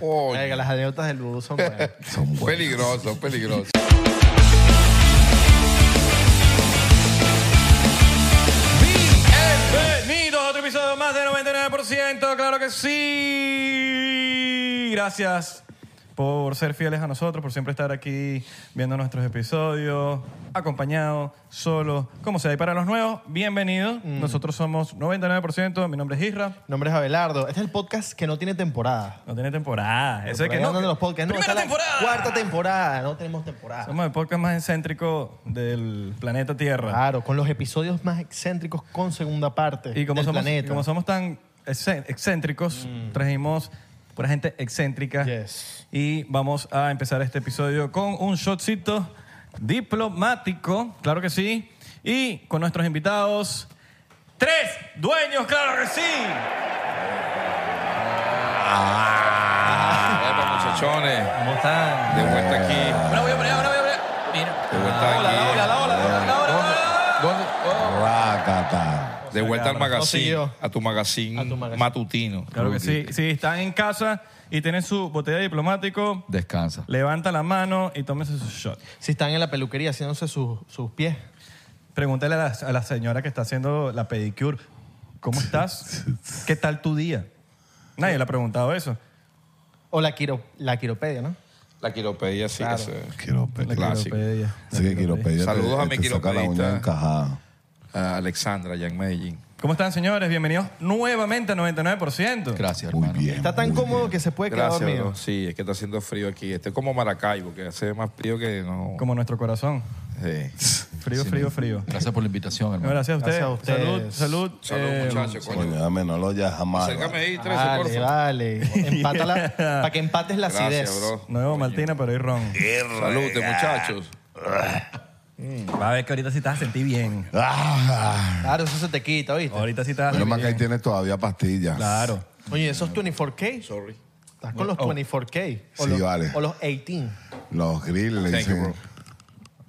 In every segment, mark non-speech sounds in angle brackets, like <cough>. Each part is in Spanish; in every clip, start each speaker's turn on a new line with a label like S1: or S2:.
S1: Oye,
S2: Ay, que las anécdotas del vudú son buenas.
S3: Son buenas.
S1: peligroso, peligroso.
S2: Bienvenidos a otro episodio más de 99%, claro que sí. Gracias por ser fieles a nosotros, por siempre estar aquí viendo nuestros episodios, acompañados, solos, como sea. Y para los nuevos, bienvenidos.
S4: Mm.
S2: Nosotros somos 99%, mi nombre es Isra.
S4: Nombre es Abelardo. Este es el podcast que no tiene temporada.
S2: No tiene temporada. Eso es
S4: Por
S2: que
S4: ahí
S2: no.
S4: andan los podcasts. No,
S2: Primera
S4: está la
S2: temporada.
S4: Cuarta temporada. No tenemos temporada.
S2: Somos el podcast más excéntrico del planeta Tierra.
S4: Claro, con los episodios más excéntricos con segunda parte
S2: Y como,
S4: del
S2: somos,
S4: planeta.
S2: y como somos tan excé- excéntricos, trajimos pura gente excéntrica.
S4: Yes.
S2: Y vamos a empezar este episodio con un shotcito diplomático, claro que sí. Y con nuestros invitados, tres dueños, claro que sí.
S1: Epa, pues, muchachones.
S2: ¿Cómo están?
S1: De vuelta aquí.
S2: Una voy a poner, una voy Ah, a poner. Mira.
S1: De vuelta
S2: La ola, la
S1: aquí.
S2: ola, la ola, la ola, la ola, la ola.
S1: ¿Dónde? Oh.
S3: Rácata.
S1: De vuelta al magazine.
S4: siguió.
S1: a tu magazine.
S4: A tu magazine.
S1: matutino.
S2: Claro que sí. Si están en casa y tienen su botella de diplomático,
S1: Descansa.
S2: levanta la mano y tómese su shot.
S4: Si están en la peluquería haciéndose sus, sus pies.
S2: Pregúntale a la, a la señora que está haciendo la pedicure, ¿cómo
S4: <laughs>
S2: estás? ¿Qué tal tu día? Nadie le ha preguntado eso.
S4: O la, quiro, la quiropedia, ¿no?
S1: La quiropedía Pues sí
S4: Claro.
S1: que se-
S3: Quiropedia.
S1: Clásico.
S2: Quiropedia.
S3: Sí, que quiropedia.
S1: Saludos
S3: te-
S1: a mi
S3: te saca la
S1: quiropedista.
S3: uña encajada.
S1: a Alexandra, allá en Medellín.
S2: ¿Cómo están, señores? Bienvenidos nuevamente a 99%.
S1: Gracias,
S3: Muy
S1: hermano.
S3: bien.
S4: Está tan
S3: muy
S4: cómodo
S3: bien.
S4: que se puede quedar
S1: Gracias,
S4: dormido.
S1: bro. Sí, es que está haciendo frío aquí. Este es como Maracaibo, que hace más frío que no.
S2: Como nuestro corazón.
S3: <laughs>
S1: Sí.
S2: Frío, frío, frío.
S5: Gracias por la invitación,
S2: No,
S5: hermano.
S2: gracias a ustedes.
S4: Gracias a ustedes.
S2: Salud, salud.
S1: Salud,
S2: Eh,
S1: muchachos, coño.
S3: Coño, dame, no lo ya jamás.
S1: Acércame ahí, 13,
S4: Vale,
S1: porfa.
S4: vale. Empátala.
S2: <laughs>
S4: Para que empates la acidez.
S1: Gracias, bro.
S2: Nuevo Martina, pero hoy ron.
S1: Salud, muchachos.
S2: Va a ver que ahorita sí te vas a sentir bien.
S4: <laughs>
S3: Ah,
S4: Claro, eso se te quita, ¿viste?
S2: Ahorita sí te vas a sentir
S3: menos mal que ahí
S2: bien.
S3: tienes todavía pastillas.
S2: Claro.
S4: Oye, esos 24K.
S1: Sorry.
S4: Estás con los
S2: Oh.
S4: 24K. O
S3: Sí,
S4: los,
S3: vale.
S4: O los 18.
S3: Los grills le
S1: Thank you,
S3: dicen.
S1: bro.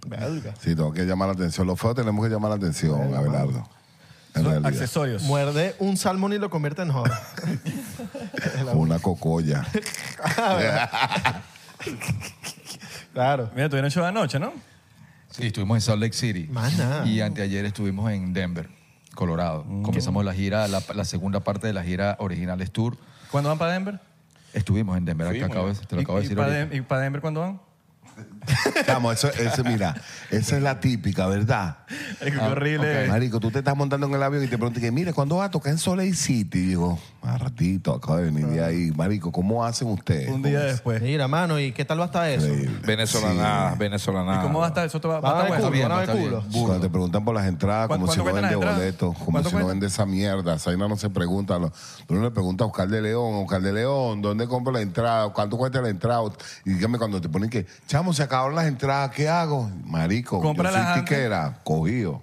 S4: Verga.
S3: Sí, tengo que llamar la atención. Los feos tenemos que llamar la atención, Abelardo. En
S2: Son
S3: realidad.
S2: accesorios.
S4: Muerde un salmón y lo convierte en joda.
S2: <laughs>
S3: Una cocoya.
S4: claro.
S2: Mira, tuvieron show anoche, ¿no?
S5: Sí, estuvimos en Salt Lake City.
S4: Más nada.
S5: Y anteayer estuvimos en Denver, Colorado.
S2: Mm.
S5: Comenzamos la gira, la, la segunda parte de la gira Originales Tour.
S2: ¿Cuándo van para Denver?
S5: Estuvimos en Denver,
S1: Fuimos,
S5: te, acabo de- te lo
S2: ¿Y-
S5: acabo de
S2: y
S5: decir
S2: para
S5: ahorita.
S2: Dem- ¿Y para Denver cuándo van? <laughs>
S3: Chamo, eso, eso, mira, esa es la típica, ¿verdad?
S2: Es horrible.
S3: Marico, tú te estás montando en el avión y te preguntas que, mire, ¿cuándo va a tocar en Salt Lake City? Y digo, marratito, acabo de venir de ahí. Marico, ¿cómo hacen
S2: <laughs>
S3: ustedes?
S2: Un día
S3: ¿Cómo es?
S2: después.
S4: Mira, mano, ¿y qué tal va hasta eso?
S3: Ah.
S1: Venezolana,
S2: ¿Y
S1: venezolana.
S2: cómo va a estar? ¿Eso te va, va
S4: ¿Van
S2: a
S4: a
S2: estar
S4: ver
S5: bien,
S4: culo?
S2: bueno?
S4: ¿Van a
S5: está
S4: ver culo?
S3: Cuando te preguntan por las entradas,
S2: ¿Cuán-
S3: como si
S2: cuánto
S3: no
S2: cuestan las
S3: vende
S2: entradas?
S3: boletos, como
S2: ¿Cuánto
S3: si no
S2: cuestan?
S3: vende esa mierda. Esa vaina no se pregunta. Lo- Tú no le preguntas a Oscar de León, Oscar de León, ¿dónde compro la entrada? ¿Cuánto cuesta la entrada? Y dígame cuando te ponen que, chamo, se acabaron las entradas, ¿qué hago? Marico, yo
S2: Cómpralas
S3: soy
S2: antes.
S3: tiquera, cogido.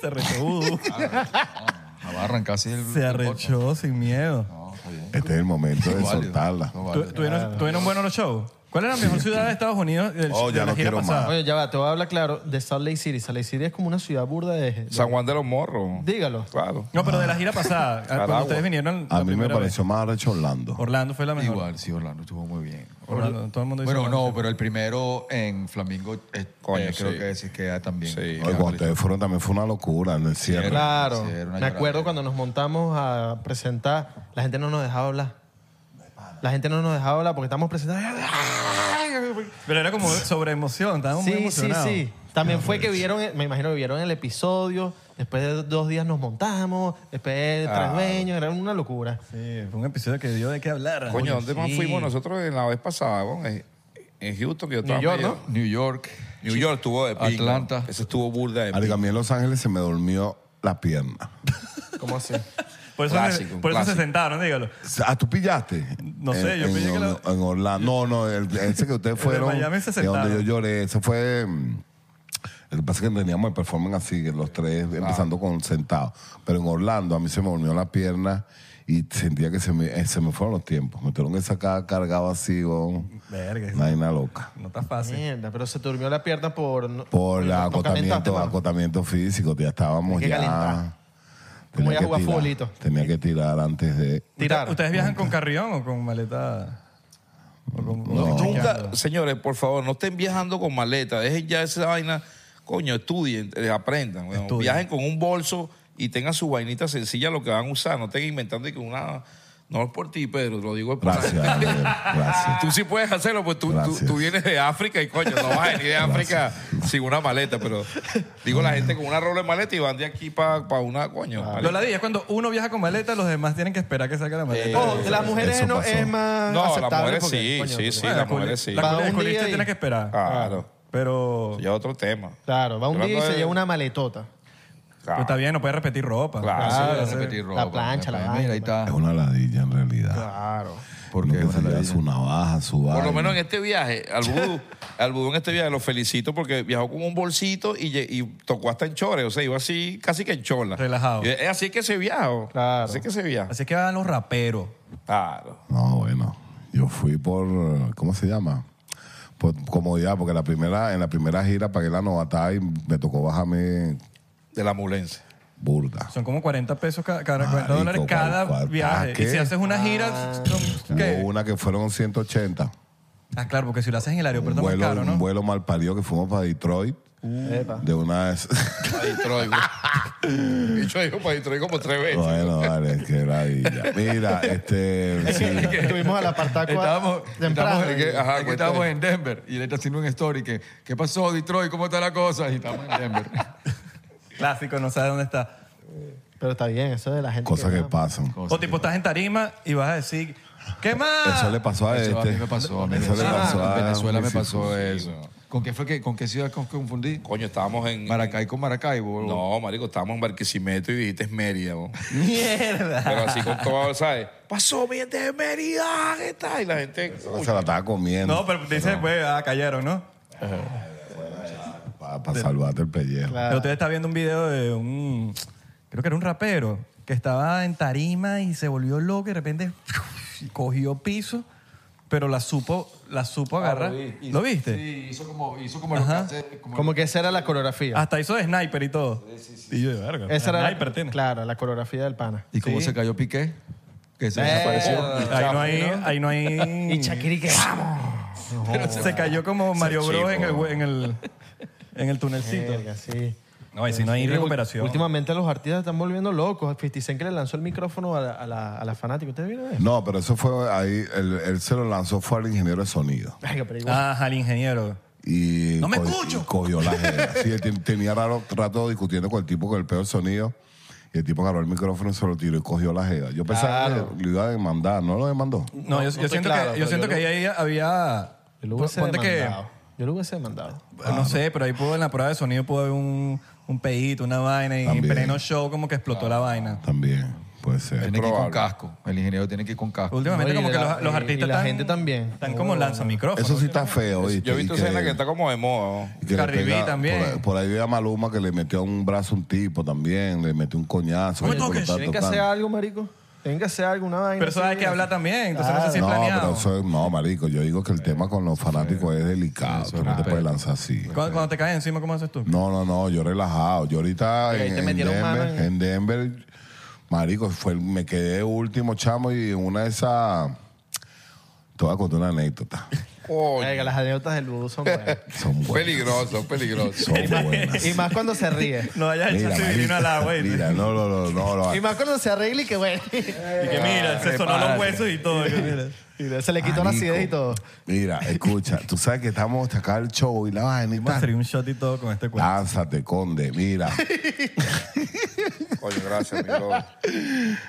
S2: Se arrechó. Vudú.
S5: Ah, Abarran casi el.
S2: Uh. Se arrechó sin miedo.
S5: No, está bien.
S3: Este es el momento de
S5: No vale.
S3: soltarla.
S5: No
S2: ¿Tu-
S5: vale.
S2: ¿Tuvieron, ¿Tuvieron buenos los shows? ¿Cuál era la mejor ciudad de Estados Unidos del,
S3: Oh,
S2: de
S3: ya
S2: la
S3: no
S2: gira
S3: quiero más.
S2: pasada?
S4: Oye, ya va, te voy a hablar claro de Salt Lake City. Salt Lake City es como una ciudad burda de... de-
S1: San Juan de los Morros.
S4: Dígalo.
S1: Claro.
S2: No, pero de la gira pasada, a- cuando
S1: Aragua.
S2: ustedes vinieron la
S3: A mí me
S2: primera
S3: pareció más arrecho Orlando.
S2: vez. Orlando fue la mejor.
S5: Igual, sí, Orlando estuvo muy bien.
S2: Orlando, todo el mundo dice
S5: Bueno,
S2: Orlando.
S5: no, pero el primero en Flamingo, eh,
S1: Coño,
S5: eh, creo
S1: sí.
S5: que se queda también.
S1: Sí.
S3: Oye, cuando ustedes fueron también fue una locura en el cierre.
S4: Claro.
S5: Sí, era una
S4: Me acuerdo
S5: lloradera.
S4: cuando nos montamos a presentar, la gente no nos dejaba hablar. La gente no nos dejaba hablar porque estamos presentando.
S2: Pero era como sobre emoción, estábamos muy
S4: Sí, sí,
S2: emocionados.
S4: sí.
S2: Ah,
S4: También fue
S2: pues.
S4: que vieron, me imagino que vieron el episodio, después de dos días nos montamos, después de tres dueños, era una locura.
S2: Ah. Sí, fue un episodio que dio de qué hablar.
S1: Coño, ¿dónde más
S4: sí.
S1: fuimos nosotros en la vez pasada? weón? En- En Houston, que yo estaba.
S4: York,
S1: medio-
S5: New York.
S1: New York estuvo de pinga.
S5: Atlanta.
S1: Ese estuvo burda de
S3: Marico,
S1: pinga.
S3: a mí en Los Ángeles se me durmió la pierna.
S4: ¿Cómo así?
S2: Por eso,
S1: Clásico,
S2: se, por eso se
S1: clásico.
S2: sentaron, dígalo.
S3: Ah, ¿tú pillaste?
S2: No sé,
S3: En-
S2: yo
S3: en,
S2: pillé que
S3: en,
S2: la-
S3: en Orlando. No, no, el- ese que ustedes
S2: de
S3: fueron.
S2: Miami se
S3: que
S2: sentaron.
S3: Donde yo lloré. Ese fue. mm, Lo que pasa es que teníamos el performance así, que los tres, empezando con sentado. Pero en Orlando a mí se me durmió la pierna y sentía que se me, eh, se me fueron los tiempos. Me tuvieron que sacar cargado así, con
S2: Verga,
S3: una vaina loca.
S2: no está fácil.
S4: Mierda, pero se te durmió la pierna por... no-
S3: Por el
S4: no calentaste,
S3: acotamiento,
S4: mano.
S3: acotamiento físico, ya estábamos
S4: Tenía que
S3: ya.
S4: calentar. Como ya jugar futbolito.
S3: tenía que tirar antes de.
S4: Tirar.
S2: ¿Ustedes viajan con carrión o con maleta? ¿O con-
S3: No.
S1: Nunca, señores, por favor, no estén viajando con maleta. Dejen ya esa vaina. Coño, estudien, eh, aprendan. weón.
S2: Estudien.
S1: Viajen con un bolso y tengan su vainita sencilla lo que van a usar. No estén inventando y que una. No es por ti, Pedro, lo digo es por
S3: Gracias, Gabriel, gracias.
S1: Tú sí puedes hacerlo, pues tú, tú,
S3: Gracias.
S1: tú vienes de África y coño, no vas a venir de África sin una maleta, pero digo la gente con una rola de maleta y van de aquí para una, coño.
S2: Lo
S1: maleta.
S2: ladilla es cuando uno viaja con maleta, los demás tienen que esperar que saque la maleta.
S4: Eh, Ojo, de las mujeres
S3: Eso
S4: no,
S3: pasó.
S4: es más
S1: No, las
S4: aceptable
S1: mujeres
S4: porque,
S1: sí,
S4: coño,
S1: sí,
S4: pues,
S1: sí,
S2: Bueno,
S1: las
S2: la culi-
S1: mujeres sí.
S2: La
S4: Va
S2: culi-
S4: un
S2: el culista
S4: día y-
S2: tiene este que esperar.
S1: Claro.
S2: Pero,
S1: Ya otro tema.
S4: Claro, va un día y
S1: Hablando
S4: se
S1: de-
S4: lleva una maletota.
S2: pero
S1: Claro.
S2: está bien, no puede repetir ropa.
S1: Claro.
S2: Eso
S4: Claro,
S2: debe
S5: Ah,
S2: ser-
S5: repetir ropa.
S4: La plancha, la
S5: Mira,
S4: vaina.
S5: ahí está.
S3: Es una ladilla en realidad.
S4: Claro.
S5: Porque
S3: Uno que
S5: es
S3: se
S5: una
S3: le da
S5: ladilla.
S3: su navaja, su
S1: Por
S3: vaina.
S1: lo menos en este viaje, al vudú, al vudú en este viaje lo felicito porque viajó con un bolsito y, lle- y tocó hasta en chores, o sea, iba así casi que en chola.
S2: Relajado.
S1: Y es así que se viaja. ¿o?
S4: Claro.
S1: Así que se viaja.
S2: Así es que van los raperos.
S1: Claro.
S3: No, bueno. Yo fui por. ¿Cómo se llama? Por comodidad, porque la primera, en la primera gira pagué la novatada y me tocó bajarme
S1: De la ambulancia.
S3: burda.
S2: Son como 40 pesos cada, cada- 40
S3: Marico,
S2: dólares
S3: ¿cuál-
S2: cada
S3: cuál-
S2: viaje.
S3: ah, qué?
S2: Y si haces una gira,
S4: Ah.
S2: son- ¿qué?
S3: Hubo una que fueron 180.
S2: Ah, claro, porque si lo haces en el
S3: Un
S2: aeropuerto es más
S3: vuelo,
S2: caro,
S3: un
S2: ¿no?
S3: vuelo mal parido que fuimos para Detroit. De una vez.
S1: Para Detroit, güey. Bicho dijo para Detroit como tres veces.
S3: bueno, vale, qué ladilla.
S1: <laughs>
S4: <laughs>
S3: Mira, este. sí.
S4: Estuvimos a la partacua
S5: Estábamos,
S4: temprano.
S5: estábamos, en,
S1: que- ajá,
S5: es que
S1: cuéntame.
S5: estábamos en Denver y él está haciendo un story que ¿qué pasó Detroit? ¿Cómo está la cosa? Y estamos en Denver.
S2: <laughs> Clásico, no sabes dónde está.
S4: Pero está bien, eso de la gente.
S3: Cosas que
S4: va.
S3: pasan.
S2: O tipo, estás en tarima y vas a decir, ¿qué más?
S3: Eso le pasó a
S5: Eso
S3: este.
S5: a mí me pasó. a mí
S3: Eso
S5: me
S3: le
S5: pasó.
S3: pasó a
S5: en Venezuela me
S3: Luis
S5: pasó eh,
S3: Isidro.
S5: eso. ¿Con qué fue que, con qué ciudad con- confundí?
S1: Coño, estábamos en.
S5: Maracay con Maracaibo.
S1: No, marico, estábamos en Barquisimeto y dijiste es Mérida, güey.
S2: Mierda.
S1: Pero así con todo, ¿sabes? Pasó bien de Mérida, ¿qué tal? Y la gente.
S3: O Se la estaba comiendo.
S2: No, pero dice, pues, ah, cayeron, ¿no?
S3: Para salvarte el pellejo.
S2: Pero usted está viendo un video de un, creo que era un rapero, que estaba en tarima y se volvió loco y de repente cogió piso, pero la supo, la
S5: Ah,
S2: supo agarrar. ¿Lo viste?
S5: Sí, hizo como, hizo como lo que
S2: Ajá.
S5: hace- como-
S4: Como que esa era la coreografía.
S2: Hasta hizo de sniper y todo. Y yo, de verga.
S4: esa era
S2: sniper tiene.
S4: Claro, la coreografía del pana.
S5: ¿Y cómo
S2: Sí.
S5: se cayó Piqué? Que se
S4: Eh.
S5: desapareció.
S2: Ahí no hay, ahí no hay.
S4: <laughs> Y Shakira que vamos.
S2: se cayó como Mario Bros en el, en el- en el tunelcito.
S4: Verga, sí.
S2: No, y si no hay
S4: Sí,
S2: recuperación.
S4: Últimamente los artistas están volviendo locos. 50 Cent que le lanzó el micrófono a la, a la, a la fanática. ¿Ustedes vieron eso?
S3: No, pero eso fue ahí, él, él se lo lanzó, fue al ingeniero de sonido.
S4: Verga, pero igual.
S2: Ajá, el ingeniero.
S3: Y
S2: ¡No me
S3: co-
S2: escucho!
S3: y cogió la jeva. Sí, él ten- tenía raro rato discutiendo con el tipo con el peor sonido. Y el tipo agarró el micrófono y se lo tiró y cogió la jeva. Yo pensaba que lo iba a demandar, no lo demandó.
S4: No,
S2: No, yo,
S4: no
S2: yo
S4: estoy
S2: siento
S4: claro,
S2: que,
S4: pero
S2: yo siento
S4: yo
S2: que ahí había...
S4: Yo lo hubiese
S2: ponte que-
S4: demandado. Yo lo hubiese demandado.
S2: No sé, pero ahí pudo, en la prueba de sonido pudo haber un, un pedito, una vaina, y
S3: También.
S2: en pleno show como que explotó la vaina.
S3: También, puede ser.
S5: Tiene que ir con
S1: probable.
S5: casco. El ingeniero tiene que ir con casco.
S2: Últimamente
S4: No, y
S2: como que
S4: de la-
S2: los, los
S4: y- y
S2: artistas
S4: la
S2: están-
S4: gente también.
S2: Están como
S4: Oh.
S2: lanzamicrófonos.
S3: Eso sí está feo. ¿oíste?
S1: Yo he visto
S3: Y que-
S1: escena que está como de moda. ¿no?
S3: y que le
S2: Cardi B
S3: pega-
S2: también.
S3: Por, por ahí vi a Maluma que le metió un brazo a un tipo también, le metió un coñazo.
S2: No me
S3: que le
S2: toques.
S3: cortó
S4: Tienen que
S3: tanto.
S4: hacer algo, marico. Tienen que hacer algo, una vaina.
S2: Pero eso
S4: así,
S2: hay que hablar también, entonces no sé si es
S3: Ah, No, pero
S2: planeado.
S3: eso es- no, marico, yo digo que el tema con los fanáticos es delicado. tú no te puedes lanzar así.
S2: Cuando, cuando te caes encima, ¿cómo haces tú?
S3: No, no, no, yo relajado. Yo ahorita
S4: Pero ahí
S3: en,
S4: te
S3: en
S4: metieron mano
S3: Denver,
S4: en-
S3: en Denver, marico, fue, el- me quedé último chamo y en una de esas... Te voy a contar una anécdota.
S1: Coño,
S4: Verga, las anécdotas del bus son buenas.
S3: <laughs> Son buenas.
S1: peligroso, peligroso.
S3: Son
S1: <laughs>
S3: buenas.
S4: y más cuando se ríe.
S2: No vayas a
S3: Mira,
S2: echarse vinilo al agua y,
S3: mira, no, no, no, no, no.
S4: Y más cuando se arregla y que bueno.
S2: y que mira, se sonó los
S5: prepárate.
S2: huesos Ah, <laughs> y todo.
S4: Y se le quitó la
S3: Marico,
S4: acidez y todo.
S3: Mira, escucha, tú sabes que estamos hasta acá el show y la vaina y
S2: Vamos a
S3: tal.
S2: hacer un shot y todo con este cuento.
S3: Lánzate, conde,
S4: <laughs>
S3: mira.
S1: Coño, gracias, mi brother.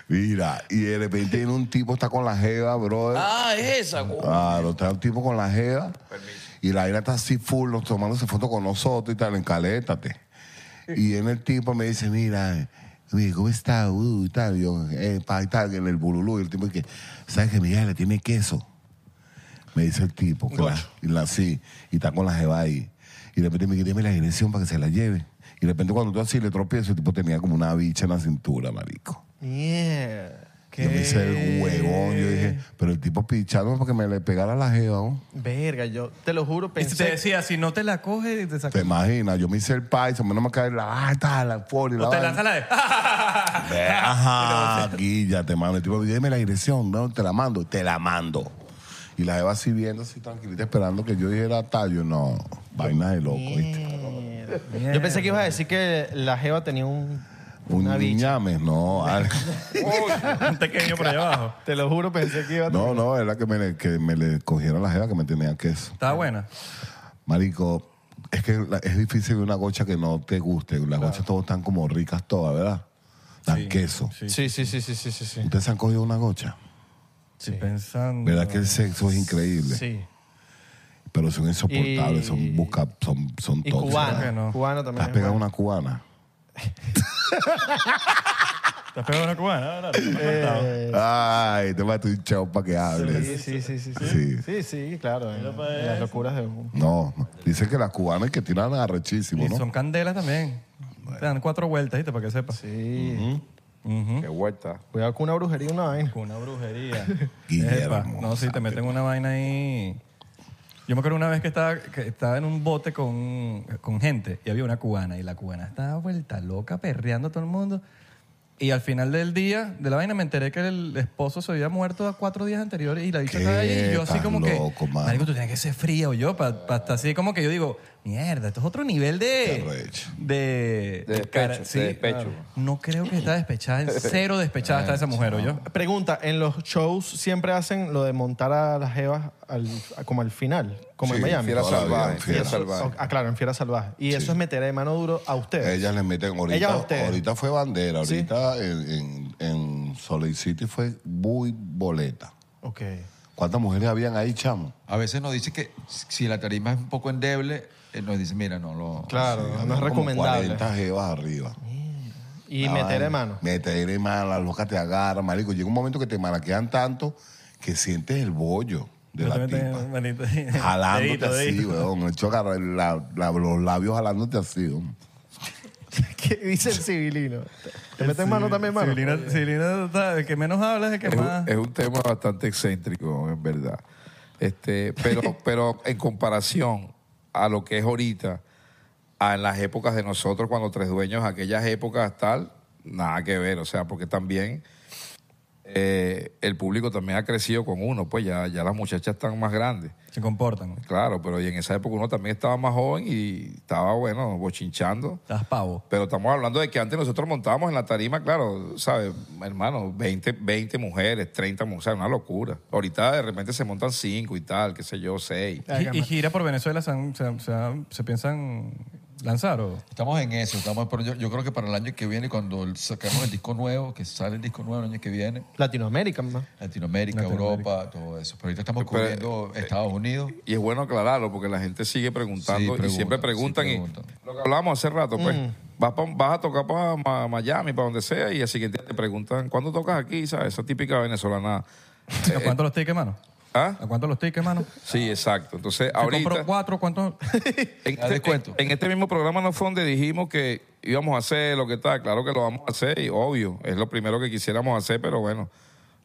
S3: Mira, y de repente viene un tipo, está con la jeva, brother.
S1: Ah, es esa. coño.
S3: Claro, está un tipo con la jeva. Y la vaina está así full, nos- tomándose fotos con nosotros y tal, encalétate. Y en el tipo me dice, mira, oye, ¿cómo está? Uh, y tal. Y yo, eh, pa, y tal, en el bululú. Y el tipo dice, ¿sabes que mi hija le tiene queso? Me dice el tipo, que la- y la sí, y está con la jeva ahí. Y de repente me dice, dime la dirección para que se la lleve. Y de repente cuando tú así le tropiezas, el tipo tenía como una bicha en la cintura, marico.
S4: Mierda.
S3: Yo me hice el huevón. Yo dije, pero el tipo pichándome porque me le pegara la jeva. ¿no?
S4: Verga, yo te lo juro,
S2: Y te
S4: pensé.
S2: decía, si no te la coges, te
S3: ¿Te
S2: sacas.
S3: imaginas? Yo me hice el país, a mí no me cae la alta, la fuera y la
S2: O te lanzas
S3: vaina.
S2: la de. <laughs>
S3: Eh, Ajá, guíllate, mano. El tipo, dime la dirección, no, te la mando, te la mando. Y la jeva así viendo, así tranquilita, esperando que yo dijera tallo. No, vaina de loco, ¿viste?
S4: Mierda. Yo pensé que ibas a decir que la Jeva tenía un.
S3: Un
S4: Una bicha.
S3: ñame,
S4: <laughs>
S3: no. al-
S2: Un pequeño por allá abajo.
S4: Te lo juro, pensé que iba a.
S3: No, no, era que me, le, que me le cogiera la jeva que me tenía queso.
S2: Estaba buena.
S3: Marico, es que la- es difícil ver una gocha que no te guste. Las gochas todas están como ricas todas, ¿verdad? Tan queso.
S4: Sí, sí, sí, sí, sí, sí. Sí.
S3: ¿Ustedes se han cogido una gocha?
S2: Estoy pensando.
S3: ¿Verdad que el sexo es increíble?
S4: sí.
S3: Pero son insoportables,
S4: Y-
S3: son busca, son, son
S4: Y
S3: tóxicas.
S4: cubana.
S2: que no.
S4: Cubana
S3: ¿Te has
S4: también. es
S3: pegado
S4: buena.
S3: una cubana?
S4: <laughs>
S2: ¿Te has pegado una cubana? Dale, dale,
S4: Eh,
S2: me has contado.
S3: Ay, te mato un chavo para que hables.
S4: Sí, sí, sí, sí.
S3: Sí.
S4: Sí, sí, sí, claro. en- en las locuras de un.
S3: No, no. dicen que las cubanas que tiran arrechísimo,
S2: Y
S3: ¿no?
S2: son candelas también. Te dan cuatro vueltas, ¿viste? Para que sepas.
S4: Sí.
S1: Qué vuelta.
S4: Cuidado con una brujería y una vaina.
S2: Una
S3: <laughs>
S2: brujería.
S3: Guillermo,
S2: Epa, no, sí, te meten una vaina ahí. Yo me acuerdo una vez que estaba, que estaba en un bote con, con gente y había una cubana y la cubana estaba vuelta loca, perreando a todo el mundo. Y al final del día de la vaina me enteré que el esposo se había muerto a cuatro días anteriores y la bicha
S3: ¿Qué?
S2: estaba ahí y yo así
S3: Estás
S2: como
S3: loco,
S2: que...
S3: mano.
S2: Marico, tú tienes que ser fría o yo, para así como que yo digo, mierda, esto es otro nivel
S3: Qué
S2: de...
S3: arrecho.
S2: De,
S1: De
S2: cara-
S1: despecho, de despecho.
S2: No creo que está despechada, en cero despechada está esa
S1: Ah,
S2: mujer o yo.
S4: Pregunta, en los shows siempre hacen lo de montar a las jevas al- a- como al final, como en Miami.
S1: Fiera
S3: Toda la vida,
S1: salvaje.
S3: fiera
S1: Fiera
S4: Eso-
S1: salvaje.
S4: Ah, claro, en Fiera Salvaje. Y eso es meter de mano duro
S1: <laughs>
S4: a ustedes.
S3: Ellas les meten ahorita.
S4: Ellas a ustedes.
S3: Ahorita fue bandera,
S4: Sí.
S3: ahorita en, en, en Soleil City fue muy boleta.
S4: Ok.
S3: ¿Cuántas mujeres habían ahí, chamo?
S5: A veces nos dice que si la tarima es un poco endeble, eh, nos dice, mira, no lo...
S4: Claro, no es
S3: Habían como
S4: recomendable.
S3: 40 jevas arriba.
S4: Y
S3: La
S4: meter de
S3: vaina.
S4: mano.
S3: Meter de mano, la loca te agarra, marico. Llega un momento que te maraquean tanto que sientes el bollo de
S2: Yo
S3: la
S2: también
S3: tipa.
S2: tengo- manito ahí.
S3: <laughs>
S2: <laughs>
S3: Jalándote
S2: Dedito,
S3: así,
S2: dedito.
S3: weón. Hecho agarrar la- la- los labios jalándote así, weón.
S4: ¿Qué dice el civilino? ¿Te meten mano también, mano?
S2: Silvina, Silvina, ¿sabes? que menos hablas es que
S1: Es un,
S2: más.
S1: es un tema bastante excéntrico, en verdad. Este, pero, <laughs> pero en comparación a lo que es ahorita, a en las épocas de nosotros, cuando tres dueños, aquellas épocas tal, nada que ver. O sea, porque también eh, el público también ha crecido con uno, pues ya, ya las muchachas están más grandes.
S2: Se comportan.
S1: Claro, pero y en esa época uno también estaba más joven y estaba, bueno, bochinchando.
S2: Estás pavo.
S1: Pero estamos hablando de que antes nosotros montábamos en la tarima, claro, ¿sabes? Hermano, 20, 20 mujeres, 30 mujeres, una locura. Ahorita de repente se montan 5 y tal, qué sé yo, 6.
S2: Y- Y, gira por Venezuela, se, han- se han- se han- se piensan lanzar o.
S5: Estamos en eso, estamos, pero yo, yo creo que para el año que viene, cuando sacamos el disco nuevo, que sale el disco nuevo el año que viene,
S4: Latinoamérica, ¿no?
S5: Latinoamérica,
S2: Latinoamérica.
S5: Europa, todo eso. Pero eh, ahorita estamos
S1: Pero,
S5: cubriendo Estados Unidos.
S1: Y es bueno aclararlo porque la gente sigue preguntando
S5: Sí,
S1: y
S5: preguntan,
S1: siempre
S5: sí,
S1: preguntan. y
S5: preguntan.
S1: lo que hablábamos hace rato, pues. Vas, pa- vas a tocar para Miami, para donde sea, y al siguiente día te preguntan, ¿cuándo tocas aquí? ¿Sabes? Esa típica venezolana.
S2: ¿A cuánto los tickets, mano?
S1: ¿Ah?
S2: ¿A cuánto los tickets, mano? Se
S1: Sí, exacto. Entonces,
S2: compró
S1: ahorita.
S2: cuatro, ¿cuántos?
S1: En
S5: ¿A descuento?
S1: en este mismo programa no fue donde dijimos que íbamos a hacer lo que está. Claro que lo vamos a hacer y obvio, es lo primero que quisiéramos hacer, pero bueno,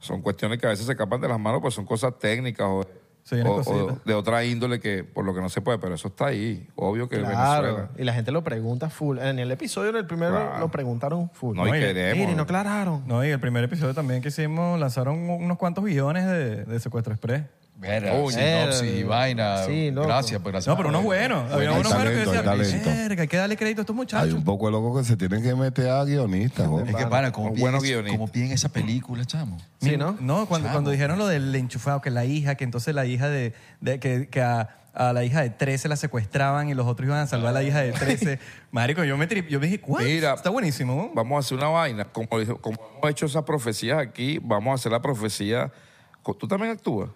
S1: son cuestiones que a veces se escapan de las manos, pues son cosas técnicas o,
S2: Se vienen
S1: o- o
S2: cositas.
S1: de otra índole que por lo que no se puede, pero eso está ahí, obvio que
S4: Claro.
S1: Venezuela.
S4: Y la gente lo pregunta full. En el episodio, en el primero,
S1: Claro.
S4: lo preguntaron full.
S1: No, y
S2: No, y-
S1: queremos.
S4: Miren, no aclararon.
S2: No, y el primer episodio también que hicimos, lanzaron unos cuantos guiones de, de Secuestro Express.
S5: Verga,
S1: Uy,
S5: sinopsis y
S4: verga.
S5: vaina.
S4: Sí, loco.
S5: gracias, pues, gracias.
S2: No, pero unos buenos. Había unos
S3: Hay
S2: buenos que
S3: talento, hay
S2: decían,
S3: talento.
S2: verga, hay que darle crédito a estos muchachos.
S3: Hay un poco de locos que se tienen que meter a guionistas. ¿no?
S5: Es que para, como
S1: Un
S5: piden,
S1: buen
S5: ese-
S1: guionista.
S5: como piden esa película, chamo.
S4: Sí, ¿no?
S2: No, cuando, cuando dijeron lo del enchufado, que la hija, que entonces la hija de, de- que, que a, a la hija de 13 la secuestraban y los otros iban a salvar a la hija de 13. Marico, yo me trip, yo me dije, ¿cuál?
S1: Mira,
S2: Está buenísimo. ¿no?
S1: Vamos a hacer una vaina. Como, como hemos hecho esas profecías aquí, vamos a hacer la profecía. co- Tú también actúas.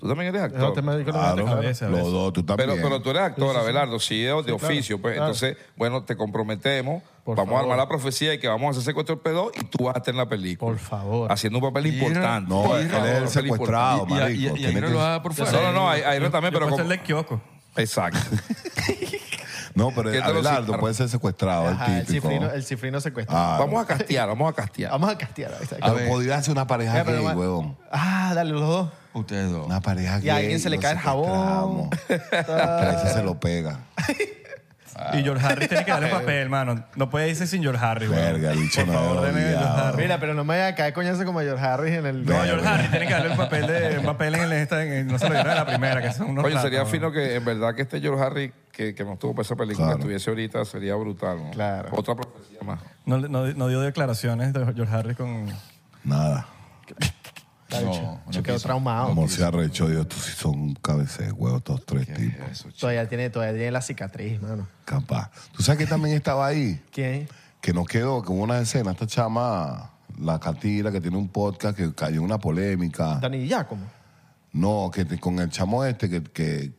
S1: Tú también eres actor.
S4: No, te- yo creo que no te-
S3: Claro,
S2: A veces, a
S3: los
S2: veces.
S3: dos, tú también.
S1: Pero, pero tú eres actor, Abelardo, sí, de, de oficio. Pues. Entonces, bueno, te comprometemos.
S4: Por
S1: vamos a
S4: favor.
S1: armar la profecía de que vamos a hacer secuestro pedo y tú vas a estar en la película.
S4: Por favor.
S1: Haciendo un papel importante.
S3: No,
S1: Por
S3: él
S1: favor,
S3: es el
S1: un papel
S3: secuestrado,
S5: Y- y-
S3: marico.
S5: y- y- y
S3: Tiene
S5: ahí no
S3: que-
S5: lo haga por
S1: importante.
S5: fuera.
S1: No, <laughs> no, no, ahí, ahí no también,
S2: Yo
S1: pero
S2: puedo ser
S1: como...
S2: el de kiosco.
S1: Exacto.
S3: <laughs> No, pero
S1: ¿Qué te lo
S3: Abelardo
S1: citar?
S3: puede ser secuestrado,
S4: Ajá,
S3: el
S4: el,
S3: típico.
S4: cifrino, el cifrino secuestra.
S3: Ah,
S1: Vamos a castear, vamos a castear.
S4: Vamos eh, a castear. ahí está.
S3: pero podría ser una pareja
S4: Ya, pero
S3: gay,
S4: va-
S3: huevón.
S4: Ah, dale los dos.
S5: Ustedes dos.
S3: Una pareja gay.
S4: Y a alguien se le
S3: lo
S4: cae el jabón.
S3: secuestramos.
S4: <laughs>
S3: Pero ese se lo pega. Ah.
S2: Y George Harris tiene que
S3: <laughs>
S2: darle papel, hermano. No puede irse sin George Harris. güey.
S3: Verga, el bicho
S2: Por
S3: no
S2: favor,
S3: es
S2: denme a George
S3: odiado.
S2: Harris.
S4: Mira, pero no me vaya a caer coñazo como George Harris en el.
S2: No, George Harris tiene que darle el papel de un papel en el esta, en- no se lo dieron a la primera, que son unos
S1: Oye, sería
S2: ratos,
S1: fino que en verdad que este George Harry, que, que no estuvo para esa película,
S3: Claro.
S1: estuviese ahorita, sería brutal. ¿no?
S4: Claro.
S1: Otra profecía más.
S2: No, no, no dio declaraciones de George Harris con...
S3: Nada.
S5: No, no
S4: Yo quedo
S5: quiso.
S4: traumado.
S3: Como se arrechó Dios, estos sí son un cabeceo, huevos, estos tres tipos.
S4: Todavía tiene, todavía tiene la cicatriz, mano.
S3: Capaz. ¿Tú sabes que también estaba ahí?
S4: ¿Quién?
S3: que nos quedó con una escena, esta chama, la Catira, que tiene un podcast, que cayó en una polémica.
S4: Dani Giacomo.
S3: No, que te- con el chamo este, que, que-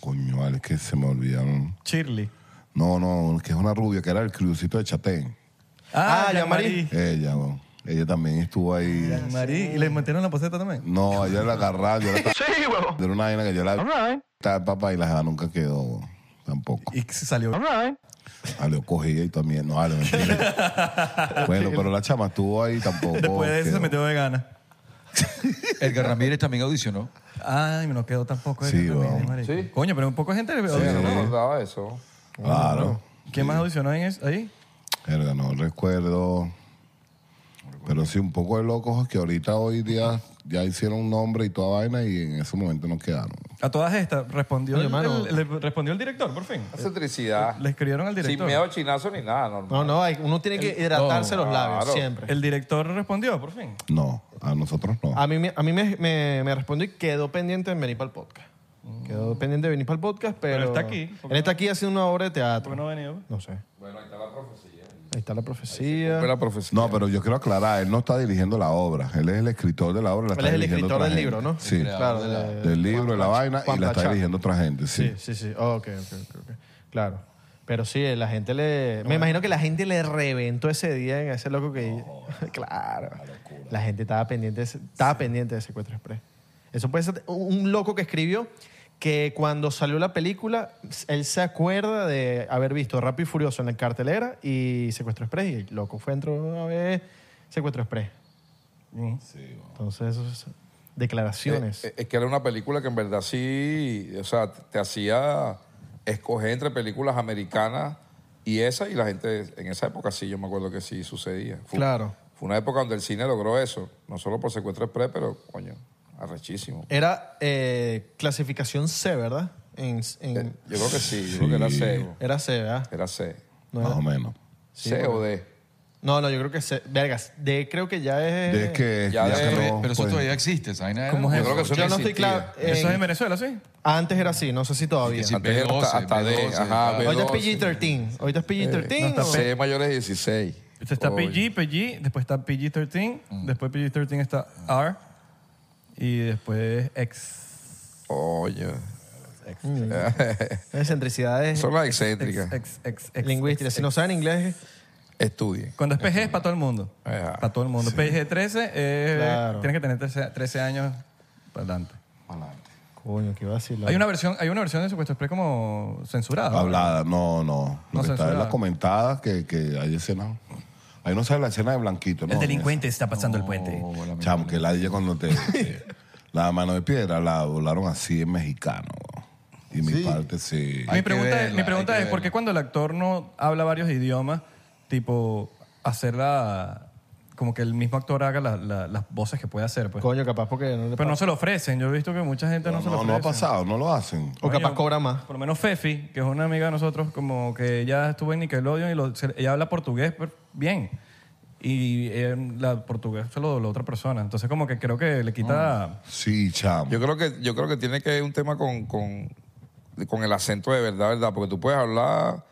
S3: coño, vale, es que se me olvidaron.
S2: Shirley.
S3: No, no, que es una rubia, que era el crucito de Chatén.
S4: Ah,
S2: Jean
S4: Jean-Marie. Ah,
S3: Ella, weón. ella también estuvo ahí.
S2: Jean-Marie. ¿Y le metieron la poseta también?
S3: No, ella la agarraron, yo la estaba... Era una vaina que yo la... Tal, papá, y la jeva nunca quedó, weón. tampoco.
S2: Y se salió...
S3: A Leo cogía y también, no, a Leo,
S2: <laughs>
S3: mentira. bueno, pero la chama estuvo ahí tampoco.
S2: Después de eso se
S3: quedó.
S2: metió vegana.
S5: <laughs> Edgar Ramírez también audicionó.
S2: Ay, me no quedó tampoco.
S3: Sí,
S2: Edgar Ramírez,
S3: weón.
S2: marico. Coño, pero un poco gente
S1: Yo
S2: audicionó.
S1: no me acordaba de eso.
S3: Claro.
S2: ¿Quién más audicionó en es- ahí?
S3: Verga, no recuerdo. Pero sí, un poco de locos que ahorita hoy día ya hicieron un nombre y toda vaina y en ese momento no quedaron.
S2: A todas estas, respondió,
S4: Oye,
S2: el,
S4: mano.
S2: el- le respondió el director, por fin.
S1: Hace tricidad.
S2: Le escribieron al
S1: Sin
S2: director.
S1: miedo a chinazo ni nada, normal.
S4: No, no, hay- uno tiene que hidratarse los labios
S1: claro.
S4: siempre.
S2: El director respondió, por fin.
S3: No, a nosotros no.
S4: A mí, me- a mí me, me, me respondió y quedó pendiente de venir para el podcast. Quedó pendiente de venir para el podcast, pero.
S2: Mm. Pero está aquí, ¿por qué
S4: Él está aquí haciendo una obra de
S2: ¿Por
S4: teatro.
S2: qué no ha venido?
S4: No sé. Ahí está la profecía.
S1: Fue la profecía.
S3: No, pero yo quiero aclarar, él no está dirigiendo la obra. Él es el escritor de la obra. pues, la
S4: Él
S3: está
S4: es el
S3: dirigiendo
S4: escritor
S3: otra
S4: del
S3: gente.
S4: libro, ¿no?
S3: Sí,
S4: claro. de-
S3: del libro, de la vaina
S4: Juan
S3: y la está
S4: Pachá.
S3: dirigiendo otra gente, sí.
S4: Sí, sí, sí. Oh, ok, ok, ok, ok. Claro. Pero sí, la gente le. Me imagino que la gente le reventó ese día en ese loco que.
S3: Oh,
S4: <laughs> claro. La gente estaba pendiente, de ese- estaba pendiente de Secuestro Express. Eso puede ser un un loco que escribió que cuando salió la película, él se acuerda de haber visto Rápido y Furioso en la cartelera y Secuestro Express. Y el loco fue, entró a ver Secuestro Express. Entonces, eso es- declaraciones.
S1: Eh, eh, Es que era una película que en verdad sí, o sea, te, te hacía escoger entre películas americanas y esa, y la gente en esa época sí, yo me acuerdo que sí sucedía. Fue-
S4: Claro.
S1: Fue una época donde el cine logró eso. No solo por Secuestro Express, pero, coño, arrechísimo.
S4: Era eh, clasificación C, ¿verdad? En- en-
S1: Eh, Yo creo que sí, yo creo que era
S3: Sí.
S1: C.
S4: era C, ¿verdad?
S1: Era C.
S4: No,
S3: más
S4: era-
S3: o menos.
S1: C o D.
S4: no, no, yo creo que C. Vergas, D creo que ya es...
S3: Es que
S1: Ya
S3: ya,
S1: de-
S3: que
S5: Pero,
S3: no,
S5: pero eso
S3: pues,
S5: todavía existe, esa vaina era-
S2: ¿Cómo
S5: Yo
S2: es eso?
S5: creo que eso
S4: Yo no estoy
S5: existía.
S4: claro.
S2: Eso es en
S4: en-
S2: Venezuela, ¿sí?
S4: Antes era así, no sé si todavía.
S5: Sí,
S1: Antes era hasta, hasta D.
S5: B12,
S1: Ajá,
S5: claro.
S4: Ahorita es
S1: B12.
S4: PG-13. Ahorita es PG-13.
S2: Eh, no está
S4: ¿o?
S1: C mayores de 16.
S2: Este está
S1: Oye.
S2: PG, PG, después está PG-13, después PG-13 está R y después X.
S1: Oye.
S4: <laughs> <laughs> Excentricidades
S1: Son las
S2: X,
S1: excéntricas.
S2: X, X, X,
S4: lingüísticas.
S2: X,
S4: Si no
S2: X.
S4: saben inglés,
S1: Estudien.
S2: Cuando es PG es para todo el mundo.
S1: Ajá.
S2: Para todo el mundo. PG-13 es-
S4: Claro.
S2: tienes que tener 13, 13 años para adelante.
S4: coño, qué vacilado.
S2: Hay una versión, hay una versión de Secuestro Express como censurada. ¿no?
S3: hablada. No, no. Lo
S2: No
S3: que está es
S2: censurada.
S3: la comentada que, que hay escena. Ahí no sale la escena de Blanquito, ¿no?
S2: El delincuente está pasando el puente.
S5: Oh, la mierda.
S3: Chamo, que la dije
S4: <laughs>
S3: cuando te. te- la mano de piedra la volaron así en mexicano. weón. Y mi parte sí.
S5: Hay
S2: Mi
S5: que
S2: pregunta, es-
S5: verla,
S2: mi
S5: hay
S2: pregunta
S5: que
S2: es, ¿por qué
S5: verla.
S2: cuando el actor no habla varios idiomas, tipo, hacerla, como que el mismo actor haga la- la- las voces que puede hacer? Pues?
S4: Coño, capaz porque no le
S2: Pero no
S4: paga.
S2: se lo ofrecen. Yo he visto que mucha gente no,
S3: No,
S2: se lo
S3: no,
S2: ofrece.
S3: ha pasado, no lo hacen.
S4: O
S2: Coño,
S4: capaz cobra más.
S2: Por lo menos Fefi, que es una amiga de nosotros, como que ella estuvo en Nickelodeon y lo- se- ella habla portugués pero bien. Y eh, la portugués se lo dobló otra persona. Entonces como que creo que le
S1: Ah.
S2: quita...
S4: Ah.
S3: Sí, chamo.
S1: Yo creo que, yo creo que tiene que ver un tema con, con, con el acento de verdad, ¿verdad? Porque tú puedes hablar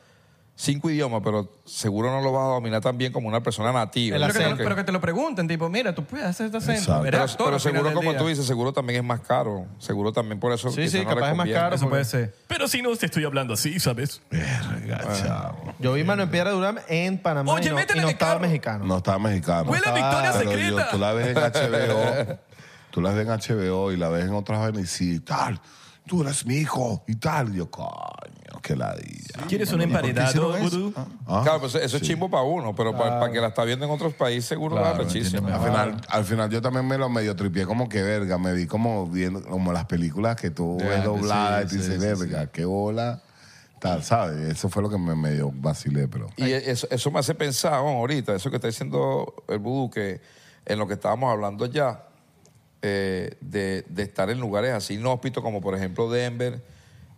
S1: cinco idiomas, pero seguro no lo vas a dominar tan bien como una persona nativa.
S4: El
S1: Yo
S2: Pero que, te
S1: creo
S2: lo,
S1: que-
S2: pero que te lo pregunten, tipo, mira, tú puedes hacer este acento.
S3: Exacto.
S2: Eres
S1: pero,
S2: actor
S1: pero
S2: al final
S1: seguro,
S2: del
S1: como
S2: día.
S1: tú dices, seguro también es más caro. Seguro también por eso.
S4: Sí,
S1: quizá
S4: sí,
S1: no le
S4: capaz es más
S1: conviene.
S4: caro. pues.
S2: Eso puede ser. Pero si no, te estoy hablando así, ¿sabes?
S3: Verga, chamo.
S4: Yo vi Mano en Piedra Durán en Panamá
S2: Oye,
S4: y no,
S2: métele
S4: y no
S2: de
S4: estaba
S2: carro.
S4: mexicano.
S3: No estaba mexicano.
S2: Huele a
S3: Estaba-
S2: Victoria
S3: pero
S2: Secreta.
S3: tú la ves
S2: <laughs>
S3: en HBO. tú la ves en HBO y la ves en otras vainas y sí, tal. Tú eres mi hijo y tal. Yo, coño, qué ladilla.
S2: ¿Quieres un emparedado, vudú?
S3: Ah,
S1: Claro, pues eso es chimbo para uno, pero para, para que la está viendo en otros países, seguro
S5: Claro,
S1: va rechísimo.
S2: Ah.
S5: entiéndeme.
S3: Al final, al final yo también me lo medio tripié como que verga, me vi como viendo como las películas que tú
S5: Ya,
S3: ves
S5: sí,
S3: dobladas y tú
S5: sí,
S3: dices,
S5: sí,
S3: verga, qué bola, tal, ¿sabes? Eso fue lo que me medio vacilé, pero...
S1: Y eso, eso me hace pensar, oh, ahorita, eso que está diciendo el vudú, que en lo que estábamos hablando ya, eh, de, de estar en lugares así inhóspitos, como por ejemplo Denver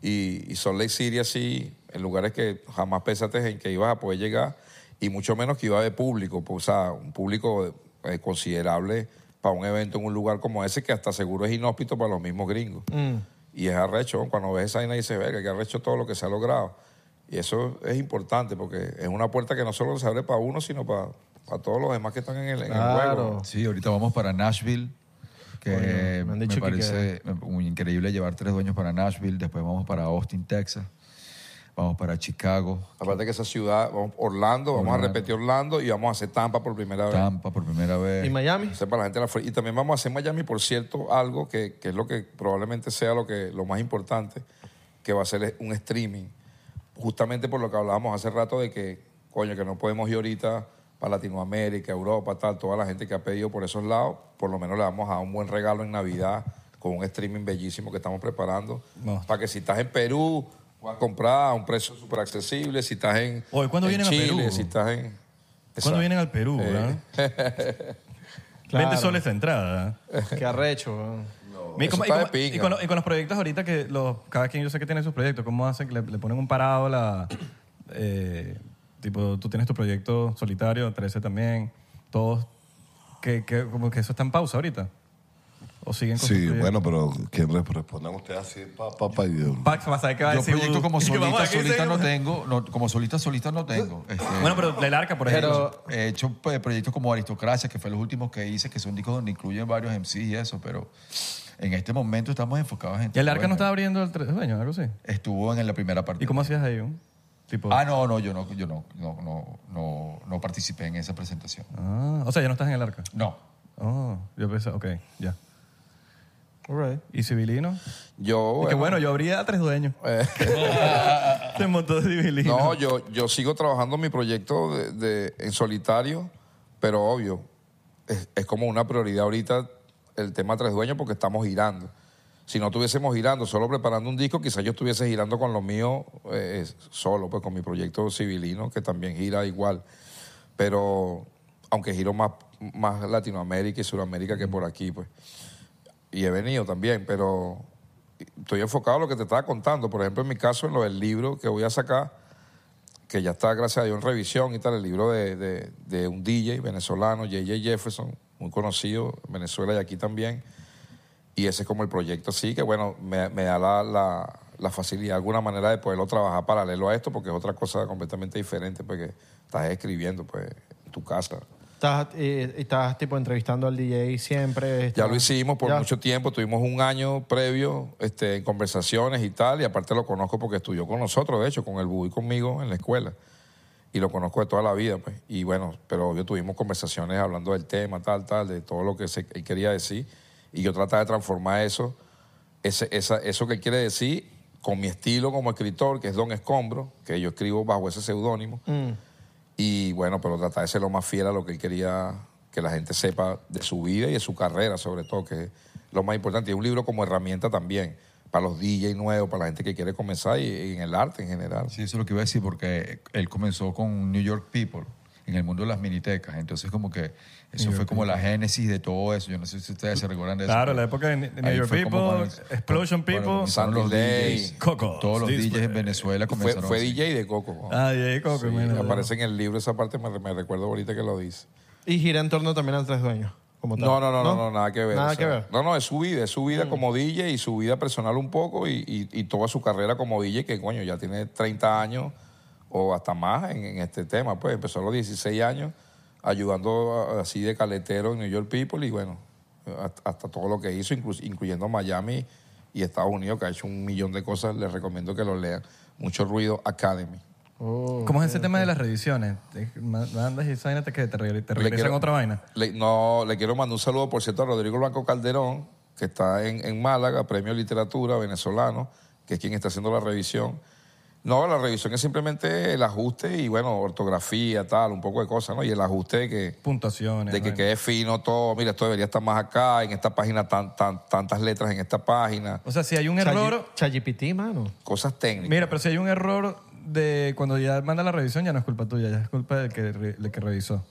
S1: y, y Salt Lake City, así, en lugares que jamás pensaste en que ibas a poder llegar, y mucho menos que iba a haber público, pues, o sea, un público eh, considerable para un evento en un lugar como ese, que hasta seguro es inhóspito para los mismos gringos.
S4: Mm.
S1: Y es arrecho, ¿no? cuando ves esa vaina dices, verga, que arrecho todo lo que se ha logrado. Y eso es importante porque es una puerta que no solo se abre para uno, sino para, para todos los demás que están en el, en el juego.
S4: Claro.
S5: Sí, ahorita vamos para Nashville, que
S4: Coño, me han
S5: me,
S4: dicho que
S5: parece muy increíble llevar tres dueños para Nashville, después vamos para Austin, Texas, vamos para Chicago,
S1: Aparte que esa ciudad, vamos, Orlando, vamos a repetir Orlando y vamos a hacer Tampa por primera vez.
S5: Tampa por primera vez.
S4: ¿Y Miami?
S1: O sea, para la gente de la Florida. y también vamos a hacer Miami, por cierto, algo que, que es lo que probablemente sea lo, que, lo más importante, que va a ser un streaming. Justamente por lo que hablábamos hace rato de que, coño, que no podemos ir ahorita para Latinoamérica, Europa, tal, toda la gente que ha pedido por esos lados, por lo menos le vamos a dar un buen regalo en Navidad con un streaming bellísimo que estamos preparando.
S2: No.
S1: Para que si estás en Perú, puedas comprar a un precio súper accesible. Si estás en,
S2: Oye, ¿cuándo
S1: en
S2: vienen a
S1: Chile,
S2: Perú?
S1: si estás en...
S2: Cuando
S1: Exacto. Eh.
S2: vienen al
S1: <laughs>
S2: Perú, ¿verdad? 20
S4: Claro.
S2: soles la entrada. ¿eh?
S4: Qué arrecho. weón.
S2: Mi-
S1: eso
S2: como- y,
S1: está de
S2: como- y
S1: pinga.
S2: con, lo- y con los proyectos ahorita que los, cada quien yo sé que tiene sus proyectos, ¿cómo hacen? que ¿Le, le ponen un parado a la... eh, tipo, tú tienes tu proyecto solitario, 13 también, todos... Que, que- como que eso está en pausa ahorita. ¿O siguen con sus
S3: Sí,
S2: proyectos?
S3: bueno, pero ¿quién re- respondan ustedes así? Pa, pa, pa, y yo-
S2: Pax, vas a ver qué va a
S5: Yo
S2: decir.
S5: proyecto como
S2: Y que vamos
S5: solista,
S2: a ver <laughs> qué
S5: solista
S2: dice.
S5: no tengo, no, como solista, solista no tengo. Este,
S2: Bueno, pero del arca, por ejemplo.
S5: pero he hecho pues, proyectos como Aristocracia, que fue los últimos que hice, que son discos donde incluyen varios MCs y eso, pero en este momento estamos enfocados en...
S2: y el arca no estaba
S5: bueno,
S2: abriendo el tres dueños, algo así.
S5: Estuvo en la primera parte.
S2: ¿Y cómo hacías ahí? un Tipo,
S5: Ah, no, no, yo no, yo no, no, no, no, no participé en esa presentación.
S2: Ah, o sea, ya no estás en el arca.
S5: No.
S2: Oh, yo pensé, ok, ya.
S4: All right.
S2: ¿Y Civilino?
S1: Yo,
S2: Y que bueno, yo <laughs> abría a tres dueños.
S4: Eh.
S2: Se montó Civilino.
S1: No, yo, yo sigo trabajando mi proyecto de, de- en solitario, pero obvio, es, es como una prioridad ahorita el tema Tres Dueños porque estamos girando. Si no estuviésemos girando, solo preparando un disco, quizás yo estuviese girando con lo mío eh, solo, pues con mi proyecto civilino, que también gira igual. Pero aunque giro más, más Latinoamérica y Sudamérica que por aquí, pues. Y he venido también, pero estoy enfocado en lo que te estaba contando. Por ejemplo, en mi caso, en lo del libro que voy a sacar, que ya está, gracias a Dios, en revisión y tal, el libro de, de- de un DJ venezolano, J.J. Jefferson, muy conocido en Venezuela y aquí también. Y ese es como el proyecto, así que bueno, me, me da la, la- la facilidad, alguna manera de poderlo trabajar paralelo a esto, porque es otra cosa completamente diferente, porque estás escribiendo pues, en tu casa.
S4: <laughs> Estás, eh, estás tipo entrevistando al DJ siempre.
S1: Ya
S4: estás-
S1: lo hicimos por
S4: Este, Ya.
S1: mucho tiempo, tuvimos un año previo este, en conversaciones y tal, y aparte lo conozco porque estudió con nosotros, de hecho, con el Bú y conmigo en la escuela, y lo conozco de toda la vida, pues, y bueno, pero obvio tuvimos conversaciones hablando del tema, tal, tal, de todo lo que se- él quería decir, y yo trataba de transformar eso, ese- esa- eso que él quiere decir, con mi estilo como escritor, que es Don Escombro, que yo escribo bajo ese seudónimo,
S4: Mm.
S1: y bueno, pero tratar de ser lo más fiel a lo que él quería que la gente sepa de su vida y de su carrera, sobre todo, que es lo más importante. Y un libro como herramienta también para los DJ nuevos, para la gente que quiere comenzar y, y en el arte en general.
S5: Sí, eso es lo que iba a decir, porque él comenzó con New York People en el mundo de las minitecas. Entonces, como que eso fue como la génesis de todo eso. Yo no sé si ustedes se recuerdan de eso.
S2: Claro,
S5: pero
S2: la época de New
S5: ahí
S2: York
S5: fue como
S2: People, Explosion
S5: cuando
S2: People,
S5: comenzaron los
S1: Sunday,
S5: DJs.
S2: Cocos,
S5: todos los
S2: Display.
S5: DJs en Venezuela
S1: eh, Fue,
S5: comenzaron.
S1: fue
S5: así.
S1: DJ de Coco.
S2: pues, Ah, DJ Coco,
S1: Sí,
S2: mira,
S1: aparece en el libro esa parte, me, me recuerdo ahorita que lo dice.
S4: Y gira en torno también a tres dueños. Como tal.
S1: No, no, no, no, no, nada que ver.
S4: Nada
S1: o sea,
S4: que ver. Mm.
S1: No, no, es su vida, es su vida como DJ y su vida personal un poco y, y- y toda su carrera como DJ, que coño, ya tiene 30 años o hasta más en, en este tema. Pues empezó a los 16 años ayudando a- así de caletero en New York People y bueno, hasta, hasta todo lo que hizo, inclu- incluyendo Miami y Estados Unidos, que ha hecho un millón de cosas. Les recomiendo que lo lean. Mucho ruido Academy. Oh,
S2: ¿Cómo es ese tema de las reediciones? Te- ma- Mandas y esa vaina te, que te, re- te
S1: Le
S2: regresan
S1: quiero-
S2: otra vaina.
S1: le- no, le quiero mandar un saludo, por cierto, a Rodrigo Blanco Calderón, que está en, en Málaga, Premio Literatura Venezolano, que es quien está haciendo la revisión. No, la revisión es simplemente el ajuste y, bueno, ortografía, tal, un poco de cosas, ¿no? Y el ajuste de que,
S2: Puntuaciones.
S1: de que
S2: vaina.
S1: quede fino todo. Mira, esto debería estar más acá, en esta página, tan, tan, tantas letras en esta página.
S2: O sea, si hay un
S4: Chayi-
S2: error.
S4: Chayipití, mano.
S1: Cosas técnicas.
S2: Mira, pero si hay un error de cuando ya manda la revisión, ya no es culpa tuya, ya es culpa del que, re- del que revisó.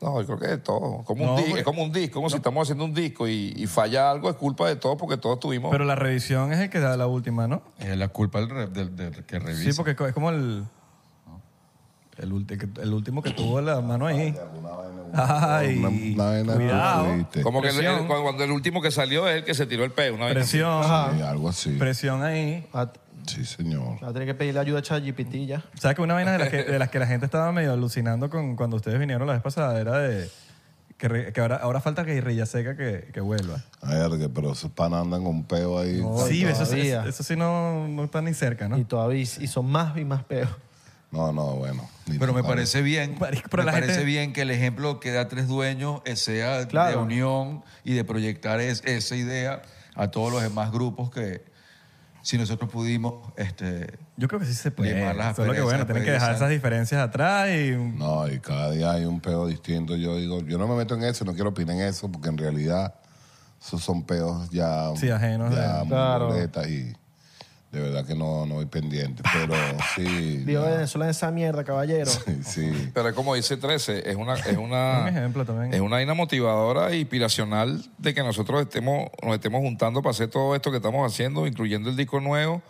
S1: No, yo creo que de todo. Como
S2: No, pues,
S1: un disco,
S2: porque-
S1: es como un disco, como si estamos haciendo un disco y, y falla algo, es culpa de todos porque todos tuvimos...
S2: Pero la revisión es el que da la última, ¿no?
S5: Es la culpa del, re- del- del que revisa.
S2: Sí, porque es co- es como el. El, ulti- que- el último que tuvo la mano ahí. Ay,
S3: Una vaina
S2: cuidado.
S3: fuerte.
S1: Como que el-
S2: Presión.
S1: el- cuando cuando el último que salió es el que se tiró el peo, una vez.
S2: Presión.
S3: Sí, algo así.
S2: Presión ahí.
S4: Va
S3: Ah, Sí, señor.
S4: va a tener que pedirle ayuda a Chayipití ya.
S2: ¿Sabes que una vaina de las
S1: <laughs>
S2: que, de las que la gente estaba medio alucinando con cuando ustedes vinieron la vez pasada era de que, re- que ahora, ahora falta que Rilla Seca que, que vuelva.
S3: Ay, ergue, pero esos panas andan con peo ahí. No,
S2: sí, eso, sí-
S4: todavía.
S2: eso sí no, no está ni cerca,
S4: Y
S2: ¿no?
S4: todavía y son más y más peos.
S3: no, bueno. ni
S5: Pero me
S3: tocar.
S5: parece bien,
S2: <laughs> Marico, pero
S5: me
S2: la
S5: parece
S2: gente-
S5: bien que el ejemplo que da Tres Dueños eh, sea de
S4: Claro.
S5: unión y de proyectar es- esa idea a todos los demás grupos que si nosotros pudimos, este,
S2: Yo creo que sí se puede.
S5: Limar las
S2: Solo que bueno,
S5: asperezas,
S2: tienen que
S5: pues,
S2: dejar
S5: exacto.
S2: esas diferencias atrás y
S3: No, y cada día hay un peo distinto. Yo digo, yo no me meto en eso, no quiero opinar en eso, porque en realidad esos son peos ya.
S2: Sí, ajenos de-
S3: Ya muy
S4: Claro.
S3: boletas y de verdad que no, no voy pendiente. Pero sí.
S4: Viva
S3: ya.
S4: Venezuela en esa mierda, caballero.
S3: <laughs> Sí, sí.
S1: Pero es como dice 13, es una, es una,
S5: Ah.
S2: Un ejemplo también.
S5: Eh,
S1: Es una vaina motivadora e inspiracional de que nosotros estemos, nos estemos juntando para hacer todo esto que estamos haciendo, incluyendo el disco nuevo,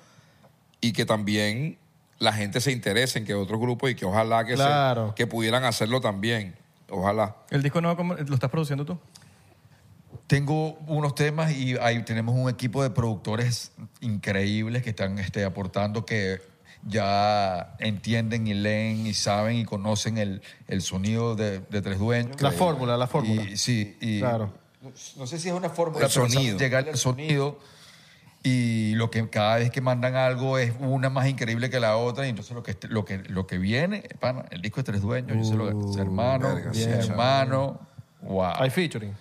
S1: y que también la gente se interese en que otros grupos y que ojalá que, se-
S4: Claro.
S1: que pudieran hacerlo también. Ojalá.
S2: el disco nuevo ¿cómo- lo estás produciendo tú.
S5: Tengo unos temas y ahí tenemos un equipo de productores increíbles que están este, aportando que ya entienden y leen y saben y conocen el, el sonido de, de Tres Dueños.
S4: La fórmula, la fórmula.
S5: Y- sí, y
S4: Claro.
S5: no, no sé si es una fórmula,
S1: El
S5: pero
S1: sonido.
S5: sa- llegarle al sonido y lo que cada vez que mandan algo es una más increíble que la otra y entonces lo que lo que lo que viene, pana, el disco de Tres Dueños, yo se lo
S4: Uh,
S5: dejo a mis hermanos,
S1: verga,
S5: mis
S1: sí,
S5: hermanos. Wow.
S4: Hay featuring.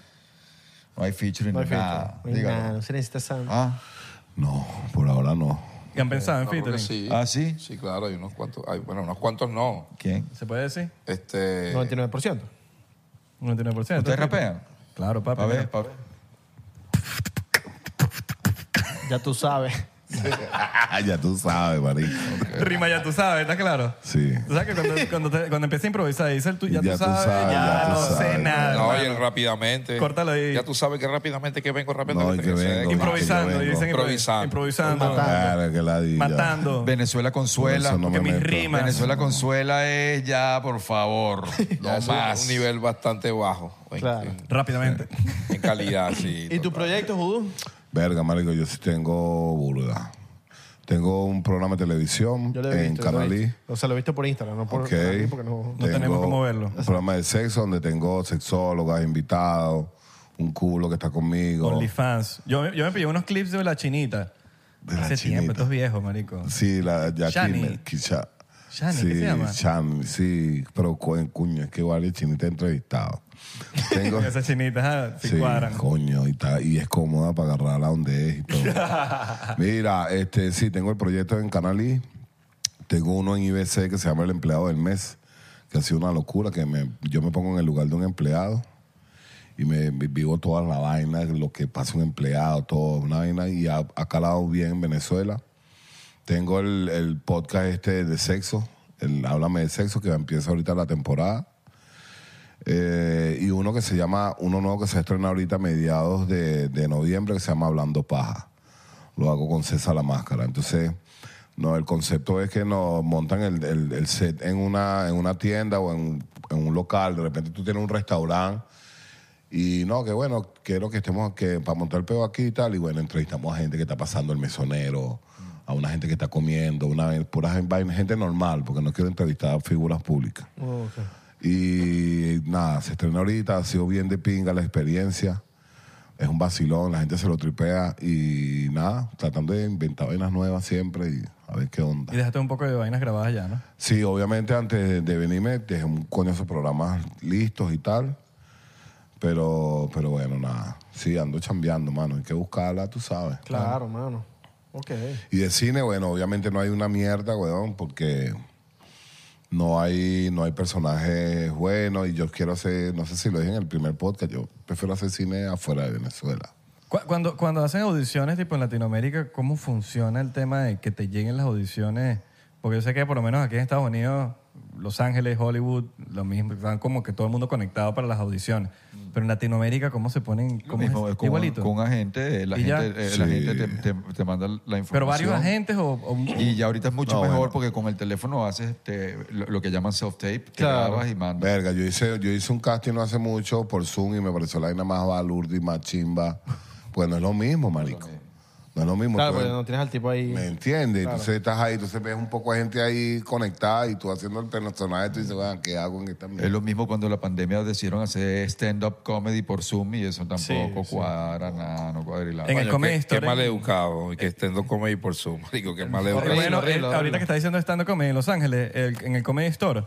S5: No hay featuring,
S4: No hay
S5: nada.
S4: featuring. No hay
S5: dígalo.
S4: nada, no se necesita sound.
S5: Ah,
S3: No, por ahora no. <laughs>
S2: ¿Y han pensado en
S1: Claro que
S2: featuring?
S1: sí.
S5: Ah, ¿sí?
S1: Sí, claro, hay unos cuantos. hay- bueno, unos cuantos no.
S5: ¿quién?
S2: ¿Se puede decir?
S1: Este,
S4: 99%.
S2: 99%.
S5: ¿Ustedes rapean?
S2: Claro, papi.
S5: Pa' ver,
S2: mira.
S5: pa' ver.
S4: Ya tú sabes.
S3: ya tú sabes, marico.
S2: Rima, ya tú sabes, ¿está claro?
S3: Sí.
S2: Tú sabes que cuando, cuando, te- cuando empieza a improvisar, dice el tú, ya, tú sabes, ya,
S3: tú
S2: no
S3: sabes.
S2: sé nada.
S1: No,
S2: hermano.
S1: y el rápidamente.
S2: Córtalo ahí.
S1: Ya tú sabes que rápidamente que vengo rápido.
S3: No, y que vengo,
S2: improvisando,
S3: que yo
S2: y
S3: vengo.
S2: dicen improvisando.
S1: Improvisando.
S2: improvisando
S3: Claro, que la di, ya.
S2: matando.
S5: Venezuela consuela.
S3: Eso no
S2: que
S3: me
S2: mis
S3: meto.
S2: rimas.
S5: Venezuela consuela es ya, por favor.
S1: Ya
S5: No
S1: eso es
S5: más.
S1: un nivel bastante bajo. En,
S4: Claro.
S1: en-
S2: Rápidamente.
S1: en calidad,
S4: <laughs>
S1: sí.
S4: ¿Y tu proyecto, Judú?
S3: Verga, marico, yo sí tengo burda. Tengo un programa de televisión
S4: Yo lo he
S3: en
S4: visto. yo lo he
S3: Canalí.
S4: visto. O sea, lo he visto por Instagram, no por
S3: Ok.
S4: Canalí, porque no...
S2: No tenemos
S3: Tengo
S2: cómo verlo.
S3: Un programa de sexo donde tengo sexólogas, invitados, un culo que está conmigo.
S2: OnlyFans. Yo, yo me pillé unos clips de la chinita.
S3: De la
S2: Hace tiempo,
S3: Chinita.
S2: estos viejos, marico.
S3: Sí, la Jackie.
S2: Shani.
S3: Quizá.
S2: Shani,
S3: sí,
S2: ¿qué se llama?
S3: Shani, sí, pero cu- en cuño, es que igual el chinita entrevistado. Tengo,
S2: Esas chinitas ah, sí cuadran.
S3: coño, y, está- y es cómoda para agarrarla donde es y todo. Mira, este, sí, tengo el proyecto en Canal I. Tengo uno en IBC que se llama El Empleado del Mes, que ha sido una locura, que me- yo me pongo en el lugar de un empleado y me vi- vivo toda la vaina, lo que pasa un empleado, todo, una vaina, y ha, ha calado bien en Venezuela. Tengo el, el podcast este de sexo, el Háblame de Sexo, que empieza ahorita la temporada. Eh, y uno que se llama, uno nuevo que se estrena ahorita a mediados de, de noviembre, que se llama Hablando Paja. Lo hago con César La Máscara. Entonces, no, el concepto es que nos montan el, el- el set en una, en una tienda o en, en un local. De repente tú tienes un restaurante y no, que bueno, quiero que estemos que para montar el peo aquí y tal. Y bueno, entrevistamos a gente que está pasando el mesonero, a una gente que está comiendo, una pura gen- vaina, gente normal, porque no quiero entrevistar a figuras públicas. Y nada, se estrena ahorita, ha sido bien de pinga la experiencia. Es un vacilón, la gente se lo tripea y nada, tratando de inventar vainas nuevas siempre y a ver qué onda.
S2: Y dejaste un poco de vainas grabadas ya, ¿no?
S3: Sí, obviamente antes de, de venirme dejé un coño esos programas listos y tal. Pero, pero bueno, nada. Sí, ando chambeando, mano. Hay que buscarla, tú sabes.
S4: Claro, mano. Ok.
S3: Y de cine, bueno, obviamente no hay una mierda, weón, porque no hay, no hay personajes buenos. Y yo quiero hacer, no sé si lo dije en el primer podcast, yo prefiero hacer cine afuera de Venezuela.
S2: Cu- Cuando, cuando hacen audiciones tipo en Latinoamérica, ¿cómo funciona el tema de que te lleguen las audiciones? Porque yo sé que por lo menos aquí en Estados Unidos, Los Ángeles, Hollywood, lo mismo, están como que todo el mundo conectado para las audiciones. Pero en Latinoamérica, ¿cómo se ponen?
S5: Mm. Lo
S2: ¿Cómo
S5: mismo,
S2: es?
S5: es con,
S2: Igualito.
S5: con agente, eh, la
S2: ¿Y ya?
S5: gente, eh, la
S3: Sí.
S5: gente te, te- te manda la información.
S2: Pero varios agentes o... o-
S5: Y ya ahorita es mucho
S3: No,
S5: mejor
S3: bueno.
S5: porque con el teléfono haces este, lo, lo que llaman self-tape, que
S4: Claro.
S5: grabas y mandas.
S3: Verga, yo hice, yo hice un casting no hace mucho por Zoom y me pareció la vaina más balurda y más chimba. Pues no es lo mismo, marico. No es lo mismo.
S4: Claro,
S3: tú-
S4: porque no tienes al tipo ahí...
S3: ¿Me entiendes? Entonces estás ahí, entonces ves un poco de gente ahí conectada y tú haciendo el personaje, tú dices, "Bueno, ¿qué hago en esta
S5: Es
S3: mierda?
S5: lo mismo cuando la pandemia decidieron hacer stand-up comedy por Zoom y eso tampoco cuadra nada, no cuadra y la-
S2: En el
S1: Coño,
S2: Comedy
S1: qué,
S2: Store
S1: qué mal
S2: en-
S1: educado. y Que estén dos comedy por Zoom. <laughs> Digo, qué mal
S2: Eh,
S1: educado.
S2: bueno,
S4: horrible,
S2: el-
S4: horrible.
S2: ahorita que está diciendo estando comedy en Los Ángeles, el- en el Comedy Store,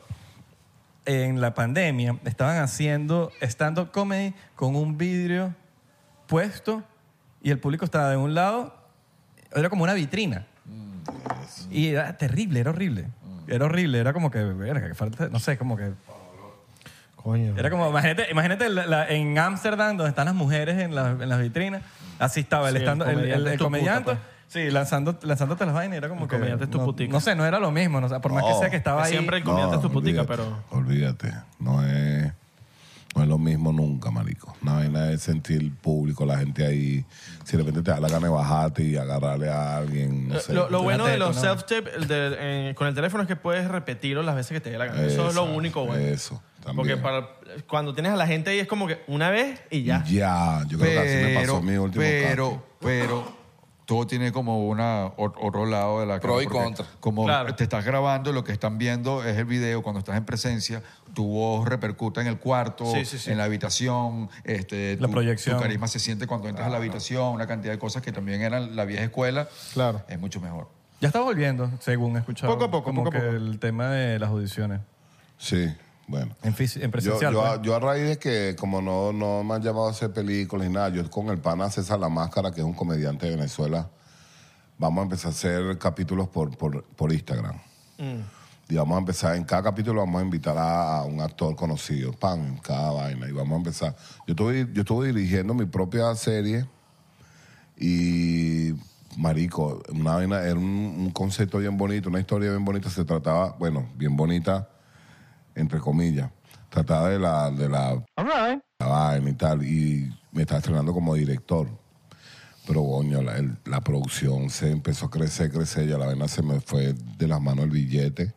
S2: en la pandemia, estaban haciendo stand-up comedy con un vidrio puesto y el público estaba de un lado, era como una vitrina. Y era terrible, era horrible. Era horrible, era como que, verga, que falta, no sé, como que
S4: Coño.
S2: era como, imagínate, imagínate la- la- en Ámsterdam, donde están las mujeres en, la- en las vitrinas. Así estaba el,
S6: Sí, el
S2: stand- el, el-
S6: comediante
S2: el
S6: es tu
S2: comediante.
S6: puta, pues.
S2: Sí, lanzando, lanzándote las vainas. Era como
S6: El
S2: que.
S6: comediante es tu
S2: no,
S6: putica.
S2: No sé, no era lo mismo. no sé, por más que
S3: No.
S2: sea que estaba
S6: Oh, Que
S2: ahí.
S6: siempre el comediante es tu putica, pero...
S3: Olvídate, no es, no es lo mismo nunca, marico. Una vaina es sentir el público, la gente ahí. Si de repente te da la gana de bajarte y agarrarle a alguien, no
S6: Lo-
S3: sé.
S6: Lo, lo bueno de los
S2: ¿no?
S6: self-tape el de- eh, con el teléfono es que puedes repetirlo las veces que te dé la gana. Eso es lo
S3: Esa,
S6: único bueno.
S3: Eso, también.
S6: Porque para, cuando tienes a la gente ahí es como que una vez y ya.
S3: Ya, yo creo que así me pasó
S5: Pero,
S3: en mi último casting.
S5: pero, pero todo tiene como una o- otro lado de la
S1: Pro
S5: cara,
S1: y
S5: porque
S1: contra.
S5: Como
S6: Claro.
S5: te estás grabando, lo que están viendo es el video cuando estás en presencia, tu voz repercuta en el cuarto,
S6: Sí, sí, sí.
S5: en la habitación, este,
S2: La
S5: tu,
S2: proyección.
S5: tu carisma se siente cuando entras a la habitación, una cantidad de cosas que también eran la vieja escuela.
S4: Claro.
S5: Es mucho mejor.
S2: Ya está volviendo, según he escuchado.
S4: Poco a poco,
S2: como
S4: poco a
S2: que
S4: poco.
S2: el tema de las audiciones.
S3: Sí, bueno.
S2: En, fis- en
S3: Yo,
S2: presencial.
S3: yo,
S2: pues.
S3: a- yo a raíz de que como no, no me han llamado a hacer películas ni nada, yo con el pana César La Máscara, que es un comediante de Venezuela, vamos a empezar a hacer capítulos por, por, por Instagram.
S6: mm,
S3: Y vamos a empezar, en cada capítulo vamos a invitar a, a un actor conocido, pan, en cada vaina, y vamos a empezar. Yo estuve, yo estuve dirigiendo mi propia serie y marico, una vaina, era un, un concepto bien bonito, una historia bien bonita. Se trataba, bueno, bien bonita, entre comillas. Trataba de la, de la, la vaina y tal. Y me estaba estrenando como director. Pero, coño, la, el- la producción se empezó a crecer, crecer. Ya la vaina se me fue de las manos el billete.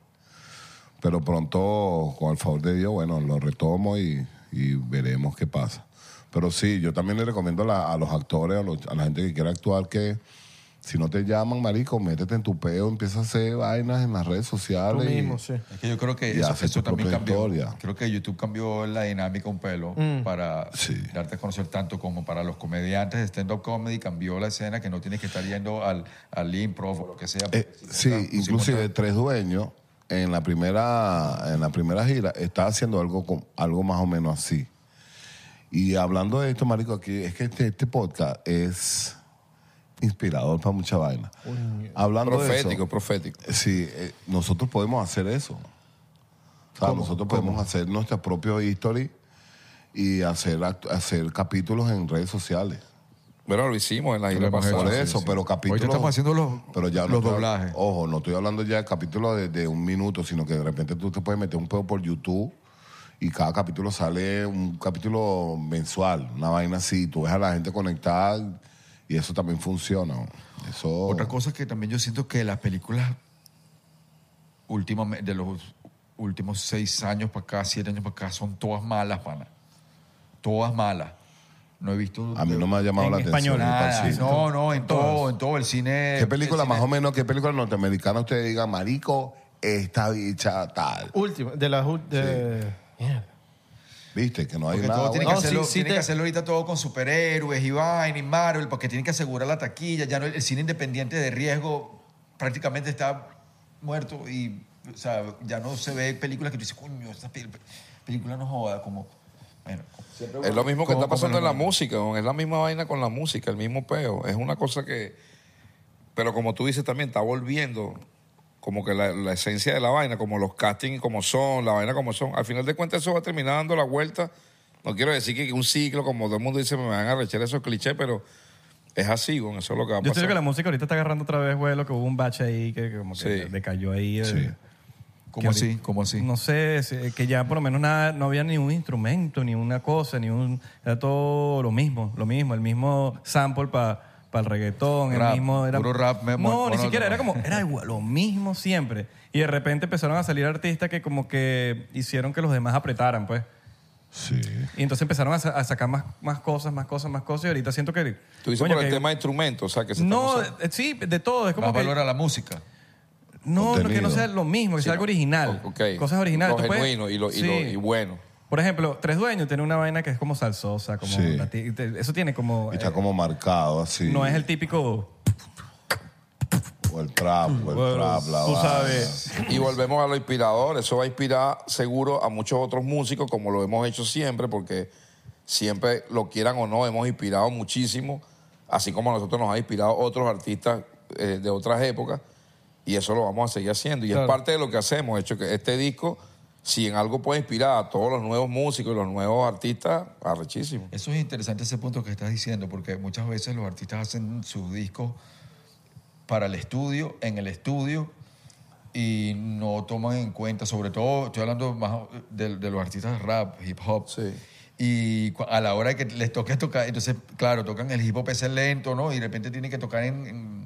S3: Pero pronto, con el favor de Dios, bueno, lo retomo y, y veremos qué pasa. Pero sí, yo también le recomiendo a la- a los actores, a, los- a la gente que quiera actuar, que si no te llaman, marico, métete en tu peo, empieza a hacer vainas en las redes
S4: Tú
S3: sociales. y-
S4: mismo, sí.
S5: Es que yo creo que
S3: Y
S5: eso,
S3: hace
S5: eso
S3: tu
S5: también
S3: propia
S5: cambió.
S3: historia.
S5: Creo que YouTube cambió la dinámica un pelo
S4: Mm.
S5: para
S3: Sí.
S5: darte a conocer tanto como para los comediantes de stand-up comedy. Cambió la escena que no tienes que estar yendo al, al improv o lo que sea.
S3: Eh, sí, inclusive Tres Dueños en la primera en la primera gira está haciendo algo con- algo más o menos así. Y hablando de esto, marico, aquí es que este, este podcast es inspirador para mucha vaina. Hablando de
S1: Profético,
S3: eso,
S1: profético.
S3: sí, eh, nosotros podemos hacer eso. O sea, nosotros podemos hacer nuestra propia history y hacer act- hacer capítulos en redes sociales.
S1: Bueno, lo hicimos en la isla
S5: hemos
S1: pasada.
S3: Por
S5: Sí,
S3: eso,
S5: sí.
S3: pero
S5: Ahorita
S3: capítulos.
S5: estamos haciendo los-
S3: pero ya no
S5: los
S3: estoy-
S5: doblajes.
S3: Ojo, no estoy hablando ya de capítulos de, de un minuto, sino que de repente tú te puedes meter un pedo por YouTube y cada capítulo sale un capítulo mensual, una vaina así. Tú ves a la gente conectada y eso también funciona. Eso.
S5: Otra cosa que también yo siento que las películas últimamente, de los últimos seis años para acá, siete años para acá, son todas malas, pana. Todas malas. No he visto...
S3: A mí no me ha llamado
S2: En
S3: la
S2: español.
S3: atención.
S5: Nada,
S3: Nada,
S5: Ah, no, no, en todo, en todo el cine.
S3: ¿Qué película
S5: el
S3: más o
S5: cine-
S3: menos, qué película norteamericana usted diga, marico, esta bicha tal?
S4: Último, de las ul- de-
S3: eh,
S4: Mierda.
S3: Viste, que no hay
S5: Porque
S3: nada.
S5: todo tiene que,
S4: No,
S3: bueno.
S4: sí,
S5: hacerlo,
S4: sí
S5: tiene
S4: te-
S5: que hacerlo ahorita todo con superhéroes y vaina y Marvel, porque tienen que asegurar la taquilla. Ya no, el cine independiente de riesgo prácticamente está muerto y o sea, ya no se ve películas que tú dices, coño, esta pel- película no joda, como... Bueno,
S1: Es lo mismo que
S5: ¿Cómo,
S1: está pasando
S5: cómo
S1: en
S5: no?
S1: la música, don. es la misma vaina con la música, el mismo peo. Es una cosa que. Pero como tú dices también, está volviendo como que la, la esencia de la vaina, como los castings como son, la vaina como son. Al final de cuentas, eso va terminando dando la vuelta. No quiero decir que un ciclo, como todo el mundo dice, me van a rechazar esos clichés, pero es así, con eso es lo que va a
S2: Yo siento que la
S1: pasar.
S2: música ahorita está agarrando otra vez vuelo, que hubo un bache ahí que, que como que
S1: Sí.
S2: decayó ahí. eh,
S3: Sí.
S5: ¿Cómo
S2: que-
S5: así? ¿Cómo así?
S2: No sé, es, eh, que ya por lo menos nada, no había ni un instrumento, ni una cosa, ni un... Era todo lo mismo, lo mismo, el mismo sample para el reggaetón,
S5: Rap,
S2: el mismo... Era,
S5: puro rap, me-
S2: No, ni
S5: monótono.
S2: siquiera, era como... Era igual, lo mismo siempre. Y de repente empezaron a salir artistas que como que hicieron que los demás apretaran, pues.
S3: Sí.
S2: Y entonces empezaron a, sa- a sacar más, más cosas, más cosas, más cosas. Y ahorita siento que...
S1: Tú dices
S2: coño,
S1: por el
S2: que-
S1: tema de instrumentos, o sea, que se
S2: No,
S1: están usando.
S2: eh, sí, de todo. Es como
S5: Más
S2: que...
S5: valor a la música.
S2: No, no, que no
S3: contenido.
S2: sea lo mismo, que sea algo original.
S1: O- ok.
S2: Cosas originales.
S1: Lo
S2: Tú puedes-
S1: genuino y, lo, y,
S2: Sí.
S1: lo- y bueno.
S2: Por ejemplo, Tres Dueños tiene una vaina que es como salsosa, como
S3: Sí.
S2: lati- te- eso tiene como...
S3: Y está
S2: eh,
S3: como marcado así.
S2: No es el típico...
S3: O el trap, o el trap, la
S2: tú
S3: vaina.
S2: sabes.
S1: Y volvemos a lo inspirador. Eso va a inspirar seguro a muchos otros músicos, como lo hemos hecho siempre, porque siempre, lo quieran o no, hemos inspirado muchísimo, así como a nosotros nos ha inspirado otros artistas eh, de otras épocas, y eso lo vamos a seguir haciendo. Y es parte de lo que hacemos. De hecho, que este disco, si en algo puede inspirar a todos los nuevos músicos y los nuevos artistas, arrechísimo.
S5: Eso es interesante ese punto que estás diciendo, porque muchas veces los artistas hacen sus discos para el estudio, en el estudio, y no toman en cuenta, sobre todo, estoy hablando más de, de los artistas de rap, hip hop.
S1: Sí.
S5: Y cu- a la hora que les toque tocar, entonces, claro, tocan el hip hop ese lento, ¿no? Y de repente tienen que tocar en, en-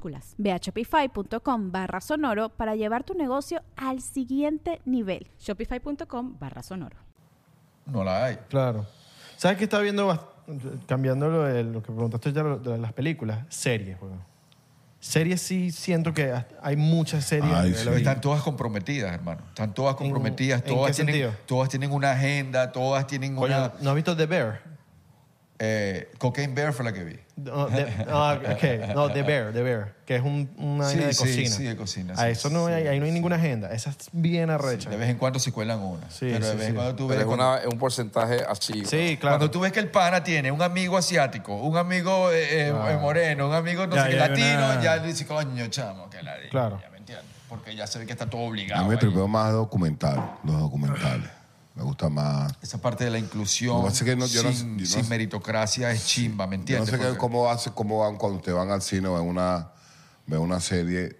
S7: minúsculas.
S8: Ve a shopify.com barra sonoro para llevar tu negocio al siguiente nivel.
S7: Shopify.com barra sonoro.
S5: No la hay.
S4: Claro. ¿Sabes qué estaba viendo? bast- Cambiando lo, de lo que preguntaste ya lo- de las películas. Series, weón. Series sí siento que hasta- hay muchas series.
S3: Ay,
S4: a nivel
S3: sí.
S4: ahorita.
S5: Están todas comprometidas, hermano. Están todas comprometidas.
S4: en
S5: todas,
S4: qué
S5: tienen,
S4: sentido?
S5: todas tienen una agenda, todas tienen
S4: Coño,
S5: una...
S4: ¿no has visto The Bear?
S5: eh, Cocaine Bear fue la que vi.
S4: No, The- ah, ok. No, The Bear, The Bear, que es un, una
S5: Sí,
S4: vaina de
S5: sí,
S4: cocina.
S5: sí, de cocina,
S4: A
S5: sí,
S4: eso no
S5: sí,
S4: hay, ahí no hay
S5: sí.
S4: ninguna agenda. Esa es bien arrecha.
S5: De vez en cuando se cuelan una.
S4: Sí,
S5: pero de
S4: sí,
S5: vez
S4: sí.
S5: en cuando tú ves...
S1: Pero es,
S5: cuando-
S1: una- es un porcentaje así.
S4: Sí, claro.
S5: Cuando tú ves que el pana tiene un amigo asiático, un amigo eh, eh, moreno, un amigo no
S2: Ah. Ya,
S5: sé qué
S2: ya hay
S5: latino,
S2: una-
S5: ya dice, coño, chamo, que la
S4: Claro.
S5: Ya me entiendes. Porque ya se ve que está todo
S3: A
S5: obligado.
S3: mí me
S5: ahí.
S3: tripeo más documental, los documentales. Me gusta más.
S5: Esa parte de la
S3: Lo
S5: inclusión
S3: que pasa es que no- yo no-
S5: sin,
S3: yo no-
S5: sin meritocracia es chimba, ¿me
S3: Yo no
S5: entiendes?
S3: sé qué-
S5: Porque-
S3: cómo, hace, cómo van cuando ustedes van al cine o ven una, ven una serie,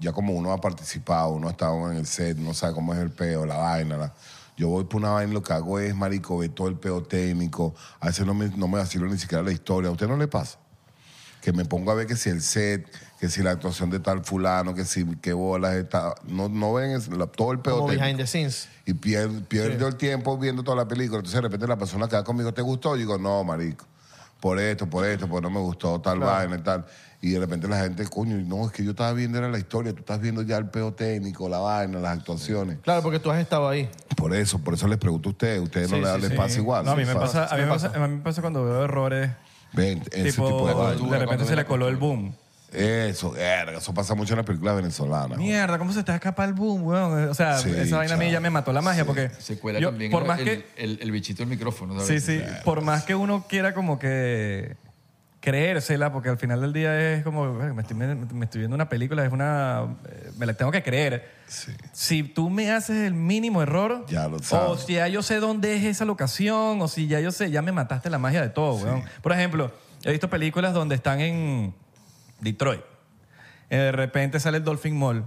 S3: ya como uno ha participado, uno ha estado en el set, no sabe cómo es el peo, la vaina. la- yo voy por una vaina, lo que hago es, marico, ve todo el peo técnico. A veces no me, no me vacilo ni siquiera la historia. ¿A usted no le pasa? Que me pongo a ver que si el set, que si la actuación de tal fulano, que si qué bolas está. No, no ven el- la- todo el peo
S4: Como
S3: técnico
S4: behind the scenes.
S3: y pier- pierdo, el tiempo viendo toda la película. Entonces de repente la persona que va conmigo, ¿te gustó? Y digo, no, marico, por esto, por esto, porque no me gustó tal vaina y tal. Y de repente la gente, coño, no, es que yo estaba viendo era la historia, tú estás viendo ya el peo técnico, la vaina, las actuaciones.
S4: Claro, porque tú has estado ahí.
S3: Por eso, por eso les pregunto a ustedes, ustedes no
S2: Sí,
S3: les, da-
S2: sí,
S3: les
S2: sí.
S3: pasa igual.
S2: No, a mí
S3: ¿sí?
S2: me
S3: O sea,
S2: pasa, a mí me pasa, a mí me pasa cuando veo errores.
S3: ven, ese
S2: tipo,
S3: tipo, de vaina.
S2: de repente se le coló el boom.
S3: Eso, verga, eso pasa mucho en las películas venezolanas. ¿no?
S2: Mierda, ¿cómo se te escapa el boom, weón? O sea,
S3: Sí,
S2: esa vaina a mí
S3: chao.
S2: ya me mató la magia porque
S5: se cuela
S2: yo,
S5: también
S2: por
S5: el,
S2: más que
S5: el, el- el bichito del micrófono.
S2: Sí,
S5: ¿sabes? pues.
S2: sí. Por más que uno quiera como que creérsela, porque al final del día es como, "Verga, me estoy, me- me estoy viendo una película, es una... eh, Me la tengo que creer. Si tú me haces el mínimo error,
S3: Ya lo
S2: o
S3: sabes.
S2: si ya yo sé dónde es esa locación, o si ya yo sé, ya me mataste la magia de todo, weón. Por ejemplo, he visto películas donde están en Detroit. Eh, De repente sale el Dolphin Mall.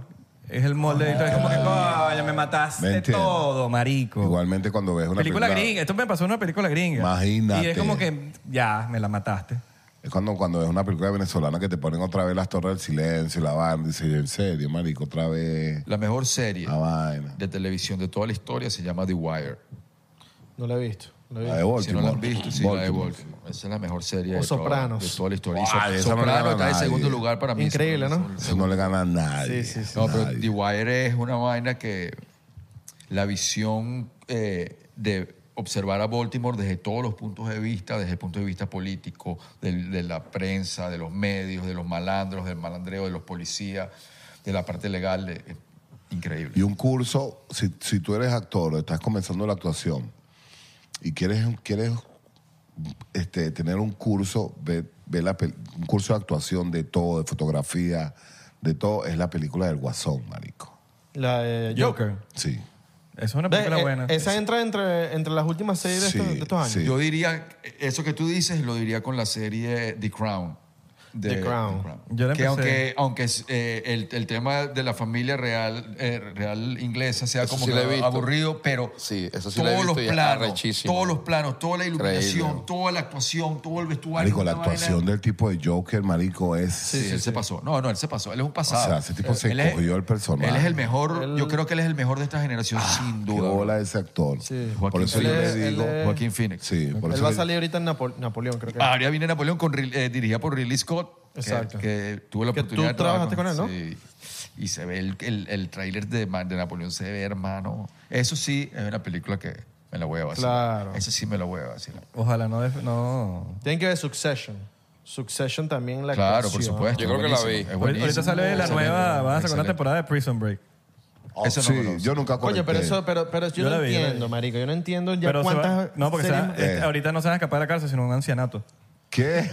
S2: Es el mall de Detroit. Es como que, coño, me mataste
S3: Me entiendo.
S2: todo, marico.
S3: Igualmente cuando ves una
S2: Película
S3: película,
S2: gringa. Esto me pasó en una película gringa.
S3: Imagínate.
S2: Y es como que ya, me la mataste.
S3: Es cuando, cuando ves una película venezolana que te ponen otra vez las torres del silencio y la banda y dices, en serio, marico, otra vez
S5: La mejor serie
S3: la vaina.
S5: de televisión de toda la historia se llama The Wire.
S4: No la he visto. No la
S3: La
S4: he
S3: de
S4: visto.
S5: Si no la han
S3: Baltimore.
S5: visto, sí, la de
S3: Baltimore.
S5: Baltimore. Esa es la mejor serie
S4: O
S5: de, toda-
S4: Sopranos.
S5: de toda la historia. Y
S3: Ah,
S5: Sop-
S3: esa no le
S5: Sopranos
S3: gana
S5: está en
S3: nadie.
S5: segundo lugar para mí.
S4: Increíble, ¿no?
S3: Eso no le gana a nadie.
S4: Sí, sí, sí.
S5: No, pero
S3: Nadie.
S5: The Wire es una vaina que la visión eh, de observar a Baltimore desde todos los puntos de vista, desde el punto de vista político, del- de, la prensa, de los medios, de los malandros, del malandreo, de los policías, de la parte legal, de- es
S3: Y
S5: increíble.
S3: un curso, si, si tú eres actor o estás comenzando la actuación y quieres, quieres este, tener un curso, ve, ve la pel- un curso de actuación de todo, de fotografía, de todo, es la película del Guasón, marico.
S4: La de
S2: Joker.
S3: Sí.
S2: Eso es una
S4: Ve,
S2: película
S4: eh,
S2: buena.
S4: Esa entra entre, entre las últimas seis de,
S3: Sí,
S4: estos, de estos años.
S3: sí.
S5: Yo diría, eso que tú dices lo diría con la serie The Crown. de-
S4: The Crown.
S2: Yo la
S5: que aunque,
S2: empecé.
S5: aunque es, eh, el, el tema de la familia real, eh, real inglesa sea
S1: Eso
S5: como
S1: sí
S5: que
S1: la he visto.
S5: aburrido, pero
S1: Sí, eso sí la he
S5: todos, los
S1: visto y es
S5: planos,
S1: arrechísimo.
S5: todos los planos, toda la iluminación,
S1: Increíble.
S5: toda la actuación, todo el vestuario.
S3: Marico, la
S5: una vaina.
S3: actuación del tipo de Joker, marico, es...
S5: Sí, él se pasó. No, no, él se pasó. Él es un pasado. Eh,
S3: O sea, ese tipo se
S5: Él es-
S3: cogió el personaje.
S5: Él es el mejor,
S4: Él-
S5: yo creo que él es el mejor de esta generación, sin
S3: Qué
S5: duda.
S3: bola ese actor.
S4: Sí.
S3: Por
S5: Joaquín
S3: eso yo
S5: Phoenix.
S3: le digo...
S4: él es-
S5: Joaquín Phoenix.
S3: Sí, por
S4: Él
S3: eso
S4: va a
S3: le-
S4: salir ahorita en Napo- Napoleón, creo que.
S5: Ahora viene Napoleón, con, Ridley- eh, dirigida por Ridley Scott. que-
S4: Exacto.
S5: Que, tuve la
S4: Que tú
S5: oportunidad de trabajar
S4: trabajaste con
S5: Sí. Y se ve el, el, el tráiler de, Ma- de Napoleón, se ve, hermano. Eso sí es una película que me la voy a vacilar.
S4: Claro.
S5: Eso sí me la voy a vacilar.
S2: Ojalá no... def- no.
S4: Tienen que ver Succession. Succession también la
S5: Claro, por
S4: actuación.
S5: supuesto.
S1: Yo creo que la
S5: buenísimo,
S1: vi.
S5: es
S2: Ahorita ahorita
S5: buenísimo.
S2: sale la
S5: Excelente,
S2: nueva... Van a sacar una
S5: excelente.
S2: temporada de Prison Break.
S3: Oh,
S5: Eso no
S3: sí,
S5: me lo-
S3: yo nunca
S4: Coño, pero
S3: conecté.
S4: eso, pero, pero yo,
S2: Yo
S4: no
S2: la vi, yo la
S4: entiendo,
S2: vi.
S4: marico. Yo no entiendo ya
S2: Pero se va-
S4: cuántas.
S2: no, porque se va-
S4: series-
S2: este, ahorita no se van a escapar de la cárcel, sino un ancianato.
S3: ¿Qué?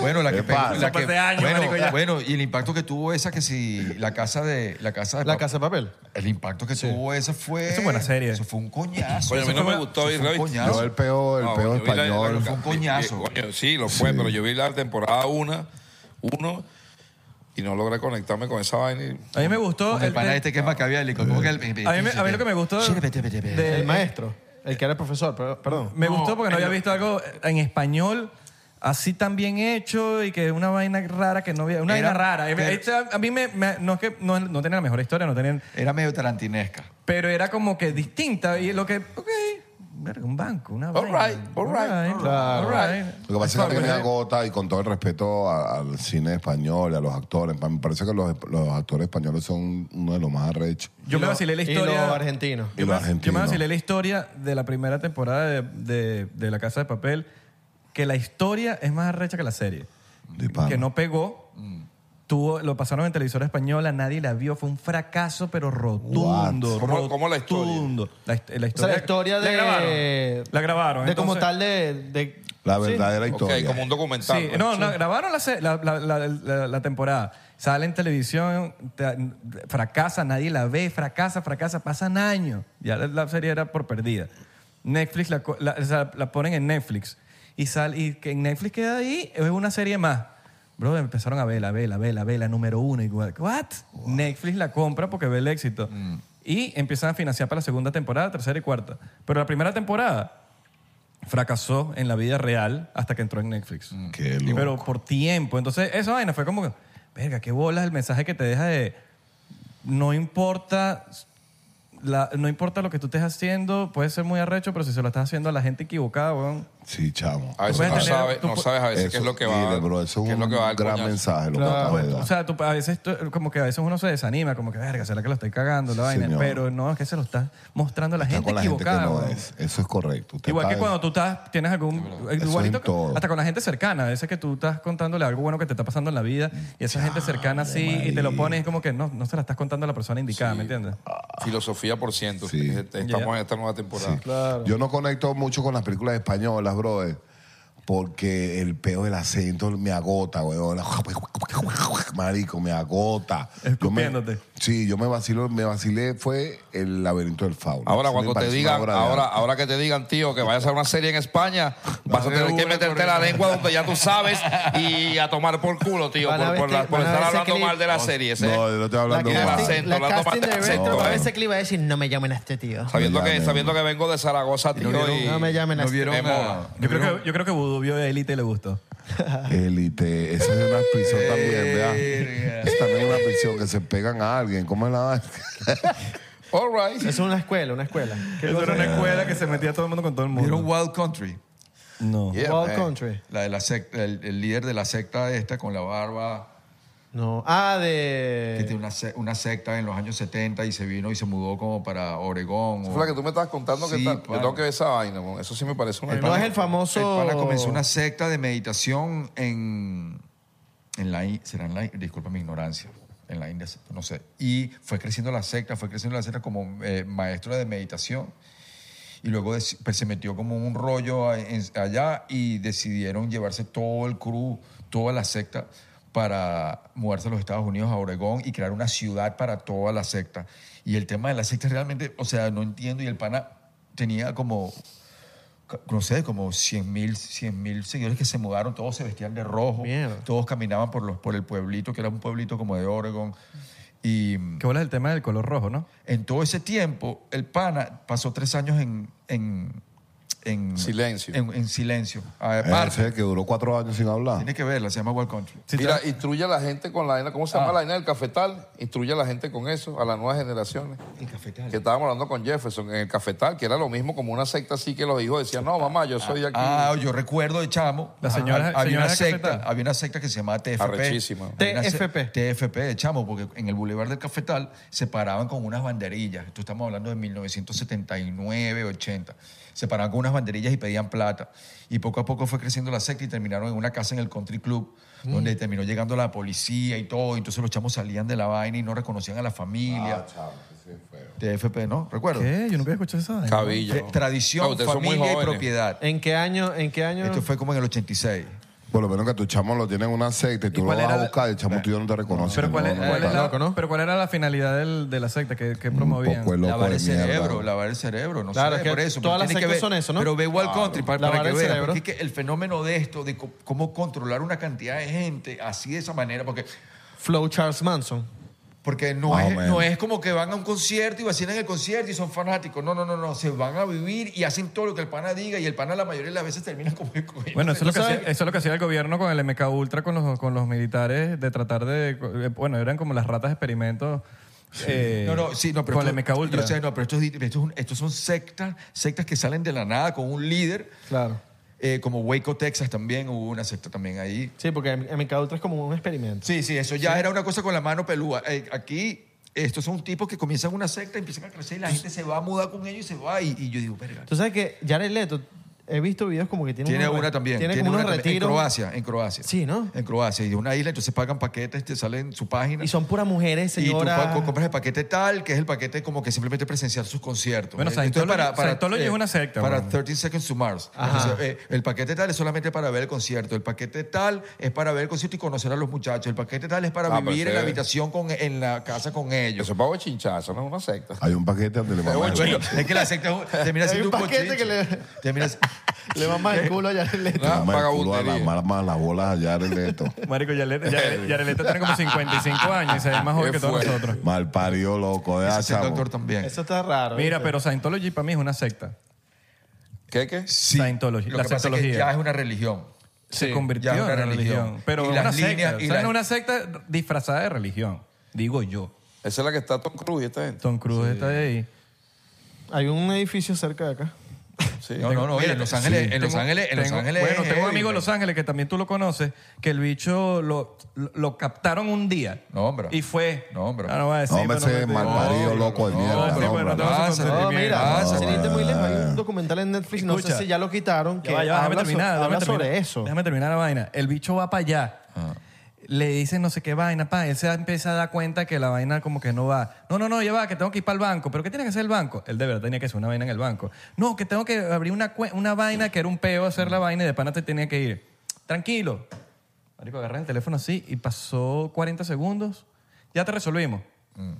S5: Bueno, la que,
S3: Epa.
S5: pegó- la
S2: Son par
S5: que-
S2: de años,
S5: bueno,
S2: marico, ya.
S5: bueno, y el impacto que tuvo esa que si la casa de la casa de
S4: La
S5: pap-
S4: casa de papel.
S5: el impacto que tuvo esa fue
S2: Eso es buena serie.
S5: Eso fue un coñazo.
S1: Coño, a mí
S5: Eso
S1: no
S5: fue-
S1: me gustó
S5: eso
S1: ir,
S5: fue un
S1: ¿la viste?
S5: coñazo.
S3: Yo el peo, el
S1: No,
S3: peo
S1: yo vi la-
S3: español.
S1: la-
S5: fue un coñazo.
S1: vi- coño, sí, lo fue, pero yo vi la temporada 1 uno, y no logré conectarme con esa vaina. y-
S2: A mí me gustó...
S5: Con el
S2: el
S5: pana
S2: te-
S5: este que es maquiavélico. como que
S4: <laughs>
S5: el-
S2: A mí me- a mí lo que me gustó
S5: Eh, Sí, vete, vete, vete.
S2: de-
S4: El maestro, el que era el profesor, pero- perdón.
S2: Me gustó porque no había visto algo en español así tan bien hecho y que una vaina rara que no había. Una
S5: Era-
S2: vaina rara.
S5: pero-
S2: Este, a- a mí me, me- no es que no, no tenía la mejor historia, no tenían.
S5: Era medio tarantinesca.
S2: Pero era como que distinta y lo que. Ok. verga, un banco, una
S1: All
S2: vaina.
S1: right, all right, all right.
S3: Lo que pasa es que tenía gota y con todo el respeto a- al cine español y a los actores, pa- me parece que los, los actores españoles son uno de los más arrechos.
S2: Yo me vacilé la historia.
S4: Y los argentinos.
S3: Y
S2: Yo me, yo
S3: los
S2: me
S3: argentinos.
S2: vacilé la historia de la primera temporada de, de- de La Casa de Papel, que la historia es más arrecha que la serie.
S3: de pana.
S2: Que no pegó.
S4: Mm.
S2: Tuvo, lo pasaron en televisora española, nadie la vio, fue un fracaso, pero rotundo.
S3: What?
S1: ¿Cómo- cómo la historia?
S2: rotundo. La, hist- la
S4: O sea,
S2: historia,
S4: la historia de...
S2: La
S4: Eh,
S2: grabaron. La grabaron.
S4: De como tal
S2: entonces-
S4: de... de-
S3: La
S4: sí.
S3: verdadera historia.
S1: Ok, como un documental.
S2: Sí,
S1: pues.
S2: no, no, grabaron la, se- la, la- la- la- la temporada. Sale en televisión, te- fracasa, nadie la ve, fracasa, fracasa, pasan años. Ya la, la serie era por perdida. Netflix la, co- la- o sea, la ponen en Netflix. Y, sal, y que en Netflix queda ahí, es una serie más. Bro, empezaron a verla, verla, verla, verla, número uno. Igual, ¿what? Netflix la compra porque ve el éxito.
S3: Mm.
S2: Y empiezan a financiar para la segunda temporada, tercera y cuarta. Pero la primera temporada fracasó en la vida real hasta que entró en Netflix.
S3: Qué
S2: Y
S3: loco.
S2: Pero por tiempo. Entonces, esa vaina fue como que, verga, qué bolas el mensaje que te deja de no importa la- no importa lo que tú estés haciendo, puede ser muy arrecho, pero si se lo estás haciendo a la gente equivocada, weón.
S3: Sí, chamo.
S1: A veces
S2: Puedes
S1: no,
S2: tener-
S1: sabes-
S2: tú
S1: no
S2: pu-
S1: sabes a veces qué es
S3: Eso-
S1: lo que va
S3: dile, bro, eso es
S1: qué
S3: un
S1: lo que va a dar
S3: gran
S1: coñazo.
S3: mensaje lo
S4: Claro.
S3: que acabas de
S2: O
S3: dar.
S2: sea, tú, a veces tú- como que a veces uno se desanima, como que, verga, será que lo estoy cagando la vaina.
S3: señor.
S2: Pero no, es que se lo estás mostrando a la
S3: Está
S2: gente
S3: con la gente que
S2: equivocada.
S3: no
S2: weón.
S3: es. Eso es correcto. Usted
S2: Igual que
S3: está-
S2: cuando tú estás, tienes algún...
S3: Eso
S2: igualito
S3: en
S2: que-
S3: todo.
S2: hasta con la gente cercana. A veces que tú estás contándole algo bueno que te está pasando en la vida y esa gente cercana así y te lo pones es como que no, no se la estás contando a la persona indicada, ¿me entiendes?
S1: Filosofía por ciento.
S3: Sí.
S1: Es- Estamos
S2: Ya.
S1: en esta nueva temporada.
S3: Yo no conecto mucho con las películas españolas, brother, porque el peo del acento me agota, weón. Marico, me agota. Yo me-
S2: Escupiéndote.
S3: sí, yo me vacilo, me vacilé, fue el laberinto del fauno.
S1: Ahora
S3: Eso me
S1: cuando te
S3: pareció una
S1: digan,
S3: obra de
S1: ahora,
S3: arte.
S1: ahora que te digan, tío, que vayas a una serie en España, vas a
S6: Dale
S1: tener que
S6: una
S1: meterte
S6: corrida.
S1: la lengua donde ya tú sabes y a tomar por culo, tío,
S4: Van a
S1: por,
S4: ver
S1: por
S4: este-
S1: la- por
S4: van
S1: estar
S4: a ver ese
S1: hablando
S4: clip.
S1: mal de la serie. ah, ese-
S3: No, yo estoy
S4: La
S3: hablando
S1: El
S3: mal.
S4: casting,
S1: acento,
S4: la
S1: la
S4: casting
S1: toma-
S4: director
S3: No,
S4: va a
S3: eh.
S4: ver ese clip y va a decir, no me llamen a este tío.
S1: sabiendo,
S3: No
S1: que,
S3: llamen.
S1: sabiendo que vengo de Zaragoza, tío, y...
S4: No me llamen a
S5: ¿No
S4: este
S5: vieron
S1: Me
S5: a-
S1: mola.
S2: Yo creo, que, yo creo que Vudú vio Elite y le gustó.
S3: Élite, esa es una prisión también, ¿verdad?
S5: Verga.
S3: Esa también es una prisión que se pegan a alguien. ¿Cómo es la
S2: <laughs>
S3: vaina?
S1: All right.
S4: Es una escuela, una escuela.
S2: Eso era una escuela que se metía todo el mundo con todo el
S5: ¿Vieron
S2: mundo.
S5: Wild Country?
S2: No.
S1: Yeah,
S4: Wild
S1: man.
S4: Country.
S5: La de la secta, el, el líder de la secta esta con la barba,
S4: No. Ah,
S5: que tiene
S4: de...
S5: una, se- una secta en los años 70 y se vino y se mudó como para Oregón.
S1: Esa
S5: o-
S1: fue la que tú me estabas contando que
S5: Sí,
S1: tal. Yo
S5: pana.
S1: tengo que ver esa vaina, mon. eso sí me parece una...
S4: No es el famoso...
S5: El pana comenzó una secta de meditación en, en la India, será en la In- disculpa mi ignorancia, en la India, no sé. Y fue creciendo la secta, fue creciendo la secta como eh, maestra de meditación. Y luego deci- pues, se metió como un rollo a- en- allá y decidieron llevarse todo el crew, toda la secta, para mudarse a los Estados Unidos, a Oregón, y crear una ciudad para toda la secta. Y el tema de la secta realmente, o sea, no entiendo. Y el pana tenía como ca- no sé, como 100 mil, mil seguidores que se mudaron, todos se vestían de rojo,
S4: Mierda.
S5: todos caminaban por, los, por el pueblito, que era un pueblito como de Oregon. Y mm,
S2: Que bola el tema del color rojo, ¿no?
S5: en todo ese tiempo, el pana pasó tres años en... en en
S1: Silencio.
S5: En, en silencio. Aparte,
S3: Ese que duró cuatro años sin hablar.
S5: tiene que verla, se llama Wild Country.
S1: Mira, instruye a la gente con la vaina, ¿cómo se llama la vaina del cafetal? Instruye a la gente con eso, a las nuevas generaciones.
S5: El cafetal.
S1: Que estábamos hablando con Jefferson en el cafetal, que era lo mismo como una secta así que los hijos decían, no, mamá, yo soy de aquí.
S5: Ah, yo recuerdo de chamo.
S2: La señora-
S5: ah, había,
S2: señora
S5: una
S2: del
S5: secta,
S2: Cafetal.
S5: había una secta que se llamaba TFP.
S1: Arrechísima.
S5: Había una se-
S4: TFP.
S5: TFP de chamo, porque en el Boulevard del Cafetal se paraban con unas banderillas. Esto estamos hablando de 1979, 80. Se paraban con unas banderillas y pedían plata. Y poco a poco fue creciendo la secta y terminaron en una casa en el country club,
S2: Mm.
S4: Mm.
S5: donde terminó llegando la policía y todo. Entonces los chamos salían de la vaina y no reconocían a la
S1: Ah,
S5: familia. TFP, ¿no? ¿Recuerdo?
S2: ¿Qué? Yo nunca había escuchado esa vaina.
S1: Cabillo.
S5: Tra- Tradición,
S1: Ah, ustedes son muy
S5: familia y
S1: jóvenes.
S5: propiedad.
S4: ¿En qué año? ¿En qué año?
S5: Esto fue como en el 86.
S3: Por lo menos que tu chamo lo tiene en un aceite y
S2: ¿Y
S3: tú lo
S2: cuál
S3: vas
S2: era
S3: a
S2: la-
S3: buscar y el chamo tuyo no te reconoce.
S2: Pero cuál,
S3: No,
S2: es-
S3: no,
S5: Eh,
S2: cuál es
S3: está
S2: la-
S3: loco, ¿no?
S2: pero ¿cuál era la finalidad del- de la secta que, que
S3: Un
S2: promovían?
S3: poco de loco
S5: Lavar
S3: de
S5: el cerebro,
S3: mierda.
S5: lavar el cerebro, no
S4: Claro,
S5: sé,
S4: es que
S5: por eso.
S4: todas
S5: pero
S4: las
S5: tiene que
S4: sectas
S5: ver-
S4: son eso, ¿no?
S5: Pero ve Wild Country para, para
S4: Lavar
S5: que
S4: el
S5: veas,
S4: cerebro.
S5: porque es que el fenómeno de esto, de co- cómo controlar una cantidad de gente así de esa manera, porque
S4: Flow Charles Manson.
S5: Porque no,
S3: Más o
S5: es,
S3: menos.
S5: no es como que van a un concierto y vacilan el concierto y son fanáticos. No, no, no, no. Se van a vivir y hacen todo lo que el pana diga y el pana la mayoría de las veces termina <laughs> como...
S2: Bueno, eso es, lo que
S5: ¿Tú sabes?
S2: hacía, eso es lo que hacía el gobierno con el MK Ultra, con los, con los militares, de tratar de... eh, Bueno, eran como las ratas de experimentos. eh,
S5: no, no, sí, no, pero
S2: con el
S5: esto-
S2: MK Ultra.
S5: yo sé, no, pero estos, estos, estos son sectas, sectas que salen de la nada con un líder.
S4: Claro.
S5: Eh, como Waco, Texas también hubo una secta también ahí.
S4: Sí, porque MK Ultra es como un experimento.
S5: Sí, sí, eso ya era una cosa con la mano pelúa. Eh, aquí, estos son tipos que comienzan una secta, empiezan a crecer y la gente se va a mudar con ellos y se va. Y, y yo digo, verga.
S4: Tú sabes que Jared Leto, he visto videos como que tiene
S5: Tiene
S4: unos re-
S5: una también.
S4: Tiene,
S5: tiene
S4: como
S5: una
S4: unos
S5: también,
S4: retiros.
S5: En Croacia, en Croacia.
S4: Sí, ¿no?
S5: En Croacia. Y de una isla, entonces pagan paquetes, te salen su página.
S4: Y son puras mujeres,
S5: y tú
S4: señoras.
S5: co- compras el paquete tal, que es el paquete como que simplemente presenciar sus conciertos.
S2: Bueno,
S5: Eh, esto
S2: Scientology- Scientology es una secta,
S5: eh, Para
S2: bueno.
S5: 13 Seconds to Mars.
S4: Ajá.
S5: Entonces, eh, el paquete tal es solamente para ver el concierto. El paquete tal es para ver el concierto y conocer a los muchachos. El paquete tal es para
S1: Ah,
S5: vivir
S1: pero
S5: en la
S1: ese-
S5: habitación, con, en la casa con ellos.
S1: Eso es pago chinchazo, no es una secta.
S3: Hay un paquete
S1: <laughs>
S3: donde le vamos
S5: Bueno, es que la secta termina
S4: Hay
S5: siendo
S4: un paquete
S5: bochinche.
S4: que le-
S5: Termina si-
S4: Le mamas el culo a Jared Leto.
S1: Una
S3: a
S1: vagabundería.
S3: las malas las bolas allá en esto.
S2: <laughs> Marico, Yareleta,
S5: <laughs>
S2: Yareleta, tiene como 55 años y se ve más
S1: Qué
S2: joven que todos
S1: fuerte.
S2: nosotros.
S3: Mal parió, loco.
S5: Ese
S3: deja,
S5: es el
S3: chamo.
S5: doctor también.
S4: Eso está raro.
S2: Mira,
S4: ¿viste?
S2: pero Scientology para mí es una secta.
S1: ¿Qué, qué?
S5: Sí.
S2: Scientology,
S5: Lo
S2: la
S5: que pasa es que
S2: Scientología.
S5: ya es una religión.
S2: Se
S5: Sí,
S2: convirtió
S5: ya
S2: en
S5: es
S2: una religión. Pero
S5: Y
S2: es
S5: las
S2: una
S5: líneas-
S2: secta.
S5: y
S2: o sea,
S5: las-
S2: es una secta disfrazada de religión, digo yo.
S1: Esa es la que está Tom Cruise y esta gente.
S2: Tom Cruise está ahí.
S4: Hay un edificio cerca de acá.
S1: Sí.
S5: No, no, no. oye, en Los Ángeles, en Los
S2: Tengo-
S5: Ángeles, en Los
S2: tengo-
S5: Ángeles.
S2: Bueno,
S5: es
S2: tengo un
S5: heavy,
S2: amigo
S5: man.
S2: en Los Ángeles que también tú lo conoces, que el bicho lo, lo, lo captaron un día.
S5: No, hombre.
S2: Y fue.
S5: No, hombre.
S2: Ah, no voy a decir,
S3: No me
S2: pero
S3: sé,
S2: te-
S3: mal parido, loco de
S5: no,
S3: mierda.
S5: sí,
S3: no,
S2: bueno,
S3: hombre.
S2: no,
S1: Pasa,
S2: no,
S4: No,
S2: bien.
S4: mira,
S5: Ah,
S4: no, sin irte muy lejos. Hay un
S3: bueno.
S4: documental en Netflix, no sé
S2: Escucha.
S4: si ya lo quitaron, que
S2: Ya va, ya va,
S4: habla,
S2: déjame terminar,
S4: sobre,
S2: déjame
S4: habla sobre
S2: terminar.
S4: eso. Ah.
S2: Déjame terminar la vaina. El bicho va para allá. Le dicen no sé qué vaina, pa. Él se empieza a dar cuenta que la vaina como que no va. No, no, no, ya va, que tengo que ir para el banco. ¿Pero qué tiene que hacer el banco? Él de verdad tenía que hacer una vaina en el banco. No, que tengo que abrir una, cue- una vaina que era un peo hacer la vaina y de pana te tenía que ir. Tranquilo. Marico, agarras el teléfono así y pasó 40 segundos. Ya te resolvimos.
S1: Mm.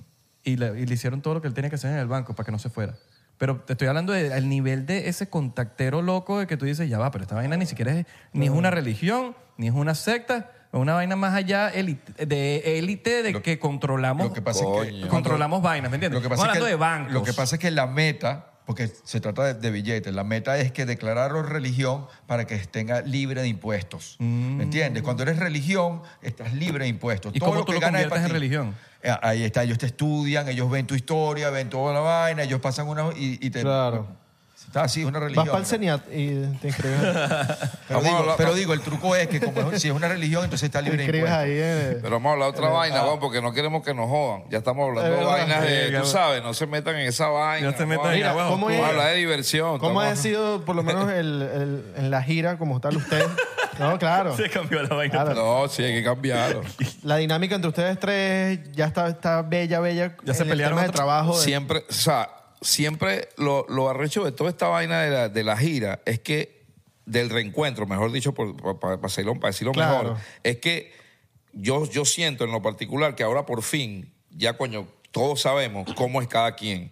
S2: Y le, y le hicieron todo lo que él tenía que hacer en el banco para que no se fuera. Pero te estoy hablando del nivel de ese contactero loco de que tú dices, ya va, pero esta vaina ni siquiera es, ni es una religión, ni es una secta, es una vaina más allá élite- de élite de
S5: Lo-
S2: que controlamos.
S5: lo que pasa es que-
S2: coño. controlamos vainas, ¿me entiendes?
S5: Lo que pasa
S2: Estamos
S5: es que-
S2: hablando de bancos.
S5: Lo que pasa es que la meta, porque se trata de, de billetes, la meta es que declararos religión para que tenga libre de impuestos. ¿Me entiendes? Cuando eres religión, estás libre de impuestos.
S2: Mm. ¿Y cómo tú lo
S5: ganas es
S2: conviertes
S5: para
S2: en
S5: ti.
S2: religión?
S5: Eh, Ahí está, ellos te estudian, ellos ven tu historia, ven toda la vaina, ellos pasan una... Y, y te,
S4: Claro.
S5: Está así, es una religión.
S4: Vas para el CENIAT y
S1: <laughs>
S4: te <laughs> inscribes,
S5: Pero,
S1: Vamos a
S5: digo,
S1: hablar-
S5: pero digo, el truco es que como es- si es una religión, entonces está
S4: te
S5: libre de
S4: inscribes
S5: impuestos.
S4: ahí. eh. ah. Eh,
S1: Pero vamos a hablar de otra vaina, vamos, porque no queremos que nos jodan. Ya estamos hablando
S4: Es
S1: de
S4: verdad.
S1: vainas
S2: Sí,
S1: de,
S2: ya-
S1: tú sabes, no se metan en esa vaina.
S2: No se metan en
S1: Mira,
S2: agua
S4: ¿cómo
S2: oscura.
S4: es?
S1: Vamos a hablar de diversión.
S4: ¿Cómo ha
S1: estamos-
S4: sido, por lo menos, el, el- en la gira como tal usted? No,
S2: <laughs>
S4: claro.
S2: Se cambió la vaina.
S4: Claro.
S1: No, sí, hay que cambiarlo.
S4: La dinámica entre ustedes tres ya está, está bella, bella.
S2: Ya se
S4: en
S2: pelearon
S4: el tema de
S2: otro-
S4: trabajo. de-
S1: Siempre, o sea, siempre lo, lo arrecho de toda esta vaina de la, de la gira es que, del reencuentro, mejor dicho, para decirlo, pa decirlo
S4: Claro.
S1: mejor, es que yo, yo siento en lo particular que ahora por fin, ya coño, todos sabemos cómo es cada quien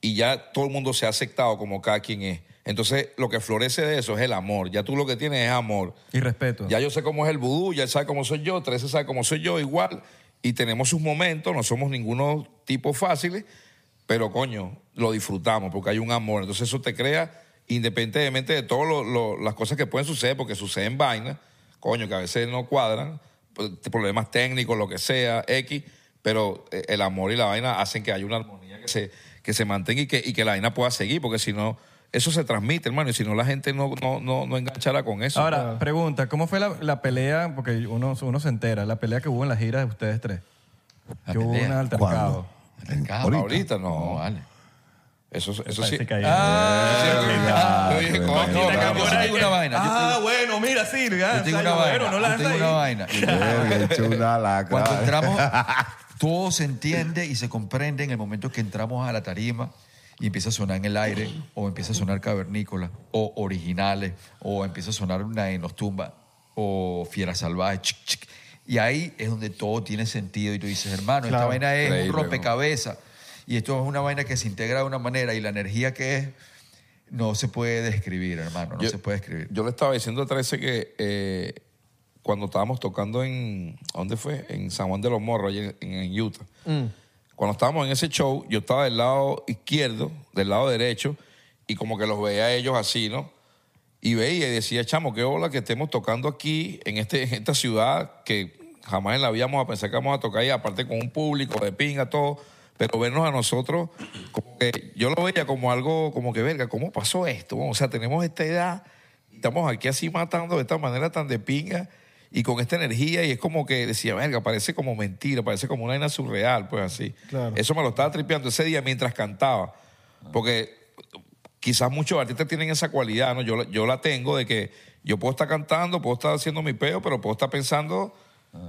S1: y ya todo el mundo se ha aceptado como cada quien es. Entonces, lo que florece de eso es el amor. Ya tú lo que tienes es amor.
S2: Y respeto.
S1: Ya yo sé cómo es el vudú, ya él sabe cómo soy yo, 13 sabe cómo soy yo, igual. Y tenemos sus momentos, no somos ninguno tipo fáciles, pero coño, lo disfrutamos porque hay un amor. Entonces eso te crea, independientemente de todas las cosas que pueden suceder, porque suceden vainas, coño, que a veces no cuadran, pues, problemas técnicos, lo que sea, X, pero eh, el amor y la vaina hacen que haya una armonía que se, que se mantenga y que, y que la vaina pueda seguir, porque si no, eso se transmite, hermano, y si no, la gente no, no, no, no enganchará con eso.
S2: Ahora, pregunta, ¿cómo fue la, la pelea? Porque uno, uno se entera, la pelea que hubo en la gira de ustedes tres.
S5: La
S2: que hubo
S5: pelea.
S2: un altercado.
S3: ¿Cuándo?
S1: Ahorita,
S3: Ahorita.
S1: no.
S5: vale.
S1: Eso, eso sí.
S2: Parece que ahí-
S1: Ah, yo
S3: qué
S1: dije,
S3: pena.
S1: coño,
S5: No, pero
S1: cabrón.
S5: yo sí tengo una vaina. Yo
S2: Ah,
S5: tengo-
S2: bueno, mira, sí. ya,
S5: Yo tengo una
S2: o sea, yo, bueno,
S5: vaina.
S2: no la
S5: Yo tengo
S2: lanzas
S5: una
S2: ahí.
S5: vaina.
S3: Verga, hecho una lacra.
S5: <laughs> Cuando
S1: <laughs>
S5: entramos, todo se entiende y se comprende en el momento que entramos a la tarima y empieza a sonar en el aire, o empieza a sonar cavernícola, o originales, o empieza a sonar una en los tumba, o fiera salvaje. chic, chic. Y ahí es donde todo tiene sentido y tú dices, hermano, esta
S4: Claro.
S5: vaina es
S1: Increíble,
S5: un
S1: ¿no?
S5: rompecabezas. Y esto es una vaina que se integra de una manera y la energía que es no se puede describir, hermano, no
S1: Yo-
S5: se puede describir.
S1: Yo le estaba diciendo a 13 que eh, cuando estábamos tocando en, ¿a ¿dónde fue? En San Juan de los Morros, allá en, en Utah.
S4: Mm.
S1: Cuando estábamos en ese show, yo estaba del lado izquierdo, del lado derecho, y como que los veía a ellos así, ¿no? Y veía y decía, chamo, qué hola que estemos tocando aquí, en, este, en esta ciudad, que jamás en la vida vamos a pensar que vamos a tocar ahí, aparte con un público de pinga, todo. Pero vernos a nosotros, como que yo lo veía como algo, como que, verga, ¿cómo pasó esto? O sea, tenemos esta edad, estamos aquí así matando de esta manera tan de pinga y con esta energía y es como que decía, verga, parece como mentira, parece como una vaina surreal, pues así.
S4: Claro.
S1: Eso me lo estaba tripeando ese día mientras cantaba, porque quizás muchos artistas tienen esa cualidad, ¿no? Yo, la- yo la tengo de que yo puedo estar cantando, puedo estar haciendo mi peo, pero puedo estar pensando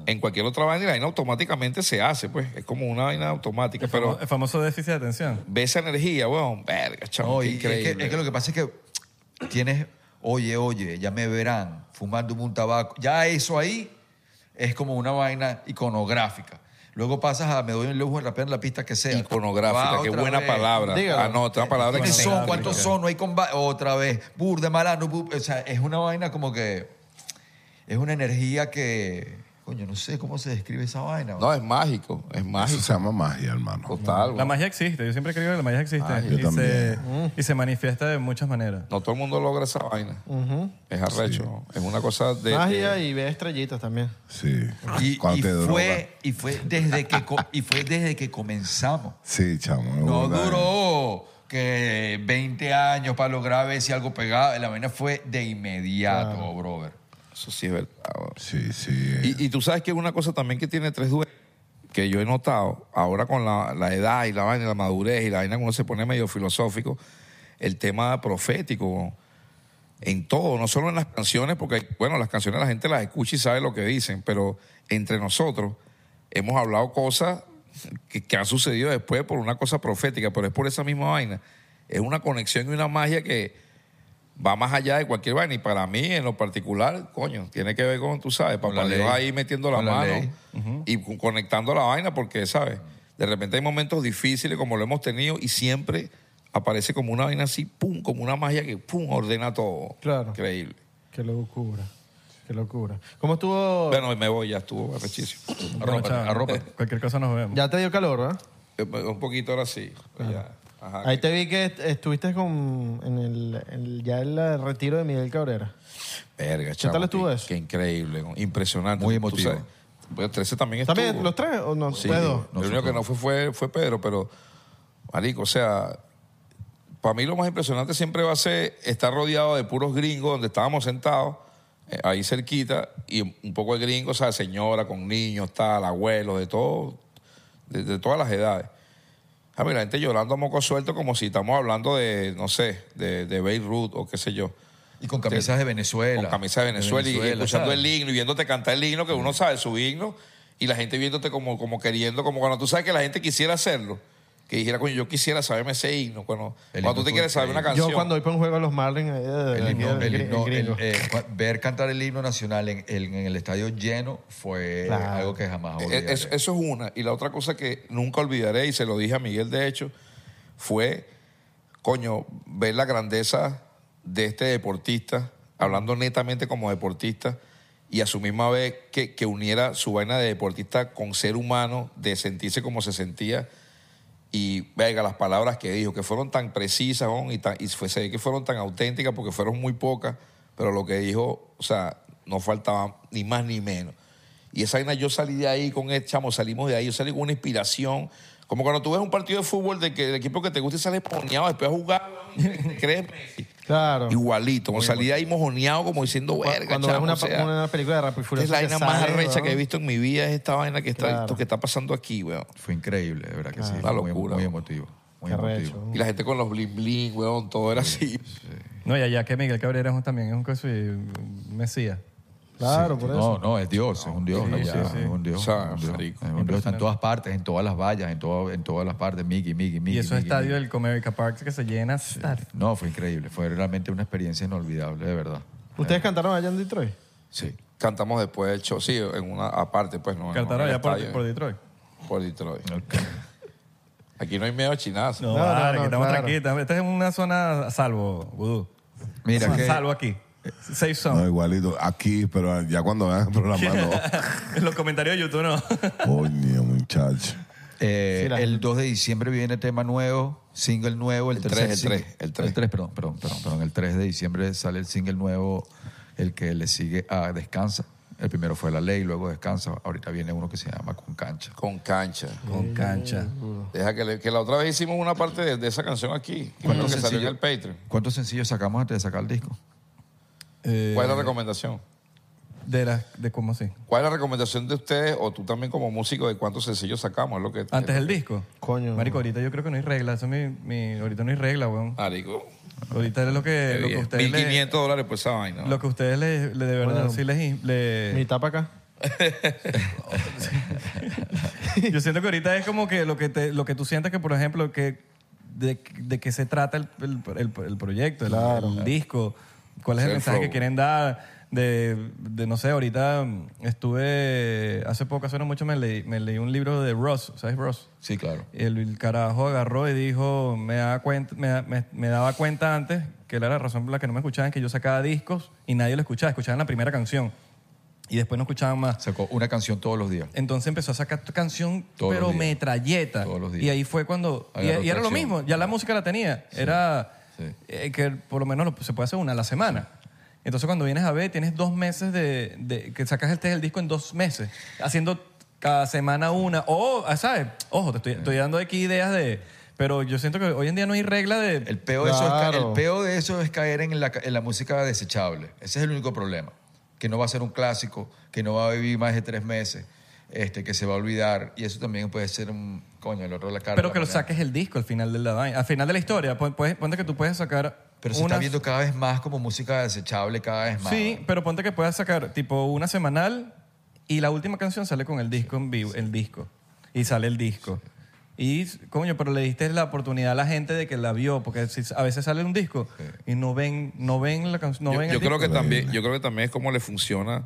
S1: en cualquier otra vaina y la vaina automáticamente se hace, pues. Es como una vaina automática, pero
S2: Oh, El famoso déficit de atención.
S1: ve esa energía, weón, verga, chamo,
S5: No,
S1: qué
S5: y es que,
S1: increíble.
S5: es que lo que pasa es que tienes, oye, oye, ya me verán fumándome un tabaco. Ya eso ahí es como una vaina iconográfica. Luego pasas a me doy un lujo en rapear en la pista que sea.
S1: Iconográfica,
S5: Va
S1: qué
S5: otra
S1: buena
S5: vez.
S1: palabra.
S4: Dígalo.
S1: Anota, una palabra que
S5: ¿Cuántos son?
S1: tenga.
S5: ¿Cuántos son? No hay combate. Otra vez. Bur de malandro. bur- O sea, es una vaina como que. Es una energía que. Coño, no sé cómo se describe esa vaina.
S1: No, es mágico, es mágico.
S3: Eso se llama magia, hermano.
S1: Total,
S2: La
S1: weón.
S2: magia existe, yo siempre creo que la magia existe.
S1: Ah,
S3: yo
S2: y, se,
S3: también.
S2: y se manifiesta de muchas maneras.
S1: No todo el mundo logra esa vaina. Es arrecho. ¿no? Es una cosa de.
S4: Magia
S1: de-
S4: y ve estrellitas también.
S3: Sí.
S5: Y,
S3: Cuando
S5: y
S3: te drogas.
S5: fue, y, fue desde que, co- y fue desde que comenzamos.
S3: Sí, chamo. es
S5: No
S3: verdad.
S5: duró que 20 años para lograr ver si algo pegaba. La vaina fue de inmediato, brother.
S1: Eso sí es verdad. weón.
S3: Sí, sí. eh.
S1: Y, y tú sabes que una cosa también que tiene tres dueños que yo he notado, ahora con la, la edad y la vaina, y la madurez y la vaina que uno se pone medio filosófico, el tema profético. weón. en todo, no solo en las canciones, porque, bueno, las canciones la gente las escucha y sabe lo que dicen, pero entre nosotros hemos hablado cosas que, que han sucedido después por una cosa profética, pero es por esa misma vaina. Es una conexión y una magia que va más allá de cualquier vaina. Y para mí, en lo particular, coño, tiene que ver con, tú sabes,
S5: Con
S1: papá
S5: la
S1: Dios
S5: ley.
S1: ahí metiendo la
S5: Con la
S1: mano
S5: ley.
S1: y co- conectando la vaina, porque, ¿sabes? De repente hay momentos difíciles como lo hemos tenido y siempre aparece como una vaina así, pum, como una magia que, pum, ordena todo.
S4: Claro.
S1: Increíble.
S4: Qué locura. Qué locura. ¿Cómo estuvo?
S1: Bueno, me voy, ya estuvo arrechísimo.
S2: Bueno,
S5: Arrópate,
S2: chao.
S5: arrópate.
S2: Cualquier cosa nos vemos.
S4: Ya te dio calor, ¿verdad?
S1: Eh, Un poquito ahora sí. pues ya. Ajá.
S4: Ahí te vi que est- estuviste con en el, en- ya el eh, retiro de Miguel Cabrera.
S1: Verga, chamo,
S4: tal estuvo
S1: qué-
S4: eso?
S1: Qué increíble, ¿no? impresionante.
S5: Muy
S1: Tú
S5: emotivo.
S1: sabes, pues, 13 también estuvo.
S4: ¿También los tres o no?
S1: Sí,
S4: Ustedes dos.
S1: el único que no fue, fue fue Pedro, pero marico, o sea, para mí lo más impresionante siempre va a ser estar rodeado de puros gringos donde estábamos sentados eh, ahí cerquita y un poco de gringos, o sea, señora con niños, tal, abuelos, de todo, de, de todas las edades. A mí la gente llorando a moco suelto como si estamos hablando de, no sé, de, de Beirut o qué sé yo.
S5: Y con camisas de Venezuela.
S1: Con camisa de Venezuela, y escuchando
S5: ¿sabes?
S1: el himno y viéndote cantar el himno, que uno sabe su himno, y la gente viéndote como, como queriendo, como cuando tú sabes que la gente quisiera hacerlo, que dijera, coño, yo quisiera saberme ese himno. Cuando,
S5: El
S1: cuando tú te
S5: himno fue
S1: quieres saber una
S5: increíble.
S1: canción.
S4: Yo cuando voy para un juego a los Marlins, eh,
S5: El himno-
S4: el
S5: el
S4: gri-
S5: himno-
S4: el gringo.
S5: el, eh, cua- ver cantar el himno nacional en, el- en el estadio lleno fue
S4: Claro.
S5: algo que jamás
S1: Eh,
S5: olvidaré.
S1: eso, eso es una. Y la otra cosa que nunca olvidaré, y se lo dije a Miguel, de hecho, fue, coño, ver la grandeza de este deportista, hablando netamente como deportista, y a su misma vez que, que uniera su vaina de deportista con ser humano, de sentirse como se sentía. Y venga, las palabras que dijo, que fueron tan precisas ¿no? y, tan- y fue, se ve que fueron tan auténticas porque fueron muy pocas, pero lo que dijo, o sea, no faltaba ni más ni menos. Y esa vaina, yo salí de ahí con el chamo, salimos de ahí, yo salí con una inspiración. Como cuando tú ves un partido de fútbol de que el equipo que te gusta y sales poneado después a jugar, <laughs> ¿no? ¿crees?
S4: Claro.
S1: Igualito, me salí de ahí mojoneado como diciendo,
S4: Cu-
S1: verga,
S4: Cuando
S1: chamo,
S4: ves una,
S1: o sea,
S4: una película de Rápido y Furioso
S1: es la
S4: que
S1: vaina más
S4: sale,
S1: arrecha
S4: weón.
S1: que he visto en mi vida, es esta vaina que está,
S4: Claro.
S1: esto que está pasando aquí, weón.
S5: Fue increíble, de verdad que sí.
S1: Una
S5: Muy- em-
S1: locura.
S5: Muy, emotivo. Muy
S4: Qué arrecho.
S5: emotivo.
S1: Y la gente con los bling bling, weón, todo era así.
S2: No, y allá que Miguel Cabrera es un- también es un coso y un mesías.
S4: Claro, por eso.
S5: No, no, es Dios, es un Dios.
S2: Sí,
S5: allá,
S2: sí, sí.
S5: Es un Dios.
S1: O sea,
S5: es un Dios,
S1: marico.
S5: es un Dios, está en todas partes, en todas las vallas, en, todo- en todas las partes. Mickey, Mickey, Mickey.
S2: Y esos
S5: Mickey,
S2: estadios
S5: Mickey.
S2: del Comerica Park que se llenan. hasta-
S5: No, fue increíble. Fue realmente una experiencia inolvidable, de verdad.
S4: ¿Ustedes cantaron allá en Detroit?
S5: Sí.
S1: Cantamos después del show, sí, en una aparte, pues no. en-
S2: Cantaron
S1: en el
S2: allá por,
S1: estadio,
S2: por Detroit.
S1: por Detroit. <laughs> Aquí no hay miedo a chinazo.
S2: No,
S4: No, no,
S2: vale,
S4: no,
S2: que estamos
S4: claro.
S2: tranquilos. Esta es una zona a salvo, vudú.
S5: Mira
S2: Estamos a
S5: que-
S2: salvo aquí. Safe
S3: No,
S2: Zone.
S3: igualito. Aquí, pero ya cuando vean el
S2: <laughs>
S3: programa, no.
S2: En los comentarios de YouTube, no.
S3: Coño, muchacho.
S5: Eh,
S4: Sí, la-
S5: el 2 de diciembre viene tema nuevo, single nuevo, el,
S1: El
S5: tercer
S1: tres, el
S5: single-
S1: tres, el tres.
S5: perdón, perdón, perdón, perdón. El 3 de diciembre sale el single nuevo, el que le sigue a Descansa. El primero fue La Ley, luego Descansa. Ahorita viene uno que se llama Con Cancha.
S1: Con cancha.
S2: Con cancha.
S1: Deja que, le- que la otra vez hicimos una parte de, de esa canción aquí. que fue lo que salió en el Patreon.
S5: ¿Cuántos sencillos sacamos antes de sacar el disco?
S2: Eh,
S1: ¿Cuál es la recomendación?
S2: de, la, de cómo así.
S1: ¿Cuál es la recomendación de ustedes o tú también como músico de cuántos sencillos sacamos? Es lo que,
S2: Antes del disco.
S4: Coño.
S2: Marico, ahorita yo creo que no hay regla. Eso es mi, mi- ahorita no hay regla, weón.
S1: Marico.
S2: Ahorita es lo que, Eh, lo que
S1: bien.
S2: ustedes le-
S1: 1.500 dólares por esa vaina.
S2: Lo que ustedes le, le de verdad
S4: Bueno.
S2: sí les... le-
S4: Mi tapa acá.
S2: <laughs> Yo siento que ahorita es como que lo que, te, lo que tú sientes que, por ejemplo, que de, de qué se trata el, el, el- el proyecto, el, el disco, cuál es el
S1: Ser
S2: mensaje que
S1: flow.
S2: quieren dar. De, de, no sé, ahorita estuve, hace poco, hace no mucho, me leí, me leí un libro de Ross, ¿sabes Ross?
S5: Sí, claro.
S2: El, el carajo agarró y dijo, me daba, cuenta, me, da- me- me daba cuenta antes que era la razón por la que no me escuchaban, que yo sacaba discos y nadie lo escuchaba, escuchaban la primera canción y después no escuchaban más.
S5: Sacó una canción todos los días.
S2: Entonces empezó a sacar tu canción,
S5: Todos
S2: pero
S5: los días.
S2: metralleta.
S5: Todos los días.
S2: Y ahí fue cuando. Y,
S5: Agarró
S2: y era lo
S5: tracción.
S2: mismo, ya la música la tenía. era
S5: Ah. sí.
S2: eh, que por lo menos lo- se puede hacer una a la semana. Entonces cuando vienes a ver, tienes dos meses de. de- que sacas este, el, el disco en dos meses, haciendo cada semana una. O, ah, ¿sabes? Ojo, te estoy, estoy dando aquí ideas de. Pero yo siento que hoy en día no hay regla de.
S5: El peo, de eso es ca-
S4: Claro.
S5: el peo de eso es caer en la, ca- en la música desechable. Ese es el único problema. Que no va a ser un clásico, que no va a vivir más de tres meses, este, que se va a olvidar. Y eso también puede ser un coño, el otro de la cara.
S2: pero
S5: la
S2: que lo
S5: mañana.
S2: saques el disco al final de la vaina, al final de la historia. Pon- puedes- Ponte que tú puedes sacar.
S5: Pero se está
S2: unas-
S5: viendo cada vez más como música desechable, cada vez más.
S2: Sí, pero ponte que puedas sacar tipo una semanal y la última canción sale con el disco en vivo, el disco. Y sale el disco. Y, coño, pero le diste la oportunidad a la gente de que la vio, porque si- a veces sale un disco y no ven, no ven la canción, no
S1: yo,
S2: ven
S1: yo
S2: el
S1: creo que
S2: disco.
S1: también, yo creo que también es como le funciona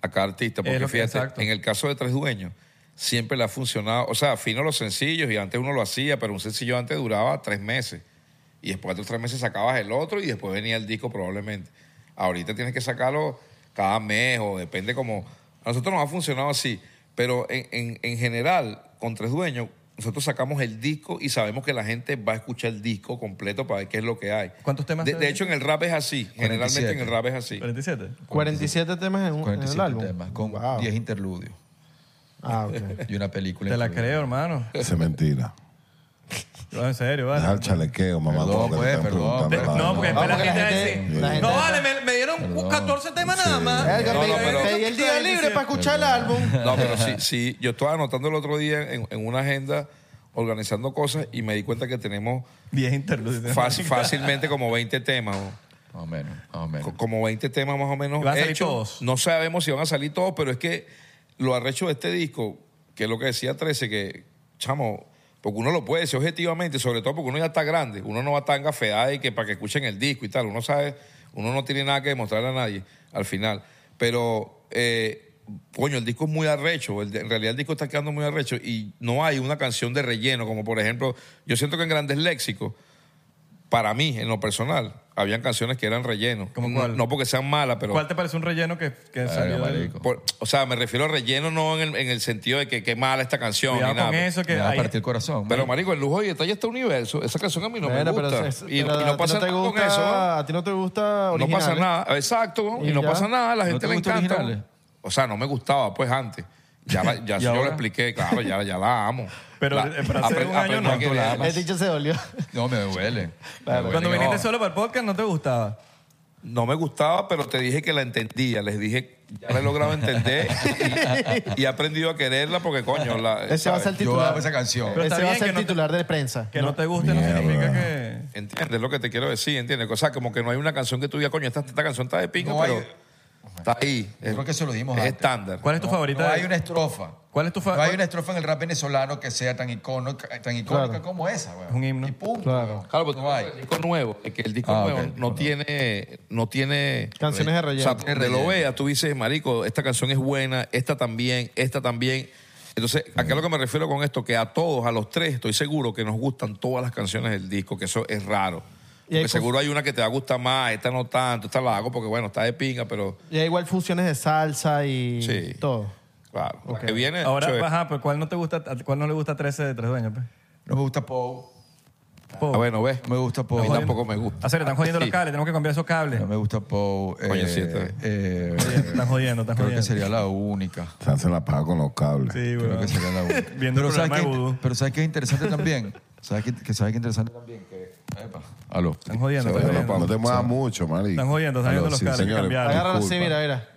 S1: a cada artista, porque
S2: Es lo que-
S1: fíjate,
S2: exacto.
S1: en el caso de Tres Dueños, siempre le ha funcionado, o sea, fino los sencillos y antes uno lo hacía, pero un sencillo antes duraba tres meses y después de otros tres meses sacabas el otro y después venía el disco probablemente. Ahorita tienes que sacarlo cada mes o depende como... A nosotros nos ha funcionado así, pero en, en- en general, con Tres Dueños, nosotros sacamos el disco y sabemos que la gente va a escuchar el disco completo para ver qué es lo que hay.
S2: ¿Cuántos temas
S1: De,
S2: son?
S1: de hecho, en el rap es así. Generalmente en el
S5: 47.
S1: rap es así.
S2: 47.
S4: 47 temas en, un, en
S5: 47
S4: el álbum.
S5: temas, con
S4: Wow.
S5: 10 interludios
S4: Ah,
S1: Eh,
S4: ok.
S5: y una película.
S2: Te la
S5: incluida.
S2: creo, hermano.
S3: Esa es mentira.
S2: No, en serio, vale.
S3: Deja el chalequeo, mamá.
S5: Perdón,
S3: que te
S5: pues,
S3: están
S5: perdón, pues.
S3: preguntando nada.
S2: No, porque después
S4: No,
S2: la
S4: porque la
S2: gente va a
S4: gente-
S2: decir,
S4: la gente-
S2: no vale, me, me dieron
S5: Perdón.
S2: 14 temas nada más.
S4: Verga,
S1: No,
S4: pedí-
S1: no, pero-
S4: pedí el día libre para escuchar el álbum.
S1: No, pero sí, sí, yo estaba anotando el otro día en, en una agenda organizando cosas y me di cuenta que tenemos
S2: 10 interludios.
S1: fácil- fácilmente como 20 temas. ¿no?
S5: <laughs> Más o menos, más o menos.
S1: Co- Como 20 temas más o memenos.
S2: ¿Y van a salir
S1: hechos.
S2: todos?
S1: No sabemos si van a salir todos, pero es que lo arrecho de este disco, que es lo que decía 13, que, chamo, porque uno lo puede decir objetivamente, sobre todo porque uno ya está grande, uno no va a tan gafeada y que para que escuchen el disco y tal, uno sabe, uno no tiene nada que demostrarle a nadie al final. Pero, eh, coño, el disco es muy arrecho, el de- en realidad el disco está quedando muy arrecho y no hay una canción de relleno, como por ejemplo, yo siento que en grandes léxicos, para mí, en lo personal, habían canciones que eran relleno.
S2: ¿Cómo
S1: no,
S2: cuál?
S1: no porque sean malas, pero...
S2: ¿Cuál te parece un relleno que, que
S5: Verga,
S2: salió del-
S5: marico.
S1: por- o sea, me refiero a relleno no en el, en el sentido de que qué mala esta canción
S2: Cuidado
S1: ni nada. pues.
S2: con eso, que
S5: Me va a
S2: ahí-
S5: partir el corazón.
S1: Pero,
S5: marico.
S1: marico, el lujo y detalle está universo. Esa canción a mí no
S4: Bueno,
S1: me gusta.
S4: es-
S1: y, y
S4: pero a ti
S1: no pasa
S4: te
S1: nada con
S4: gusta-
S1: eso. ¿no?
S4: A ti no te gusta
S1: No
S4: original. ¿eh?
S1: pasa nada. Exacto. Y,
S4: Y
S1: no
S4: ya.
S1: pasa nada. La
S5: ¿No
S1: gente
S5: te
S1: le
S5: gustan
S1: encanta.
S5: originales?
S1: O sea, no me gustaba, pues, antes. Ya, la-
S4: <laughs>
S1: ya
S2: ¿Y
S1: yo lo
S2: ahora?
S1: expliqué, claro, ya, ya la amo.
S2: Pero,
S1: La-
S2: eh, pero hace
S1: apre-
S2: un año
S1: aprendí
S2: no,
S1: a
S2: tú
S1: querer.
S2: la
S4: El dicho se dolió.
S5: No, me duele. Me duele,
S2: Cuando
S1: "Oh".
S2: viniste
S5: no.
S2: solo para el podcast no te gustaba.
S1: No me gustaba, pero te dije que la entendía. Les dije, ya la he logrado entender y, y he aprendido a quererla porque, coño, la,
S4: Ese va a
S1: ¿sabes?
S4: ser
S5: Yo
S4: el titular.
S5: amo esa canción.
S2: Pero está
S4: Ese va a
S2: bien
S4: ser
S2: que
S4: el
S2: no te-
S4: titular de prensa.
S2: Que no, te guste no
S3: Mierda.
S2: significa que...
S1: ¿Entiendes lo que te quiero decir? ¿Entiendes? O sea, como que no hay una canción que tú digas, coño, esta, esta canción está de pinga,
S5: No
S1: pero
S5: hay-
S1: está ahí.
S5: Yo creo que eso lo dijimos
S1: Es
S5: antes.
S1: estándar.
S2: ¿Cuál es tu
S5: No,
S2: favorita?
S5: No
S2: de-
S5: hay una estrofa.
S2: ¿Cuál es tu fa-
S5: No hay
S2: cuál-
S5: una estrofa en el rap venezolano que sea tan icónica, tan icónica
S4: Claro.
S5: como esa, güey.
S2: Es un himno.
S5: Y punto.
S4: Claro.
S5: weón.
S1: Claro, porque
S5: no hay.
S1: el disco nuevo, pues, es que el disco
S5: Ah,
S1: nuevo
S5: ok, el disco
S1: no
S5: nuevo.
S1: tiene, no tiene
S4: Canciones de
S1: O
S4: relleno.
S1: sea, donde lo veas, tú dices, marico, esta canción es buena, esta también, esta también. Entonces, ¿a qué es lo que me refiero con esto? Que a todos, a los tres, estoy seguro que nos gustan todas las canciones del disco, que eso es raro.
S4: Y
S1: Porque
S4: hay
S1: Pues seguro hay una que te va a gustar más, esta no tanto, esta la hago porque, bueno, está de pinga, pero
S4: Y hay igual fusiones de salsa y
S1: Sí.
S4: todo.
S1: claro, la que viene...
S2: Ahora,
S1: chévere.
S2: ajá, pues ¿cuál no te gusta, a- cuál no le gusta 13 de Tres Dueños? Pues?
S5: No me gusta Pou.
S2: Po.
S1: Ah, bueno, ves,
S5: Me gusta Pou.
S1: a mí tampoco me gusta.
S2: A serio, Ah, están jodiendo
S1: Sí.
S2: los cables, tenemos que cambiar esos cables.
S5: No me gusta Pou. Eh,
S1: Coño, sí, está bien.
S5: eh,
S2: Están jodiendo, están
S5: creo que
S2: jodiendo.
S5: sería la única.
S3: Se hace la paja con los cables.
S2: Sí,
S5: Creo
S2: weón.
S5: que sería la única.
S2: <laughs> Viendo el
S5: ¿sabes
S2: programa de
S5: qué-
S2: vudú.
S5: pero ¿sabes qué es interesante
S2: <laughs>
S5: también? ¿Sabes qué, que ¿sabes qué interesante también? Que, epa, aló.
S2: Están jodiendo,
S5: Se va
S2: están
S5: la
S2: jodiendo.
S3: No te muevas mucho, marico.
S2: Están jodiendo, están jodiendo
S3: Aló,
S2: los
S3: sí,
S2: cables, hay que
S3: señores,
S2: cambiarlos.
S4: Agárralo así,
S3: disculpa.
S4: mira, mira.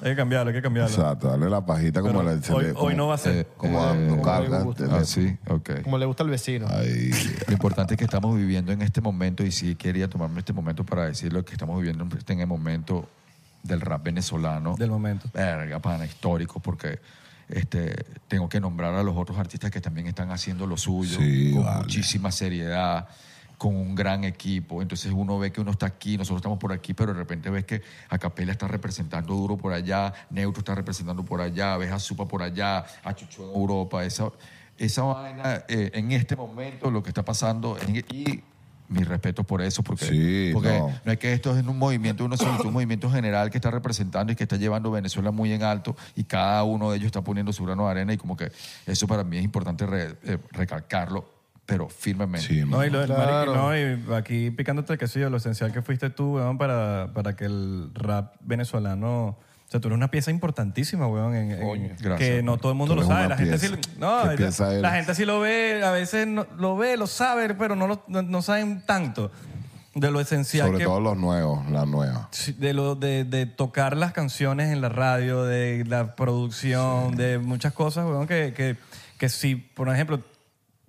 S2: Hay que cambiarlo, hay que cambiarlo.
S3: Exacto, dale la pajita como la se
S2: hoy,
S3: le-
S2: hoy
S3: como-
S2: no va a ser.
S5: Eh,
S3: Como
S5: eh,
S3: cuando cargas.
S5: Ah, sí, ok.
S4: Como le gusta al vecino.
S3: Ahí.
S5: Lo importante es que estamos viviendo en este momento y sí quería tomarme este momento para decir lo que estamos viviendo en el momento del rap venezolano.
S2: Del momento.
S5: Verga, pana, histórico, porque este, tengo que nombrar a los otros artistas que también están haciendo lo suyo,
S3: Sí,
S5: con
S3: vale.
S5: muchísima seriedad, con un gran equipo. Entonces uno ve que uno está aquí, nosotros estamos por aquí, pero de repente ves que Acapella está representando duro por allá, Neutro está representando por allá, ves a Supa por allá, a Chuchu en Europa. Esa, esa vaina, eh, en este momento, lo que está pasando, en- y mi respeto por eso, porque,
S3: Sí,
S5: porque
S3: no.
S5: no es que esto es un movimiento, uno solo, es un movimiento general que está representando y que está llevando Venezuela muy en alto y cada uno de ellos está poniendo su grano de arena y como que eso para mí es importante re- eh, recalcarlo, pero firmemente.
S3: Sí,
S2: No, y lo del
S4: Claro.
S2: marico, no, y aquí picándote el quesillo, lo esencial que fuiste tú, weón, para, para que el rap venezolano. O sea, tú eres una pieza importantísima, weón. en- en-
S1: Coño,
S2: que
S5: gracias.
S2: no todo el mundo
S3: Tú
S2: lo
S3: eres
S2: sabe.
S3: una
S2: La gente, sí,
S3: pieza.
S2: no,
S3: ¿Qué
S2: la-
S3: pieza
S2: la
S3: eres?
S2: gente sí lo ve, a veces no- lo ve, lo sabe, pero no, lo- no, no saben tanto de lo esencial
S3: Sobre
S2: que
S3: todo los nuevos, las nuevas.
S2: Sí, de lo de, de tocar las canciones en la radio, de la producción, de muchas cosas, weón, que, que, que si, por ejemplo,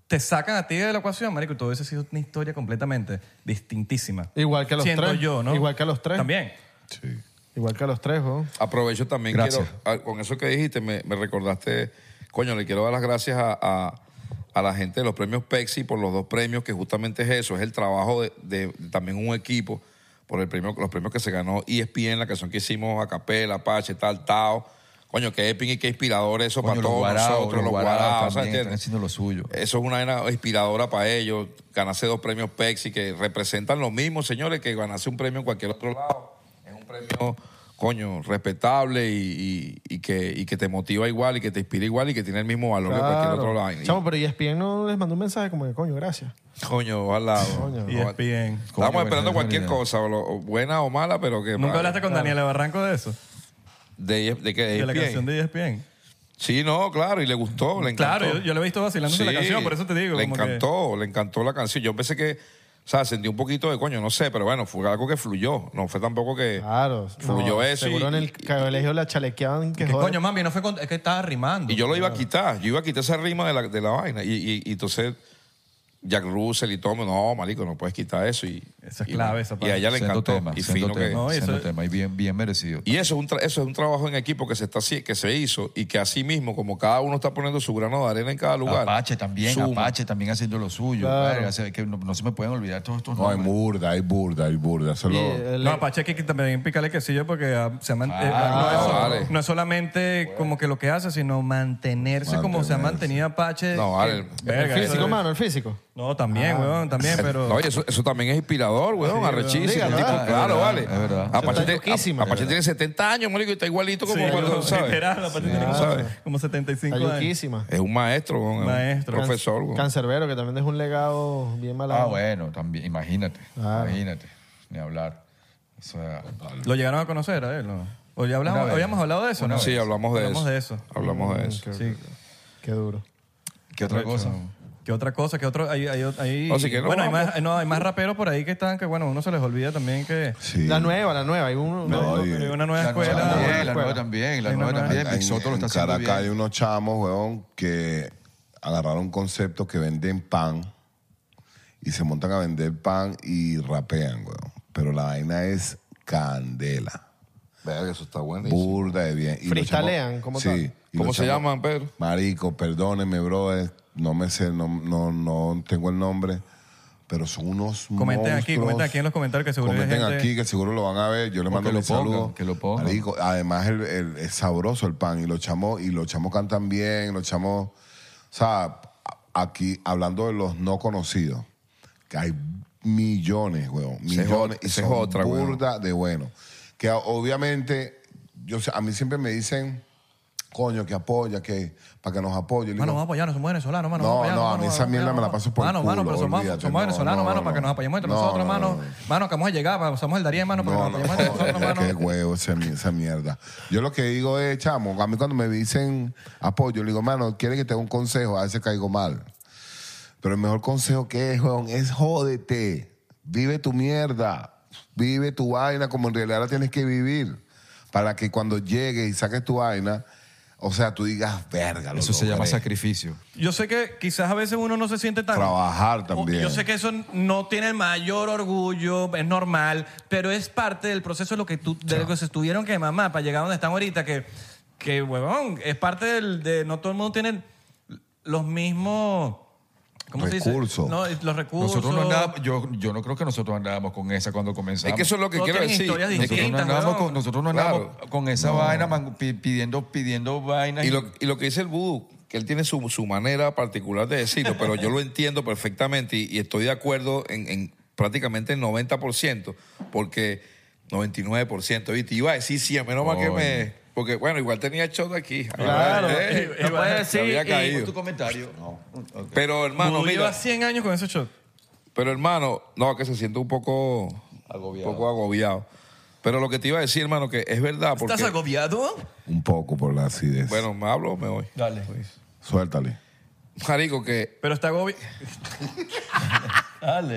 S2: te sacan a ti de la ecuación, marico, todo eso ha sido una historia completamente distintísima.
S4: Igual que a los
S2: Siento
S4: tres.
S2: yo, ¿no?
S4: Igual que a los tres.
S2: También.
S3: Sí.
S4: Igual que a los tres, ¿no?
S1: Aprovecho también,
S5: Gracias.
S1: quiero, a- con eso que dijiste, me, me recordaste, coño, le quiero dar las gracias a, a- a la gente de los premios Pepsi por los dos premios, que justamente es eso, es el trabajo de, de- de también un equipo, por el premio, los premios que se ganó E ESPN, la canción que hicimos a Capela, Apache, tal, Tao. Coño, qué épico y qué inspirador eso
S5: Coño,
S1: para
S5: los
S1: todos
S5: guaraos,
S1: nosotros,
S5: los
S1: los
S5: guaraos
S1: guaraos,
S5: también
S1: ¿sabes?
S5: están haciendo lo suyo.
S1: Eso es una vaina inspiradora para ellos. Ganarse dos premios Pepsi que representan lo mismo, señores, que ganarse un premio en cualquier otro lado. Es un premio, coño, respetable y, y- y que, y que te motiva igual y que te inspira igual y que tiene el mismo valor que cualquier otro lado. Y-
S4: Chamo, pero E ESPN no les mandó un mensaje como que, coño, gracias.
S1: coño, ojalá.
S4: Coño.
S1: ojalá.
S2: Y es bien.
S1: Estamos
S5: Coño,
S1: esperando
S5: buena
S1: cualquier
S5: idea.
S1: cosa, o lo- o buena o mala, pero que.
S2: Nunca hablaste con Daniela Barranco de eso,
S1: de, de que E
S2: de la
S1: ESPN.
S2: canción de E ESPN.
S1: Sí, no, claro, y le gustó, le encantó.
S2: Claro, yo, yo lo he visto vacilándose la
S1: Sí,
S2: canción, por eso te digo.
S1: Le
S2: como que-
S1: encantó, le encantó la canción. Yo pensé que, o sea, sentí un poquito de coño, no sé, pero bueno, fue algo que fluyó. No fue tampoco que.
S4: Claro.
S1: Fluyó
S4: no,
S1: eso y-
S4: Seguro en
S1: y-
S4: el colegio la chalequeaban que
S2: Que
S4: joder.
S2: coño, mami, no fue con- es que estaba rimando.
S1: Y yo lo iba a quitar, yo iba a quitar esa rima de la, de la vaina. Y, y- y entonces, Jack Russell y todo, no, marico, no puedes quitar eso. Y,
S2: Esa es
S1: y-
S2: clave, esa
S1: Y
S2: parte.
S1: a ella le
S5: Siendo
S1: encantó.
S5: tema,
S1: y
S5: siendo
S1: fino que.
S5: tema,
S2: No, eso
S5: siendo
S2: es-
S5: tema, y bien, bien merecido.
S1: Y eso es, un tra- eso es un trabajo en equipo que se, está, haci- que se hizo y que así mismo, como cada uno está poniendo su grano de arena en cada lugar.
S5: Apache también,
S1: suma.
S5: Apache también haciendo lo suyo.
S4: Claro.
S5: Verga, o sea, que no, no se me pueden olvidar todos estos
S3: No, hay
S5: nombres.
S3: burda, hay burda, hay burda. Eso
S4: Y
S3: lo-
S4: el-
S2: No, Apache hay que también picarle quesillo porque ah, se ha man- eh,
S5: Ah,
S2: no, es,
S1: vale.
S2: no es solamente como que lo que hace, sino mantenerse, como se ha
S3: Mantenerse.
S2: mantenido Apache.
S1: No, vale.
S2: Que-
S4: el
S2: verga, eso
S4: físico,
S2: es-
S4: mano, el físico.
S2: No, también, weón, también, pero...
S1: No, Ah. <laughs> Oye, eso, eso también es inspirador, weón, arrechísimo.
S4: Dígalo,
S1: tipo,
S4: ¿verdad?
S1: claro,
S5: Es
S1: vale.
S5: verdad, es verdad.
S1: Apache,
S4: Está
S1: tiene-
S4: loquísimo.
S1: Apache tiene 70 años, marico, y está igualito como
S2: Sí,
S1: cuando,
S2: weón,
S1: ¿sabes?
S2: literal, Apache tiene como,
S1: ¿sabes?
S2: como 75
S4: Está
S2: años.
S4: yuquísima.
S1: Es un maestro, weón, es un
S2: Maestro.
S1: profesor, weón.
S4: Cancerbero, que también dejó un legado bien
S5: Ah,
S4: malado.
S5: bueno, también, imagínate,
S4: Claro.
S5: imagínate, ni hablar. O sea,
S2: ¿Lo llegaron a conocer a él? ¿no? ¿O ya hablamos-
S5: Una vez.
S2: habíamos hablado de eso?
S1: Una
S2: ¿no?
S1: vez. Sí, hablamos de
S2: hablamos
S1: eso.
S2: de eso.
S1: Hablamos de eso.
S2: Sí.
S4: Mm, Qué duro.
S5: ¿qué otra cosa?
S2: ¿Qué otra cosa? ¿Qué otro? Hay, hay, hay-
S4: Ah,
S1: Así Oh, que no,
S2: bueno, hay
S1: vamos.
S2: más, no, hay más raperos por ahí que están que, bueno, uno se les olvida también que...
S3: sí.
S4: La nueva, la nueva. Hay uno,
S3: No, y-
S2: Hay una nueva
S5: La nueva
S2: escuela...
S5: también, la nueva también, la
S2: Hay
S5: nueva
S2: una
S5: también.
S3: En,
S5: Big Soto lo
S3: en
S5: está haciendo
S3: Caracas hay
S5: bien.
S3: unos chamos, weón, que agarraron conceptos que venden pan y se montan a vender pan y rapean, weón. Pero la vaina es candela.
S1: Verga, eso está bueno.
S3: Burda de bien. Y los
S4: Freestalean,
S3: chamos-
S4: ¿cómo
S3: sí,
S4: tal?
S3: y
S1: ¿Cómo
S3: los
S1: se
S3: chamos-
S1: llaman, Pedro?
S3: Marico, perdónenme, brother. No me sé, no, no, no tengo el nombre. Pero son unos
S2: Comenten aquí,
S3: monstruos.
S2: comenten aquí en los comentarios que seguro hay
S3: Comenten
S2: gente-
S3: aquí que seguro lo van a ver. Yo le
S5: O
S3: mando
S5: que lo
S3: mi
S5: pongan,
S3: saludo.
S5: que lo pongan.
S3: Marico, además el- el- es sabroso el pan. Y los chamos, y los chamos cantan bien, los chamos. O sea, a- aquí hablando de los no conocidos, que hay millones, weón.
S1: Esa es
S3: Millones.
S1: ot-
S3: Y
S1: esa
S3: son
S1: es otra, weón.
S3: burda de bueno. Que a- obviamente, yo sé- a mí siempre me dicen, coño, que apoya, que para que nos apoye. Le
S2: Mano,
S3: digo,
S2: vamos a apoyarnos, somos venezolanos, mano.
S3: No,
S2: vamos a
S3: no,
S2: apoyarnos,
S3: a mí
S2: mano,
S3: esa
S2: vamos a
S3: mierda me la
S2: apoyarnos.
S3: paso por el
S2: Mano, mano,
S3: culo,
S2: pero somos,
S3: olvídate,
S2: somos
S3: no,
S2: venezolanos,
S3: no,
S2: mano, para que
S3: no.
S2: nos apoyemos entre
S3: No,
S2: nosotros,
S3: no,
S2: mano.
S3: no, no.
S2: Mano, que vamos a llegar, pa- somos el Darien, mano, para que nos apoyemos entre nosotros,
S3: <laughs> Joder,
S2: mano.
S3: qué huevo ese, esa mierda. Yo lo que digo es, chamo, a mí cuando me dicen apoyo, le digo, mano, quiere que te dé un consejo, a veces caigo mal. Pero el mejor consejo que es, weón, es jódete. Vive tu mierda. Vive tu vaina como en realidad la tienes que vivir. Para que cuando llegues y saques tu vaina, o sea, tú digas, verga, lo
S5: Eso se llama
S3: logré".
S5: sacrificio.
S2: Yo sé que quizás a veces uno no se siente tan...
S3: Trabajar también.
S2: Oh, Yo sé que eso no tiene el mayor orgullo, es normal, pero es parte del proceso de lo que, tú, de lo que se tuvieron que mamá para llegar a donde están ahorita, que, que huevón, es parte del, de... No todo el mundo tiene los mismos... ¿Cómo se
S3: Recursos.
S2: dice? No, es- los recursos.
S5: Nosotros no andábamos, yo, yo no creo que nosotros andábamos con esa cuando comenzamos.
S1: Es que eso es lo que
S2: Todos
S1: quiero
S2: tienen
S1: decir.
S2: historias
S1: Nosotros
S5: nosotros no
S2: distintas,
S5: andábamos
S2: weón.
S5: con, nosotros no andábamos
S1: Claro.
S5: con esa vaina man, pi- pidiendo, pidiendo vainas.
S1: Y lo, y lo que dice el vudú, que él tiene su, su manera particular de decirlo, pero yo lo entiendo perfectamente y, y estoy de acuerdo en, en prácticamente el 90%, porque 99%, ¿viste? Iba a decir 100, menos mal que
S5: Coño.
S1: me... Porque, bueno, igual tenía show de aquí.
S6: Claro,
S1: Eh,
S6: no puede decir
S1: había
S6: y-
S1: caído.
S5: tu comentario.
S1: Pero, hermano,
S2: Vudú lleva
S1: mira...
S2: 100 años con ese shot.
S1: Pero hermano, no, que se siente un poco agobiado. poco agobiado. Pero lo que te iba a decir, hermano, que es verdad. Porque,
S2: ¿Estás agobiado?
S3: Un poco por la acidez.
S1: Bueno, ¿me hablo o me voy?
S5: Dale.
S3: Suéltale.
S1: Marico, que...
S2: Pues. Pero
S1: <laughs>
S2: está agobiado.
S6: Dale,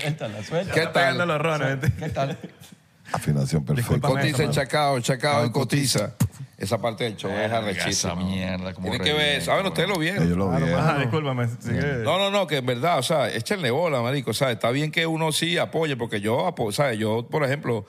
S6: suéltala, suéltala.
S1: ¿Qué
S2: Pegando
S1: tal?
S2: los rones. ¿viste?
S3: Afinación perfecta.
S2: Discúlpame.
S1: Cotiza el chacao, chacao y
S3: Ah, cotiza.
S1: cotiza. Esa parte del show es
S5: Verga,
S1: arrechísima.
S5: esa mierda, cómo
S1: Tienen que ver,
S5: revienta,
S1: ¿saben? Ustedes lo
S3: Ya Yo
S1: vieron.
S3: lo
S2: Ah,
S3: vi. eh.
S2: Ajá, discúlpame. sigue.
S1: No, no, no, que en verdad, o sea, échenle bola, marico. O sea, está bien que uno sí apoye, porque yo, apo- ¿sabes? Yo, por ejemplo,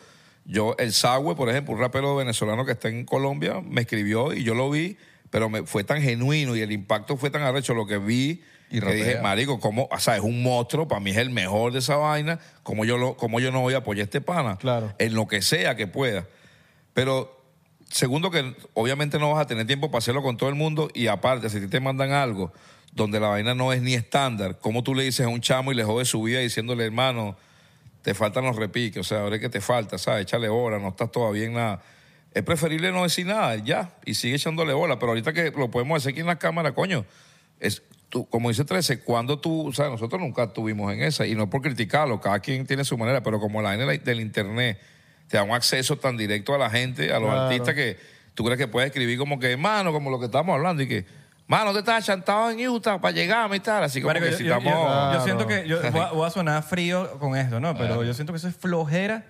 S1: yo, el Sagüe, por ejemplo, un rapero venezolano que está en Colombia, me escribió y yo lo vi, pero me, fue tan genuino y el impacto fue tan arrecho lo que vi.
S5: Y
S1: que dije,
S5: rapea.
S1: marico, como, o sea, es un monstruo, para mí es el mejor de esa vaina, como yo, lo, como yo no voy a apoyar a este pana,
S4: Claro.
S1: en lo que sea que pueda. Pero segundo que obviamente no vas a tener tiempo para hacerlo con todo el mundo y aparte, si a ti te mandan algo donde la vaina no es ni estándar, ¿cómo tú le dices a un chamo y le jodes su vida diciéndole, hermano, te faltan los repiques? O sea, ahora es que te falta, ¿sabes? Échale bola, no estás todavía en nada. Es preferible no decir nada, ya, y sigue echándole bola. Pero ahorita que lo podemos hacer aquí en la cámara, coño, es tú, como dice 13, cuando tú, o sea, nosotros nunca estuvimos en esa, y no por criticarlo, cada quien tiene su manera, pero como la vaina del- del internet te da un acceso tan directo a la gente, a los artistas, que tú crees que puedes escribir como que, mano, como lo que estamos hablando, y que, mano, te estás chantado en Utah para llegar y tal, así como
S2: Marico,
S1: que
S2: yo,
S1: si
S2: yo- yo-
S1: estamos...
S2: yo siento que yo voy, a, voy a sonar frío con esto, ¿no? Pero yo siento que eso es flojera.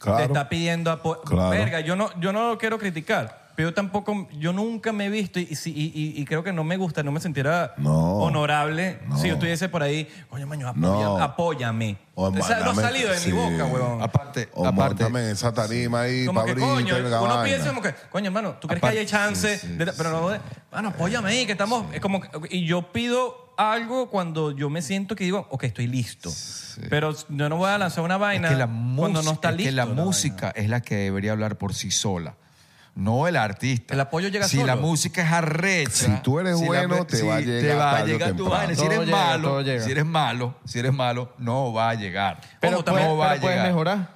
S3: Claro.
S2: Te está pidiendo apoyo.
S3: Claro.
S2: Verga, yo no, yo no lo quiero criticar. Pero yo tampoco, yo nunca me he visto y, si- y- y- y creo que no me gusta, no me sintiera
S3: No.
S2: Oh, honorable
S3: Oh. No.
S2: si yo estuviese por ahí, coño, maño, apoya-
S3: No.
S2: apóyame.
S3: O
S2: O sea, no ha
S3: mandame-
S2: salido de
S3: sí.
S2: mi boca, weón.
S5: Aparte,
S3: O
S5: aparte.
S3: montame en esa tarima ahí,
S2: Como
S3: para
S2: que
S3: abrir.
S2: coño,
S3: tal, la
S2: uno
S3: vaina.
S2: piensa como que, coño, hermano, ¿tú crees que
S5: Aparte-
S2: haya chance?
S5: sí, sí,
S2: de- pero no, de- mano, apóyame ahí, que estamos. Es como, que- y yo pido algo cuando yo me siento que digo, ok, estoy listo. Pero yo no voy a lanzar una vaina
S5: Es que la,
S2: cuando no
S5: música-
S2: está
S5: es que
S2: listo.
S5: la
S2: vaina.
S5: música es la que debería hablar por sí sola. No el artista.
S2: El apoyo llega
S5: si
S2: solo.
S5: la música es arrecha.
S3: Si tú eres
S5: la
S3: bueno,
S5: me-
S3: te va a llegar tarde o
S5: tu
S3: temprano.
S5: vaina. Si
S4: Todo
S5: eres
S4: llega, todo
S5: malo,
S4: llega.
S5: si eres malo, si eres malo, no va a llegar.
S2: Pero
S5: no
S2: puede-
S5: va a
S4: pero puedes
S5: llegar.
S4: mejorar.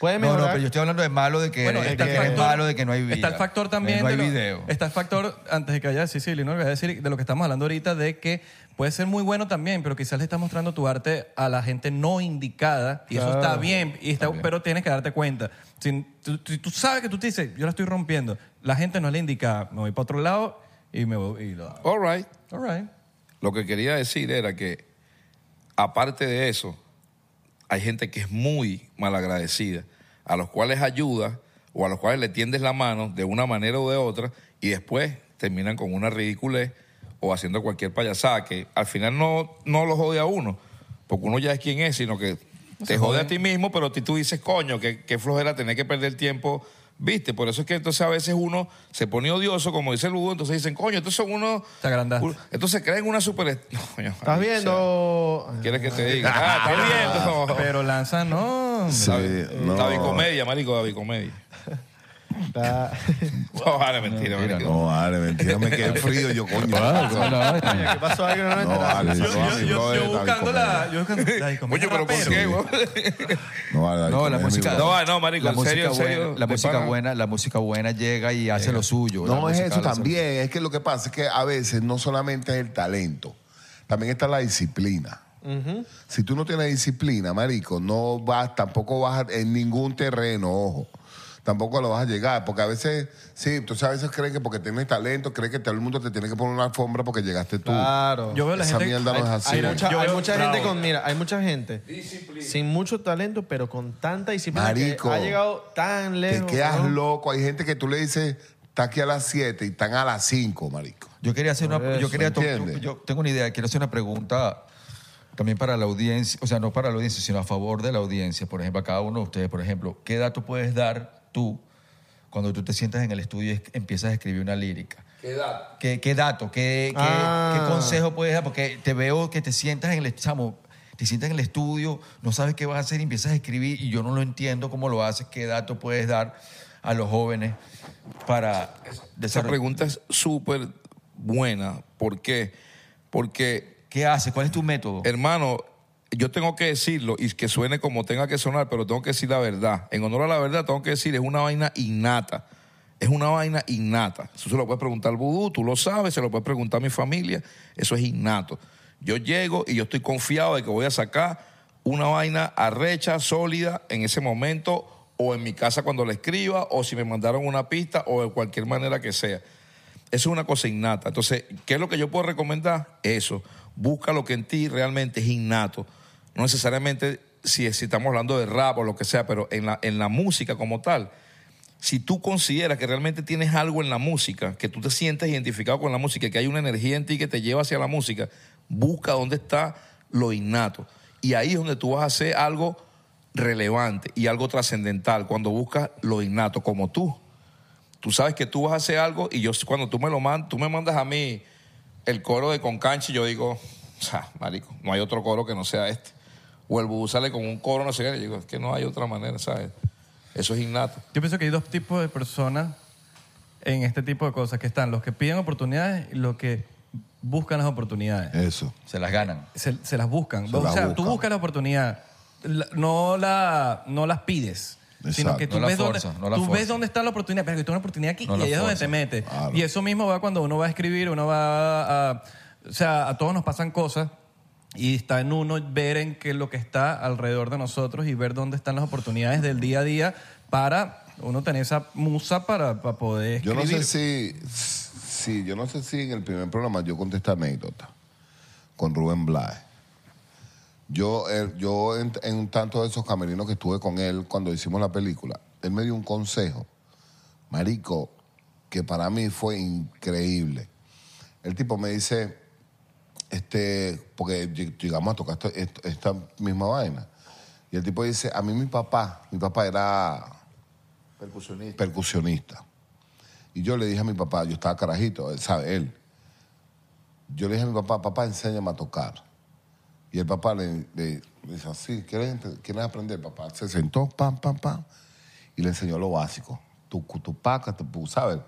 S4: Puedes
S5: No,
S4: mejorar.
S5: no, pero yo estoy hablando de malo de que,
S2: Bueno,
S5: eres-
S2: está
S5: de
S2: el
S5: que eres
S2: factor-
S5: malo, de que no hay vida. Eh,
S2: Está el factor también.
S5: No hay
S2: de lo-
S5: video.
S2: Está el factor, antes de que haya Cecilia, no voy a decir de lo que estamos hablando ahorita, de que puede ser muy bueno también, pero quizás le estás mostrando tu arte a la gente no indicada, y eso está bien, y está, pero tienes que darte cuenta. Si tú, tú- tú sabes que tú te dices, yo la estoy rompiendo, la gente no es la indicada, me voy para otro lado y me voy. Y lo hago.
S1: All right.
S2: All right.
S1: Lo que quería decir era que, aparte de eso, hay gente que es muy malagradecida, a los cuales ayuda o a los cuales le tiendes la mano de una manera o de otra y después terminan con una ridiculez o haciendo cualquier payasada que al final no, no lo jode a uno, porque uno ya es quien es, sino que te jode a ti mismo, pero ti- tú dices, coño, qué, qué flojera tener que perder tiempo, ¿viste? Por eso es que entonces a veces uno se pone odioso, como dice el Hugo, entonces dicen, coño, estos son unos...
S2: Te agrandaste.
S1: un- Entonces creen una super... <laughs> ¿Estás
S4: ¿Estás viendo?
S1: ¿Quieres que te diga? Ah, ¿estás viendo?
S2: Pero lanza, no.
S3: Sí,
S1: David,
S3: no.
S1: David Comedia, marico, David Comedia.
S4: Está-
S1: <laughs> No, vale, mentira,
S5: Mentira,
S1: marico.
S3: No, vale, mentira, me quedé frío. Yo, coño.
S4: ¿Qué pasó ahí? No, no,
S3: No, vale,
S2: Yo, yo,
S3: no,
S2: yo,
S3: vale, brother,
S2: yo
S3: David
S2: buscando la.
S3: Comer.
S2: Yo buscando David Comer,
S1: Oye, pero ¿por
S2: rapero.
S1: qué, güey?
S3: No, vale, David
S5: No, la
S3: Comer,
S5: música.
S3: mi
S1: No,
S3: brother.
S1: no, marico,
S5: la
S1: en
S5: música
S1: serio, en
S5: buena,
S1: serio.
S5: La
S1: De
S5: música
S1: pana.
S5: buena, la música buena llega y hace lo suyo. la
S3: No es
S5: música
S3: eso
S5: la hace-
S3: también. Es que lo que pasa es que a veces no solamente es el talento, también está la disciplina. Si tú no tienes disciplina, marico, no vas, tampoco vas a- en ningún terreno, ojo. Tampoco lo vas a llegar, porque a veces, sí, tú sabes, a veces creen que porque tienes talento, creen que todo el mundo te tiene que poner una alfombra porque llegaste tú.
S4: Claro.
S2: Yo veo la
S3: Esa
S2: gente.
S3: mierda no es así.
S4: Hay mucha,
S2: Yo
S4: hay
S2: veo-
S4: mucha gente
S2: bravo.
S4: con, mira, hay mucha gente sin mucho talento, pero con tanta disciplina
S3: Marico,
S4: que ha llegado tan
S3: Te
S4: lejos.
S3: quedas
S4: ¿no?
S3: loco. Hay gente que tú le dices, está aquí a las 7 y están a las 5, marico.
S5: Yo quería hacer
S4: Por
S5: una.
S4: eso,
S5: Yo, quería to-
S3: ¿entiendes?
S5: yo tengo una idea, quiero hacer una pregunta también para la audiencia, o sea, no para la audiencia, sino a favor de la audiencia. Por ejemplo, a cada uno de ustedes, por ejemplo, ¿qué dato puedes dar tú cuando tú te sientas en el estudio y es- empiezas a escribir una lírica?
S1: ¿Qué edad?
S5: ¿Qué, qué dato? ¿Qué, qué-
S4: Ah.
S5: qué consejo puedes dar? Porque te veo que te sientas en el est- chamo, te sientas en el estudio, no sabes qué vas a hacer y empiezas a escribir y yo no lo entiendo cómo lo haces. ¿Qué dato puedes dar a los jóvenes para
S1: Esa
S5: desarroll-
S1: pregunta es súper buena. ¿Por qué? Porque
S5: ¿Qué haces? ¿Cuál es tu método?
S1: Hermano, yo tengo que decirlo y que suene como tenga que sonar, pero tengo que decir la verdad. En honor a la verdad, tengo que decir, es una vaina innata. Es una vaina innata. Eso se lo puedes preguntar al vudú, tú lo sabes, se lo puedes preguntar a mi familia. Eso es innato. Yo llego y yo estoy confiado de que voy a sacar una vaina arrecha, sólida en ese momento o en mi casa cuando la escriba o si me mandaron una pista o de cualquier manera que sea. Eso es una cosa innata. Entonces, ¿qué es lo que yo puedo recomendar? Eso. Busca lo que en ti realmente es innato. No necesariamente si, si estamos hablando de rap o lo que sea, pero en la, en la música como tal. Si tú consideras que realmente tienes algo en la música, que tú te sientes identificado con la música, que hay una energía en ti que te lleva hacia la música, busca dónde está lo innato. Y ahí es donde tú vas a hacer algo relevante y algo trascendental, cuando buscas lo innato, como tú. Tú sabes que tú vas a hacer algo y yo cuando tú me lo mandas, tú me mandas a mí el coro de Concanchi, yo digo, o sea, marico, no hay otro coro que no sea este. O el bubú sale con un coro, no sé qué, y digo, es que no hay otra manera, ¿sabes? Eso es innato.
S2: Yo pienso que hay dos tipos de personas en este tipo de cosas, que están los que piden oportunidades y los que buscan las oportunidades.
S3: Eso.
S5: Se las ganan.
S2: Se, se las buscan.
S3: Se
S2: o
S3: las
S2: sea, tú
S3: buscan.
S2: buscas la oportunidad, la- no, la, no las pides. Sino
S3: Exacto.
S2: que tú,
S5: No la
S2: ves,
S5: forzas,
S2: dónde,
S5: no la
S2: tú ves
S5: forzas.
S2: dónde está la oportunidad, pero que tú una oportunidad aquí
S5: No
S2: y
S5: la
S2: ahí es donde te
S5: forzas.
S2: metes.
S3: Claro.
S2: Y eso mismo va cuando uno va a escribir, uno va a... O sea, a todos nos pasan cosas y está en uno ver en qué es lo que está alrededor de nosotros y ver dónde están las oportunidades del día a día para uno tener esa musa para, para poder
S3: Yo
S2: escribir.
S3: no sé si, sí, yo no sé si en el primer programa yo conté esta anécdota con Rubén Blades. Yo, eh, yo en, en un tanto de esos camerinos que estuve con él cuando hicimos la película, él me dio un consejo, marico, que para mí fue increíble. El tipo me dice, este, porque lleg- llegamos a tocar esto- esto- esta misma vaina. Y el tipo dice, a mí mi papá, mi papá era
S9: Percusionista.
S3: percusionista. Y yo le dije a mi papá, yo estaba carajito, él sabe, él. Yo le dije a mi papá, papá, enséñame a tocar. Y el papá le, le- le dice así, ¿quieres, empe- quieres aprender, papá? Se sentó, pam, pam, pam, y le enseñó lo básico. Tu, cu, tu paca, tu, pu, ¿sabes?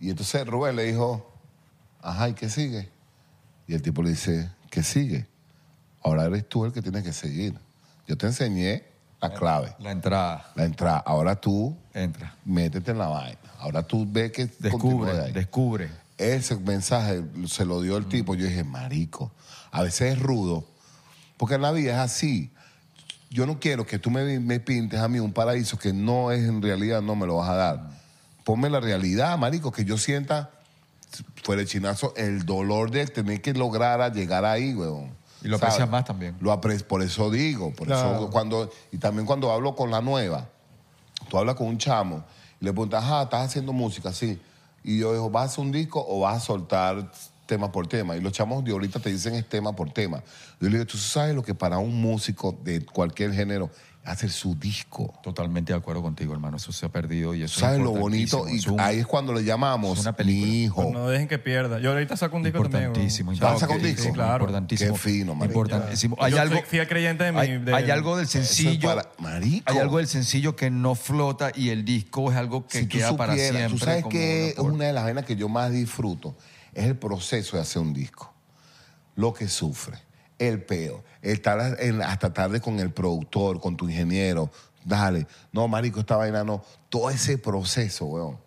S3: Y entonces Rubén le dijo, ajá, ¿y qué sigue? Y el tipo le dice, ¿qué sigue? Ahora eres tú el que tienes que seguir. Yo te enseñé la clave,
S5: La entrada.
S3: la entrada. Ahora tú
S5: Entra.
S3: métete en la vaina. Ahora tú ves que continúa de
S5: Descubre,
S3: ahí.
S5: descubre. Mm.
S3: Ese mensaje se lo dio el tipo. Yo dije, marico, a veces es rudo, porque la vida es así. Yo no quiero que tú me, me pintes a mí un paraíso que no es en realidad, no me lo vas a dar. Ponme la realidad, marico, que yo sienta, fuera el chinazo, el dolor de tener que lograr a llegar ahí, weón.
S5: Y lo aprecias más también.
S3: Lo apre- por eso digo, por eso cuando, y también cuando hablo con la nueva, tú hablas con un chamo y le preguntas, ah, estás haciendo música, sí. Y yo digo, ¿vas a hacer un disco o vas a soltar tema por tema? Y los chamos de ahorita te dicen es tema por tema. Yo le digo, tú sabes lo que para un músico de cualquier género hacer su disco.
S5: Totalmente de acuerdo contigo, hermano. Eso se ha perdido y eso
S3: ¿Sabes
S5: es
S3: lo bonito?
S5: importantísimo.
S3: Y
S5: Es un-
S3: ahí es cuando le llamamos
S5: es una película.
S3: mi hijo.
S2: Pues No dejen que pierda. Yo ahorita saco un disco también. güey.
S5: Importantísimo.
S3: ¿Vas a sacar un
S5: importantísimo,
S3: disco?
S2: Sí, claro.
S5: Importantísimo.
S3: Qué fino, marico.
S5: Importantísimo. Hay
S2: Yo
S5: algo,
S2: soy fiel creyente de mi-
S5: hay,
S2: de-
S5: hay algo del sencillo.
S3: para- marico.
S5: Hay algo del sencillo que no flota y el disco es algo que
S3: si tú
S5: queda para
S3: supieras,
S5: siempre.
S3: tú sabes
S5: como
S3: que es
S5: una-
S3: una de las vainas que yo más disfruto es el proceso de hacer un disco. Lo que sufre, el peo, estar en- hasta tarde con el productor, con tu ingeniero, dale, no, marico, esta vaina no. Todo ese proceso, weón.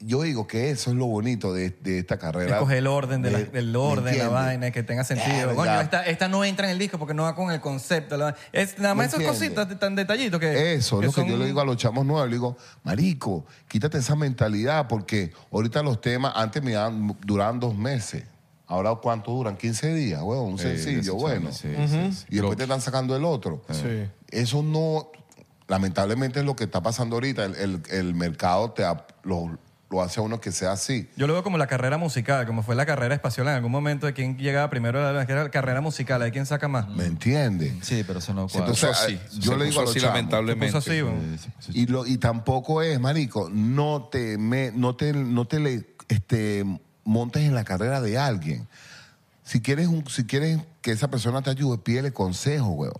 S3: Yo digo que eso es lo bonito de, de esta carrera.
S2: Escoge el orden, de la-
S3: De-
S2: del
S3: ¿me
S2: orden, la
S3: entiendes?
S2: vaina, que tenga sentido.
S3: Verga.
S2: Coño, esta, esta no entra en el disco porque no va con el concepto. la- es nada
S3: ¿Me
S2: más esas
S3: entiendes?
S2: cositas tan detallitos que.
S3: Eso es lo que
S2: son-
S3: yo le digo a los chamos nuevos. Le digo, marico, quítate esa mentalidad porque ahorita los temas antes me daban- duraban dos meses. Ahora, ¿cuánto duran? 15 días, huevón, un
S5: Sí,
S3: sencillo,
S5: ese
S3: bueno.
S5: chamo, sí, sí, sí.
S3: Y después te están sacando el otro.
S4: Sí.
S3: Eso no, lamentablemente es lo que está pasando ahorita. El, el- el mercado te ap- lo, lo hace a uno que sea así.
S2: Yo lo veo como la carrera musical, como fue la carrera espacial en algún momento de quién llegaba primero a la, que era la carrera musical, de quién saca más.
S3: ¿Me entiendes?
S5: Sí, pero eso no cuadra.
S3: Entonces,
S1: Eso
S3: ah,
S1: sí,
S3: yo
S1: se
S3: le digo
S1: puso
S3: a los
S1: así,
S3: chamos.
S1: lamentablemente.
S2: Se puso así, güey.
S1: Sí, sí, sí.
S3: Y, lo, y tampoco es, marico, no te, me- no te, no te le, este, montes en la carrera de alguien. Si quieres, un- si quieres que esa persona te ayude, pídele consejo, huevón.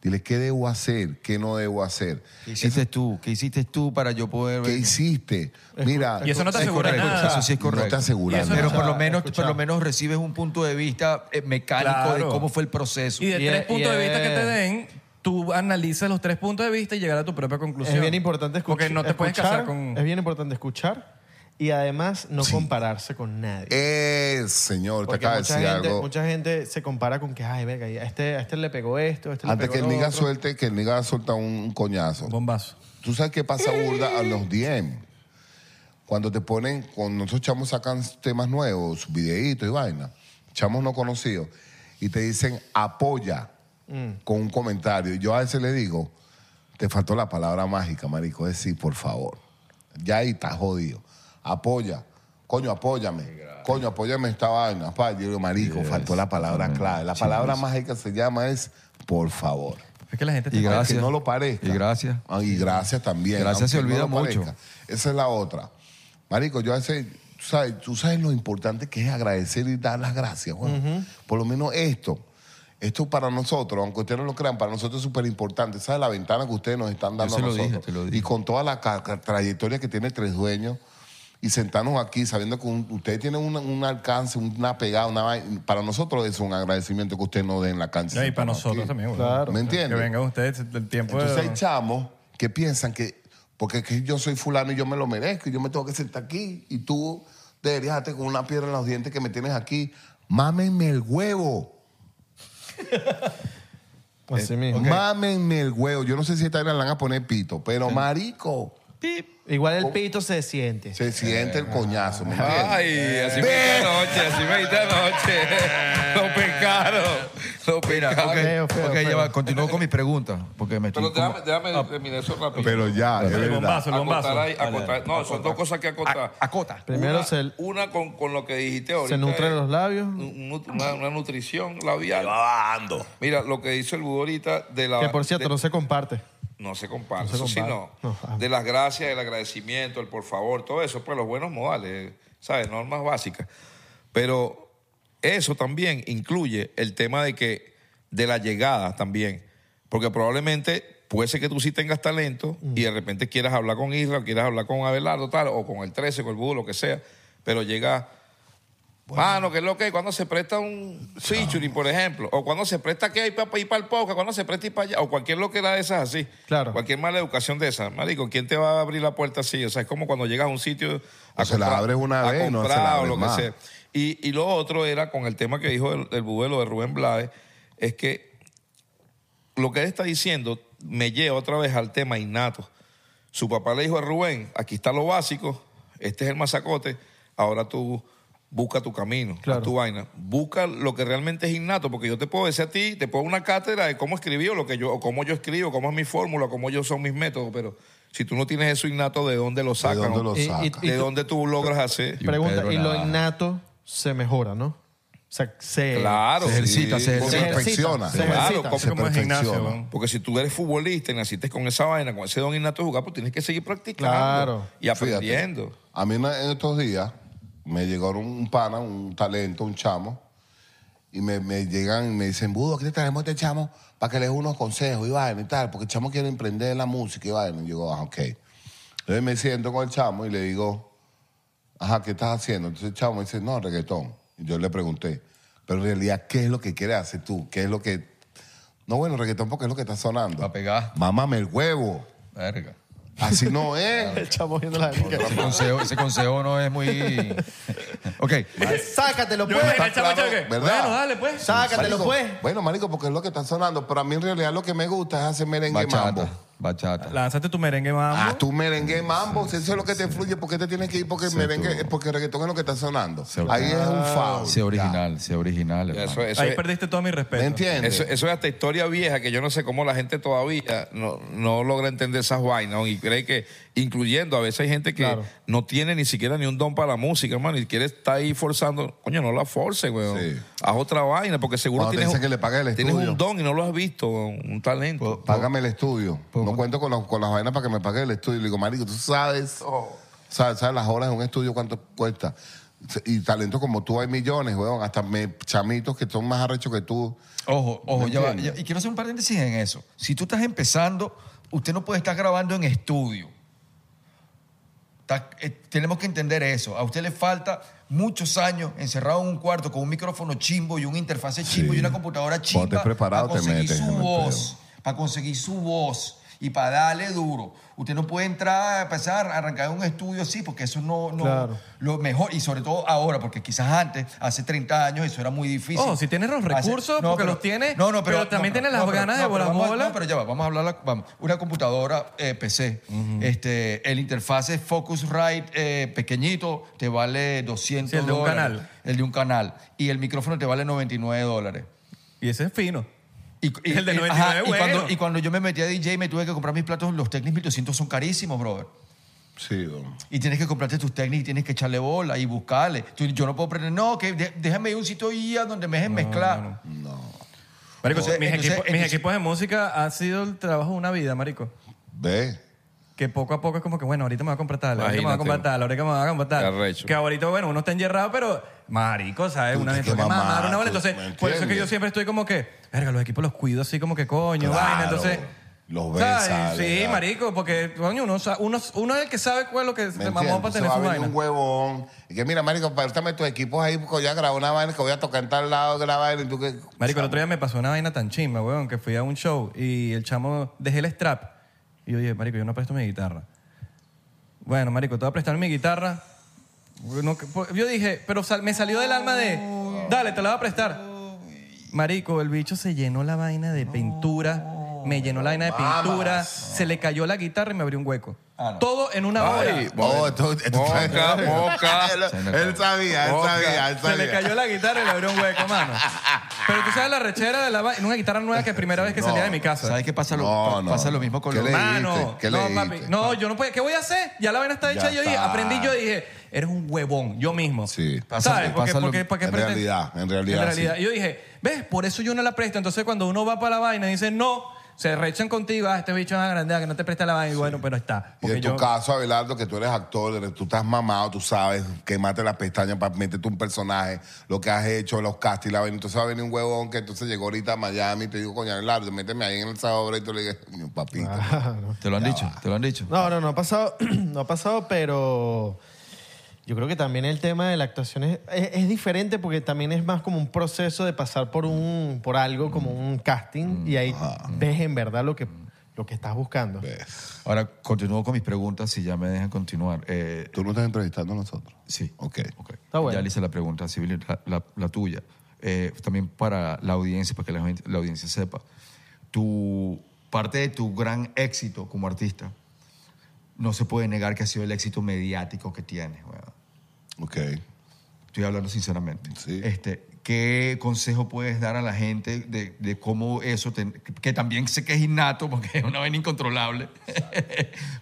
S3: Dile qué debo hacer, qué no debo hacer.
S5: ¿Qué hiciste tú? ¿Qué hiciste tú para yo poder
S3: ¿Qué
S5: ver?
S3: hiciste? Mira,
S2: Y eso no te asegura
S5: correcto,
S2: nada.
S5: Eso sí es correcto.
S3: No te asegura
S2: Y eso
S5: Pero
S2: no-
S5: por lo menos,
S4: escuchar.
S5: por lo menos recibes un punto de vista eh, mecánico de
S2: Claro.
S5: cómo fue el proceso.
S2: Y de
S4: Y
S2: tres
S4: es-
S2: puntos
S4: y
S2: de vista que te
S4: es-
S2: den, tú analizas los tres puntos de vista y llegar a tu propia conclusión.
S4: Es bien importante escuch- escuchar.
S2: Porque no te puedes casar con.
S4: Es bien importante escuchar y además no compararse con nadie.
S3: Eh, señor, te
S4: Porque
S3: acaba de
S4: mucha
S3: decir
S4: gente,
S3: algo.
S4: mucha gente se compara con que, ay, verga, a este, a este le pegó esto, a este
S3: Antes
S4: le
S3: que
S4: pegó
S3: el
S4: lo
S3: nigga
S4: otro".
S3: suelte, que el nigga suelta un, un coñazo.
S2: Bombazo.
S3: ¿Tú sabes qué pasa, burda, a los DM? Cuando te ponen, cuando nosotros chamos sacan temas nuevos, videitos y vaina, chamos no conocidos, y te dicen apoya
S4: Mm.
S3: con un comentario. Y yo a veces le digo, te faltó la palabra mágica, marico, es decir, por favor. Ya ahí estás jodido. Apoya. Coño, apóyame. Coño, apóyame esta vaina. Pa, yo digo, marico, faltó la palabra clave. La palabra mágica se llama es por favor.
S2: Es que la gente
S5: Y
S2: te-
S5: gra-
S3: Aunque
S5: Gracias.
S3: no lo parezca.
S5: Y gracias.
S3: Ah, y gracias también.
S5: Gracias
S3: aunque
S5: se olvida
S3: lo
S5: mucho.
S3: parezca. Esa es la otra. Marico, yo hace... Tú sabes, tú sabes lo importante que es agradecer y dar las gracias, weón. Por lo menos esto. Esto para nosotros, aunque ustedes no lo crean, para nosotros es súper importante. ¿Sabes la ventana que ustedes nos están dando
S5: se
S3: a
S5: lo dije,
S3: nosotros?
S5: te lo dije.
S3: Y con toda la ca- ca- trayectoria que tiene Tres Dueños y sentarnos aquí sabiendo que un- ustedes tienen un, un alcance, una pegada, una vaina. Para nosotros es un agradecimiento que ustedes nos den la cancha.
S2: No, y para nosotros también, güey.
S4: Claro.
S3: ¿Me entiendes?
S2: Que vengan ustedes el tiempo.
S3: Entonces
S2: de-
S3: hay chamos que piensan que porque es que yo soy fulano y yo me lo merezco y yo me tengo que sentar aquí y tú deberías darte con una piedra en los dientes que me tienes aquí. Mámenme el
S1: <laughs>
S3: huevo. Eh,
S4: Así mismo.
S3: Mámenme el huevo. Yo no sé si esta era la van a poner pito, pero marico, Oh.
S4: Igual el pito se siente.
S3: se siente
S1: Eh,
S3: el coñazo. ¿me entiendes?
S1: Ay, así me quité anoche, así me quité anoche. Lo pecaron. Lo
S5: Mira, ok,
S1: pecaron.
S4: Feo, feo,
S5: ok,
S4: feo.
S5: ya va, continúo con mis preguntas, porque me estoy...
S1: Pero déjame, déjame terminar eso rápido.
S3: Ah. Pero ya, es
S2: El
S3: verdad.
S2: bombazo, el bombazo.
S1: Acotar ahí, acotar. No, son dos cosas que acotar.
S5: Acota.
S4: Primero
S1: una,
S4: se-
S1: una con, con lo que dijiste ahorita.
S4: Se nutren
S1: es
S4: los labios.
S1: un- un- Una, una nutrición labial. Mira, lo que dice el Budo ahorita de la.
S4: Que por cierto,
S1: de-
S4: no se comparte.
S1: No se compara,
S4: No se
S1: eso sí no.
S4: compara. No.
S1: De las gracias, el agradecimiento, el por favor, todo eso, pues los buenos modales, ¿sabes? Normas básicas. Pero eso también incluye el tema de que, de la llegada también, porque probablemente puede ser que tú sí tengas talento
S3: Mm.
S1: y de repente quieras hablar con Israel, quieras hablar con Abelardo, tal, o con el 13, con el Búho, lo que sea, pero llega... Mano, que es lo que cuando se presta un featuring, por ejemplo, o cuando se presta que hay para ir para el podcast, cuando se presta ir para allá, o cualquier lo que era de esas así.
S4: Claro.
S1: Cualquier mala educación de esas, marico, ¿quién te va a abrir la puerta así? O sea, es como cuando llegas a un sitio eh, a
S3: O se la abres una
S1: a
S3: vez y no se la
S1: comprar o
S3: abres
S1: lo
S3: más.
S1: que sea. Y, y lo otro era con el tema que dijo el, el bubuelo de Rubén Blades, es que lo que él está diciendo me lleva otra vez al tema innato. Su papá le dijo a Rubén, aquí está lo básico, este es el masacote, ahora tú busca tu camino, haz
S4: Claro.
S1: tu vaina. Busca lo que realmente es innato, porque yo te puedo decir a ti, te puedo dar una cátedra de cómo escribí o lo que yo, o cómo yo escribo, cómo es mi fórmula, cómo yo son mis métodos, pero si tú no tienes eso innato, ¿de dónde lo
S3: ¿De
S1: sacas?
S3: dónde
S1: no?
S3: lo
S4: Y- y-
S3: sacas?
S1: ¿De dónde tú logras hacer?
S5: Y un
S4: Pregunta,
S5: Pedro
S4: y lo
S5: Navaja.
S4: innato se mejora, ¿no? sea, se...
S1: Claro.
S3: Se ejercita,
S1: sí.
S3: se
S4: ejercita.
S1: Porque-
S3: perfecciona.
S4: Se
S1: Claro,
S4: ejercita.
S1: como-
S3: Se
S2: como en gimnasio,
S3: perfecciona.
S2: weón.
S1: Porque si tú eres futbolista y naciste con esa vaina, con ese don innato de jugar, pues tienes que seguir practicando
S4: Claro.
S1: y aprendiendo.
S3: A mí una- en estos días me llegaron un pana, un talento, un chamo, y me, me llegan y me dicen, Budo, aquí te traemos este chamo para que le des unos consejos y vaina y tal, porque el chamo quiere emprender en la música y vaina. Y yo digo, ah, ok. Entonces me siento con el chamo y le digo, ajá, ¿qué estás haciendo? Entonces el chamo me dice, no, reggaetón. Y yo le pregunté, pero en realidad, ¿qué es lo que quieres hacer tú? ¿Qué es lo que...? No, bueno, reggaetón porque es lo que está sonando.
S5: Va a pegar.
S3: Mámame el huevo.
S5: Verga.
S3: Así
S5: <laughs>
S3: no es.
S4: El chamo viendo
S3: <laughs>
S4: la
S5: Ese consejo, ese consejo no es muy. Ok.
S4: Sácatelo,
S2: Yo
S4: pues.
S2: me imagino el chamo
S3: claro,
S2: que,
S3: ¿verdad?
S2: Bueno, dale, pues.
S4: Sácatelo,
S3: Marico,
S4: pues.
S3: Bueno, marico, porque es lo que está sonando. Pero a mí en realidad lo que me gusta es hacer merengue
S5: Bachata.
S3: mambo.
S5: Bachata.
S2: Lánzate tu merengue, mambo.
S3: Ah, tú merengue mambo. Si eso es lo que te fluye, ¿por qué te tienes que ir? Porque merengue, es porque reggaetón es lo que está sonando. Ahí es un foul.
S5: Sea original, sea original. hermano.
S1: Eso, Pues eso
S2: Ahí
S1: es- eh,
S2: perdiste todo mi respeto.
S3: ¿Me entiendes?
S1: Eso, eso es hasta historia vieja que yo no sé cómo la gente todavía no, no logra entender esas vainas y cree que, incluyendo a veces hay gente que no tiene ni siquiera ni un don para la música, hermano, y quiere estar ahí forzando. Coño, no la forces, weón.
S3: Sí.
S1: Haz otra vaina, porque seguro
S3: Cuando te
S1: tienes,
S3: dicen que le pague el
S1: tienes
S3: estudio. Pues,
S1: un don y no lo has visto, weón, un talento.
S3: Págame el estudio. No cuento con, los- con las vainas para que me pague el estudio. Le digo, marico, tú sabes, sabes, sabes las horas de un estudio cuánto cuesta. Y talentos como tú hay millones, weón. Hasta me- chamitos que son más arrechos que tú.
S5: Ojo, ojo,
S3: ¿Me
S5: ya va,
S3: entiendes?
S5: ya- y quiero hacer un paréntesis en eso. Si tú estás empezando, usted no puede estar grabando en estudio. Está- eh, tenemos que entender eso. A usted le falta muchos años encerrado en un cuarto con un micrófono chimbo y un interfase chimbo
S3: Sí.
S5: y una computadora
S3: Cuando
S5: chimba
S3: estés preparado,
S5: para conseguir
S3: te metes
S5: su
S3: en el
S5: voz, para conseguir su voz y para darle duro. Usted no puede entrar a empezar a arrancar en un estudio así porque eso no, no
S4: Claro.
S5: lo mejor y sobre todo ahora porque quizás antes, hace 30 años eso era muy difícil.
S2: Ojo, Oh, si tienes los recursos, porque los tienes, pero también tienes las ganas de
S5: pero
S2: volar
S5: vamos a-
S2: bola.
S5: No, pero ya va, vamos a hablar. la- vamos. Una computadora eh, PC, este, el interfase Focusrite eh, pequeñito te vale 200
S2: Sí, el de un
S5: dólares.
S2: canal.
S5: El de un canal. Y el micrófono te vale 99 dólares.
S2: Y ese es fino.
S5: Y, y-
S2: <laughs> El de
S5: y-
S2: 99
S5: y,
S2: bueno.
S5: cuando, y cuando yo me metí a DJ me tuve que comprar mis platos, los Technics 1200 son carísimos, brother.
S3: Sí, weón.
S5: Y tienes que comprarte tus técnicas y tienes que echarle bola y buscarle. Tú- yo no puedo prender, no, que de- déjame ir a un sitio y a donde me dejen mezclar.
S2: Marico,
S5: Entonces,
S2: mis,
S5: entonces,
S2: equipos, mis
S5: entonces-
S2: equipos de música han sido el trabajo de una vida, marico.
S3: Ve.
S2: Que poco a poco es como que, bueno, ahorita me voy a comprar tal, ahorita me voy a
S1: Imagínate.
S2: comprar tal, ahorita me voy a comprar tal.
S1: Qué arrecho.
S2: Que ahorita, bueno, uno está enjerrado, pero marico, <laughs> ¿sabes?
S3: Puta,
S2: Una vez
S3: qué
S2: toca
S3: mamá,
S2: mamar una bola.
S3: tú,
S2: Entonces, por eso
S3: ¿me
S2: es que
S3: entiendes?
S2: yo siempre estoy como que, verga, los equipos los cuido así como que coño,
S3: Claro,
S2: vaina. Entonces.
S3: los
S2: ¿sabes?
S3: besas,
S2: Sí,
S3: ¿verdad?
S2: marico, porque coño, uno, sa- uno, uno es el que sabe cuál es lo que
S3: ¿Me
S2: se mamó para
S3: entiendes?
S2: tener
S3: Entonces va a
S2: su
S3: venir
S2: vaina.
S3: un huevón. Y que mira, marico, préstame tus equipos ahí porque ya grabé una vaina que voy a tocar en tal lado, grabar y tú que...
S2: Marico, el otro día me pasó una vaina tan chimba, weón, que fui a un show y el chamo dejé el strap. Y yo dije, Marico, yo no presto mi guitarra. Bueno, Marico, te voy a prestar mi guitarra. No, que- po- Yo dije, pero sal- me salió del alma de, dale, te la voy a prestar. Marico, el bicho se llenó la vaina de pintura, me llenó la vaina de pintura, se le cayó la guitarra y me abrió un hueco. Todo en una hora.
S1: Ay,
S3: Oh, esto- esto-
S1: Moca, moca.
S3: Él, él sabía, él
S1: Moca.
S3: sabía, él
S2: Se le
S3: sabía.
S2: cayó la guitarra y le abrió un hueco, mano. Pero tú sabes la rechera de la vaina. Una guitarra nueva que es primera vez que salía de mi casa.
S5: ¿Sabes qué pasa? Lo,
S3: No,
S5: pa-
S3: no,
S5: pasa lo
S3: no.
S5: mismo con
S3: ¿Qué
S5: los
S3: le
S2: Mano,
S3: dijiste? ¿Qué le
S2: no, papi,
S3: dijiste?
S2: no, yo no podía. ¿Qué voy a hacer? Ya la vaina está hecha.
S3: Ya
S2: yo dije,
S3: está.
S2: aprendí, yo dije, eres un huevón, yo mismo.
S3: Sí.
S5: Pásalo,
S2: ¿Sabes? Porque,
S5: pásalo.
S2: porque, porque
S3: En
S2: pretend-
S3: realidad, en realidad, sí.
S2: Yo dije, ¿ves? Por eso yo no la presto. Entonces, cuando uno va para la vaina y dice, no, se rechan contigo, ah, este bicho es una grandeza que no te presta la vaina. Y bueno, pero está.
S3: Y
S2: Porque
S3: en
S2: yo,
S3: tu caso, Abelardo, que tú eres actor, eres- tú estás mamado, tú sabes, quemate las pestañas para meterte un personaje, lo que has hecho, los castings, la vaina. Entonces va a venir un huevón que entonces llegó ahorita a Miami y te digo, coño, Abelardo, méteme ahí en el sábado y tú le dices, "Coño, papito.
S5: Te lo han dicho,
S4: <laughs>
S5: te lo han dicho.
S4: No, no, no ha pasado, <clears throat> no ha pasado, pero yo creo que también el tema de la actuación es, es- es diferente porque también es más como un proceso de pasar por un, por algo como
S5: Mm.
S4: un casting y ahí
S5: Ah.
S4: ves en verdad lo que, lo que estás buscando.
S5: Ahora continúo con mis preguntas si ya me dejan continuar. Eh,
S3: Tú no estás entrevistando a nosotros.
S5: sí.
S3: Ok.
S5: Ok.
S4: Está bueno.
S5: Ya le hice la pregunta, Sibyl, la, la- la tuya. Eh, también para la audiencia, para que la, gente- la audiencia sepa. Tu, parte de tu gran éxito como artista no se puede negar que ha sido el éxito mediático que tienes. weón.
S3: Ok.
S5: Estoy hablando sinceramente.
S3: Sí.
S5: Este, ¿Qué consejo puedes dar a la gente de, de cómo eso, te- que también sé que es innato porque es una vaina incontrolable,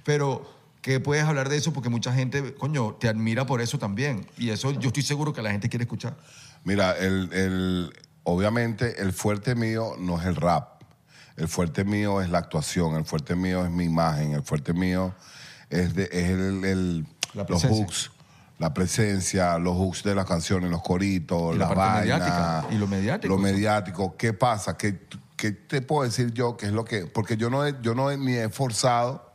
S5: pero ¿qué puedes hablar de eso? Porque mucha gente, coño, te admira por eso también. Y eso yo estoy seguro que la gente quiere escuchar.
S3: Mira, el, el- obviamente el fuerte mío no es el rap. El fuerte mío es la actuación, el fuerte mío es mi imagen, el fuerte mío es, de- es el, el-
S5: La
S3: los
S5: presencia.
S3: hooks, la presencia, los hooks de las canciones, los coritos,
S5: Y la
S3: las
S5: parte
S3: vainas.
S5: mediática, y lo mediático.
S3: Lo mediático. ¿Qué pasa? ¿Qué, qué te puedo decir yo? ¿Qué es lo que...? Porque yo no, he- yo no he- ni he forzado,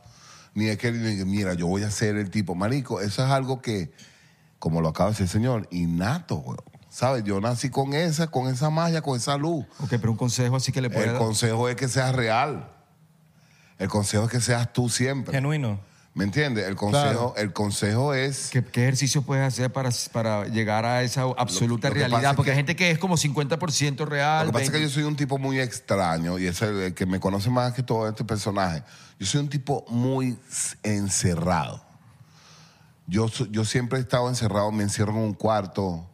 S3: ni he querido, ni- mira, yo voy a ser el tipo. Marico, eso es algo que como lo acaba de decir el señor, innato, weón. ¿Sabes? Yo nací con esa, con esa magia, con esa luz.
S5: Ok, pero un consejo así que le puedes
S3: El consejo es que seas real. El consejo es que seas tú siempre.
S2: Genuino.
S3: ¿Me entiendes? El consejo, el consejo es.
S5: ¿Qué, qué ejercicio puedes hacer para, para llegar a esa absoluta
S3: lo que pasa
S5: realidad?
S3: es
S5: Porque
S3: que-
S5: hay gente que es como 50% real.
S3: Lo que pasa es que
S5: 20.
S3: yo soy un tipo muy extraño y es el, el que me conoce más que todo este personaje. Yo soy un tipo muy s- encerrado. Yo, so- yo siempre he estado encerrado, me encierro en un cuarto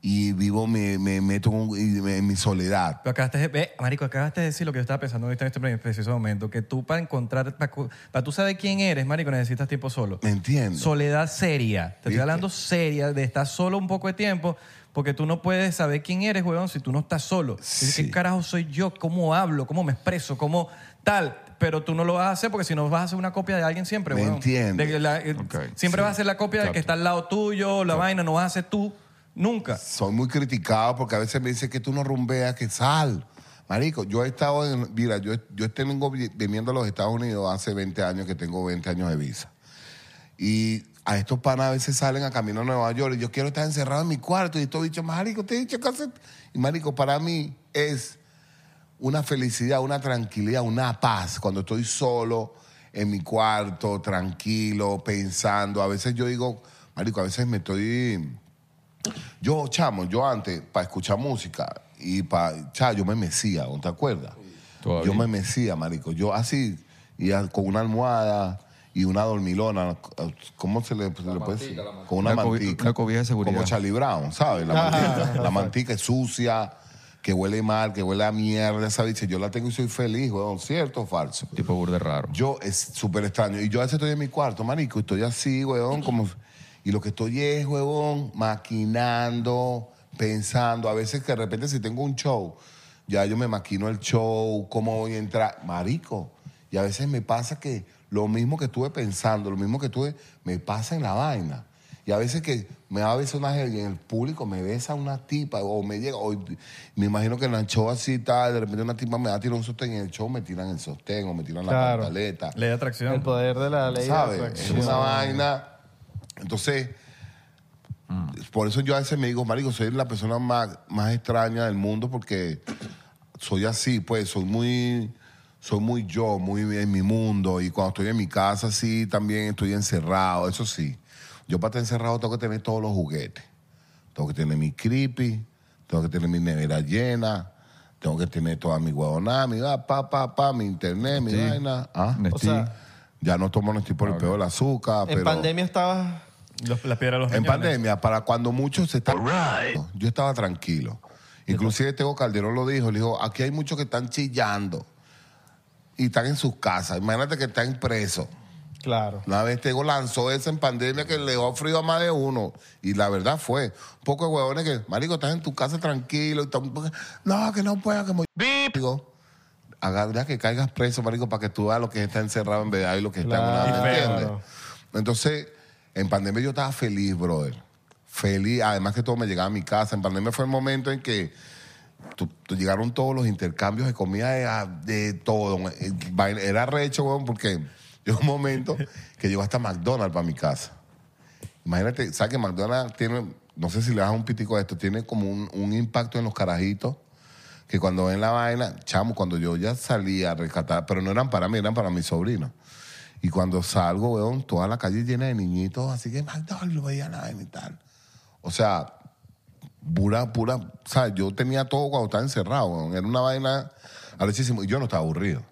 S3: y vivo, me, me meto en, un- y me- en mi soledad.
S2: Pero acabaste de, ve, marico, acabaste de decir lo que yo estaba pensando ahorita en este preciso momento, que tú para encontrar, para, cu- para tú saber quién eres, marico, necesitas tiempo solo.
S3: ¿Me entiendes?
S2: Soledad seria. Te
S3: ¿Viste?
S2: estoy hablando seria de estar solo un poco de tiempo, porque tú no puedes saber quién eres, weón, si tú no estás solo. Dices,
S3: Sí.
S2: ¿Qué carajo soy yo? ¿Cómo hablo? ¿Cómo me expreso? ¿Cómo tal? Pero tú no lo vas a hacer porque si no vas a hacer una copia de alguien siempre,
S3: ¿Me
S2: weón.
S3: entiendes?
S2: De que la- eh,
S5: Ok,
S2: Siempre
S5: sí.
S2: vas a ser la copia del que
S5: Exacto.
S2: está al lado tuyo, la vaina, no vas a ser tú nunca.
S3: soy muy criticado porque a veces me dicen que tú no rumbeas, que sal. Marico, yo he estado en. Mira, yo, yo tengo vi- viniendo a los Estados Unidos hace 20 años que tengo 20 años de visa. Y a estos panas a veces salen a camino a Nueva York y yo quiero estar encerrado en mi cuarto. Y estos bichos, marico, te he dicho que hace-". Y marico, para mí es una felicidad, una tranquilidad, una paz cuando estoy solo en mi cuarto, tranquilo, pensando. A veces yo digo, marico, a veces me estoy... Yo, chamo, yo antes, para escuchar música y para... Cha, yo me mecía, ¿no te acuerdas?
S5: Todavía.
S3: Yo me mecía, marico. Yo así, y a- con una almohada y una dormilona. ¿Cómo se le, se le puede decir? Con una,
S5: Una cobi-
S3: mantica.
S5: una cobija de seguridad.
S3: Como Charlie Brown, ¿sabes? La mantica. la mantica es sucia, que huele mal, que huele a mierda, esa bicha. Yo la tengo y soy feliz, weón. ¿Cierto o falso?
S5: Tipo burde raro.
S3: Yo es súper extraño. Y yo a veces estoy en mi cuarto, marico, y estoy así, huevón, como. Y lo que estoy es, huevón, maquinando, pensando. A veces que de repente si tengo un show, ya yo me maquino el show, cómo voy a entrar. Marico. Y a veces me pasa que lo mismo que estuve pensando, lo mismo que estuve, me pasa en la vaina. Y a veces que me da beso una gente y en el público me besa una tipa o me llega, o me imagino que en la show así tal, de repente una tipa me da tira un sostén y en el show me tiran el sostén o me tiran la
S4: Claro.
S3: pantaleta.
S2: Ley de atracción.
S4: El poder de la ley. de
S3: ¿Sabes? Es
S4: atracción.
S3: una vaina. Entonces, por eso yo a veces me digo, marico, soy la persona más, más extraña del mundo porque soy así, pues, soy muy, soy muy yo, muy en mi mundo. Y cuando estoy en mi casa, sí, también estoy encerrado, eso sí. Yo para estar encerrado tengo que tener todos los juguetes. Tengo que tener mi creepy, tengo que tener mi nevera llena, tengo que tener toda mi guadoná, mi va, pa, pa, pa, mi internet, mi
S5: Sí.
S3: vaina. Ah,
S5: Nestí.
S4: sea,
S3: ya no tomo Nestí por el peor del
S5: Ah,
S3: azúcar,
S4: En
S3: pero...
S4: pandemia estabas.
S2: Los- las piedras de los
S3: En
S2: riñones.
S3: pandemia, para cuando muchos se están... Yo estaba tranquilo. Inclusive Tego Calderón lo dijo, le dijo, aquí hay muchos que están chillando y están en sus casas. Imagínate que están presos.
S4: Claro.
S3: Una vez Tego lanzó esa en pandemia que le dio frío a más de uno. Y la verdad fue, un poco de huevones que, marico, estás en tu casa tranquilo. Y tan- no, que no pueda, que me... Digo, agarra que caigas preso, marico, para que tú veas lo que está encerrado en verdad y lo que está en una... ¿me
S4: Claro.
S3: entiendes? Entonces, en pandemia yo estaba feliz, brother. Feliz. Además que todo me llegaba a mi casa. En pandemia fue el momento en que tu- tu- llegaron todos los intercambios de comida de, a- de todo. Eh, vaina- Era recho, weón, porque <laughs> llegó un momento que llegó hasta McDonald's para mi casa. Imagínate, ¿sabes que McDonald's tiene, no sé si le das un pitico a esto, tiene como un, un impacto en los carajitos que cuando ven la vaina, chamo, cuando yo ya salía a rescatar, pero no eran para mí, eran para mis sobrinos. Y cuando salgo, weón, toda la calle llena de niñitos, así que McDonald's lo veía la vaina y tal. O sea, pura, pura, o sea, yo tenía todo cuando estaba encerrado, weón. Era una vaina arrechísima. Y yo no estaba aburrido.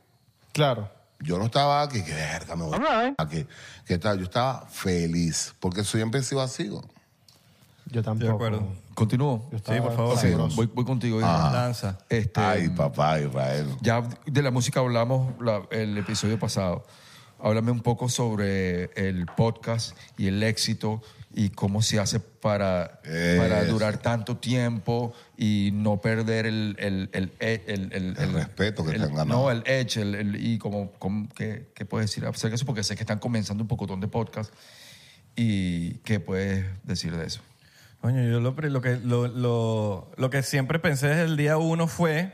S4: Claro.
S3: Yo no estaba que, que verga, me voy a que, que tal. Yo estaba feliz, porque siempre he sido así, weón.
S4: Yo tampoco.
S2: de acuerdo.
S5: Continúo.
S2: Sí, por favor.
S3: Sí.
S5: Voy, voy contigo. hijo.
S2: Lanza.
S5: Este,
S3: Ay, papá, Israel.
S5: Ya de la música hablamos la- el episodio pasado. Háblame un poco sobre el podcast y el éxito y cómo se hace para, para
S3: Eso.
S5: durar tanto tiempo y no perder el, el, el, el, el- el-
S3: El respeto que te
S5: el-
S3: han ganado.
S5: No, el edge el, el- y como, como- ¿qué, qué puedes decir acerca de eso? Porque sé que están comenzando un pocotón de podcast y ¿qué puedes decir de eso?
S2: Coño, yo lo, pri- lo que, lo, lo- lo que siempre pensé desde el día uno fue,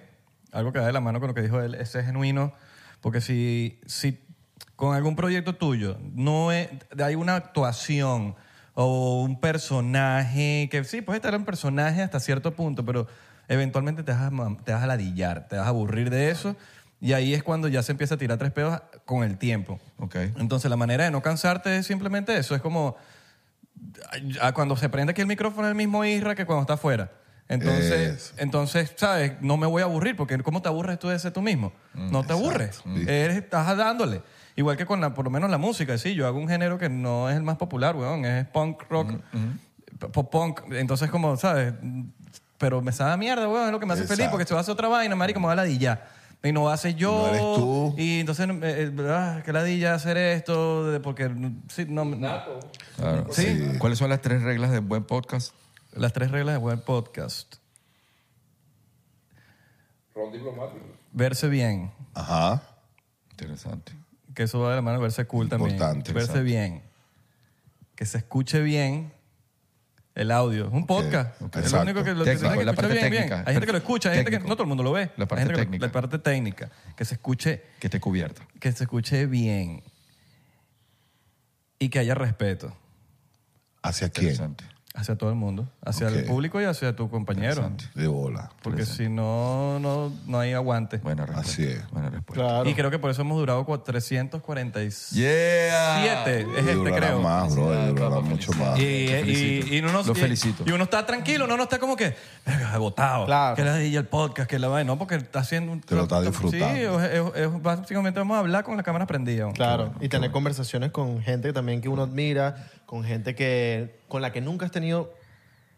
S2: algo que da de la mano con lo que dijo él, ese es genuino, porque si, si con algún proyecto tuyo no es- hay una actuación o un personaje, que sí, puede estar en personaje hasta cierto punto, pero eventualmente te vas a, ma- te vas a ladillar, te vas a aburrir de eso, y ahí es cuando ya se empieza a tirar tres pedos con el tiempo.
S5: Ok.
S2: Entonces la manera de no cansarte es simplemente eso, es como a cuando se prende aquí el micrófono es el mismo Isra que cuando está afuera. Entonces, entonces, ¿sabes? No me voy a aburrir, porque ¿cómo te aburres tú de ser tú mismo? no te aburres. Eres- estás dándole. Igual que con la, por lo menos la música, sí, yo hago un género que no es el más popular, weón, es punk rock, pop punk. Entonces, como, ¿sabes? Pero me sabe a mierda, weón, es lo que me hace feliz,
S3: Exacto.
S2: porque si vas a hacer otra vaina, marico, me va a ladillar. Y no haces yo.
S3: No eres tú.
S2: Y entonces, eh, eh, ah, qué ladilla hacer esto, de- porque. Sí, no, Sí.
S5: ¿Cuáles son las tres reglas de un buen podcast?
S2: Las tres reglas de buen podcast.
S1: Ron diplomático.
S2: Verse bien,
S3: Ajá.
S5: Interesante.
S2: que eso va de la mano, verse cool también.
S3: Importante,
S2: verse
S3: exacto.
S2: bien. Que se escuche bien el audio. Es un podcast.
S3: ok,
S2: Es
S3: exacto.
S2: lo único que lo
S5: Técnico,
S2: tiene que
S5: la
S2: escuchar
S5: parte
S2: bien, bien.
S5: técnica,
S2: Hay gente que lo
S5: per-
S2: escucha, hay gente que
S5: técnico.
S2: no todo el mundo lo ve.
S5: La
S2: Hay
S5: parte
S2: gente que lo-
S5: técnica.
S2: la parte técnica. Que se escuche,
S5: Que esté cubierta.
S2: que se escuche bien. Y que haya respeto
S3: ¿Hacia quién?
S5: Interesante.
S2: hacia todo el mundo, hacia el
S3: Ok.
S2: público y hacia tu compañero.
S3: De bola.
S2: Porque si no, no, no hay aguante.
S5: Buena respuesta.
S3: Así es.
S5: Buena respuesta.
S4: Claro.
S2: Pues, Y creo que por eso hemos durado cua- 347.
S5: Yeah. Ah,
S2: es este,
S3: durará
S2: creo.
S3: más, bro. Durará mucho más.
S2: Y, eh,
S5: Te
S2: y-
S5: felicito.
S2: y- y uno,
S5: Lo
S2: y-
S5: felicito.
S2: Y, uno está tranquilo, uno no está como que "Verga, agotado.
S4: Claro.
S2: Que la y el podcast, que la vaina. No, porque está haciendo un.
S3: Te lo está
S2: Sí,
S3: disfrutando.
S2: es- es- es- básicamente vamos a hablar con la cámara prendida. hombre.
S4: Claro, y tener conversaciones con gente también que uno admira, con gente que con la que nunca has tenido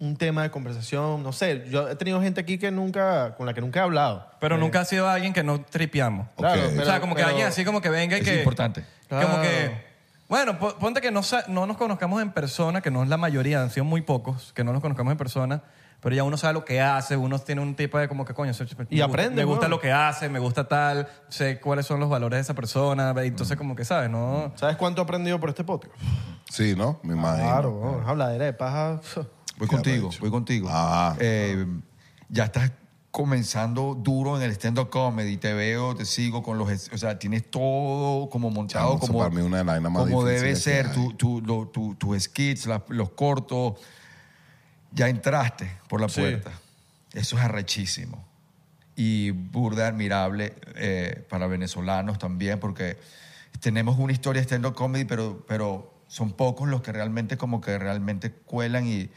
S4: un tema de conversación, no sé, yo he tenido gente aquí que nunca con la que nunca he hablado. Eh,
S2: Pero nunca ha sido alguien que no tripeamos.
S4: Claro,
S3: Ok.
S2: o sea, como que
S4: pero-
S2: alguien así como que venga y
S5: Es
S2: que.
S5: importante.
S2: Como
S4: Claro.
S2: que. Bueno, po- ponte que no, sa- no nos conozcamos en persona, que no es la mayoría, han sido muy pocos que no nos conozcamos en persona, pero ya uno sabe lo que hace, uno tiene un tipo de como que coño, soy- me
S4: Y
S2: gusta-
S4: aprende,
S2: me gusta
S4: weón.
S2: lo que hace, me gusta tal, sé cuáles son los valores de esa persona, ve, entonces como que sabes, ¿no?
S4: Mm. ¿Sabes cuánto he aprendido por este podcast?
S3: Sí, ¿no? Me imagino.
S4: Claro, vamos, habladera de paja.
S5: Ah, Voy
S3: Qué
S5: contigo,
S3: arrecho.
S5: voy contigo.
S3: Ajá.
S5: Eh, ya estás comenzando duro en el stand-up comedy. Te veo, te sigo con los... es- O sea, tienes todo como montado,
S3: Chamo, eso
S5: como,
S3: para mí es una de las vainas más
S5: como
S3: difíciles
S5: debe
S3: que
S5: ser.
S3: hay.
S5: Tu- tu- lo- tu- tus skits, las- los cortos. Ya entraste por la puerta. Eso es arrechísimo. Y burda admirable eh, para venezolanos también, porque tenemos una historia de stand-up comedy, pero, pero son pocos los que realmente como que realmente cuelan y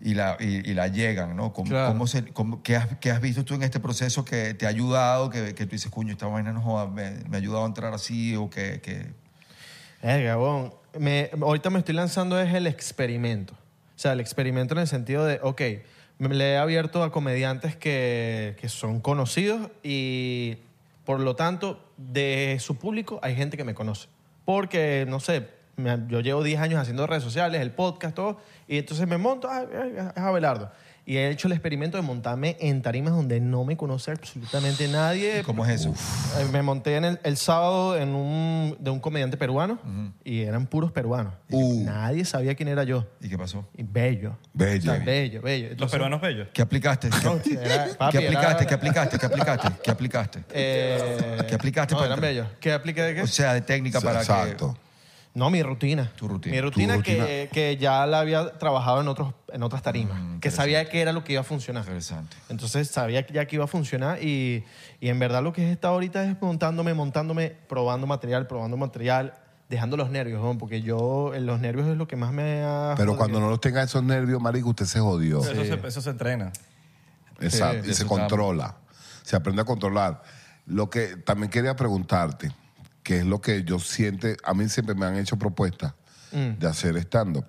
S5: y la, y, y la llegan, ¿no? ¿Cómo, cómo se- cómo- qué, has, qué has visto tú en este proceso que te ha ayudado, que, que tú dices, cuño, esta vaina no joda, me, me ha ayudado a entrar así o que... que...
S4: Eh, Gabón, me, ahorita me estoy lanzando es el experimento. O sea, el experimento en el sentido de, ok, me, le he abierto a comediantes que, que son conocidos y por lo tanto de su público hay gente que me conoce. Porque, no sé, me- yo llevo 10 años haciendo redes sociales, el podcast, todo, y entonces me monto, ah, ah, es Abelardo. Y he hecho el experimento de montarme en tarimas donde no me conoce absolutamente nadie.
S5: ¿Cómo es eso?
S4: Eh, Me monté en el, el sábado en un, de un comediante peruano y eran puros peruanos.
S3: Uh.
S4: Nadie sabía quién era yo.
S5: ¿Y qué pasó?
S4: Y bello.
S3: Bello.
S4: O sea, bello, bello.
S2: Los
S4: Entonces,
S2: peruanos bellos.
S5: ¿Qué aplicaste? ¿Qué,
S4: no, era- papi,
S5: ¿qué
S4: era-
S5: aplicaste? ¿Qué aplicaste? ¿Qué aplicaste? ¿Qué aplicaste?
S4: eh,
S5: ¿Qué aplicaste
S4: No,
S5: para
S4: eran
S5: entrar?
S4: bellos. ¿Qué apliqué de qué?
S5: O sea, de técnica para
S3: Exacto.
S4: no, mi rutina.
S5: Tu rutina.
S4: Mi rutina,
S5: Tu
S4: que, que ya la había trabajado en, otros, en otras tarimas. que sabía que era lo que iba a
S5: que...
S4: funcionar.
S5: Interesante.
S4: Entonces sabía que ya que iba a funcionar y, y en verdad lo que es esta ahorita es montándome, montándome, probando material, probando material, dejando los nervios, ¿no? porque yo eh, los nervios es lo que más me ha...
S3: Pero
S4: jodido.
S3: cuando no los tenga esos nervios, marico, usted se jodió.
S2: Eso, se, eso se entrena.
S3: Exacto.
S5: Sí,
S3: y
S5: eso
S3: se
S5: está-
S3: controla. Se aprende a controlar. Lo que también quería preguntarte, que es lo que yo siento, a mí siempre me han hecho propuestas
S5: Mm.
S3: de hacer stand-up.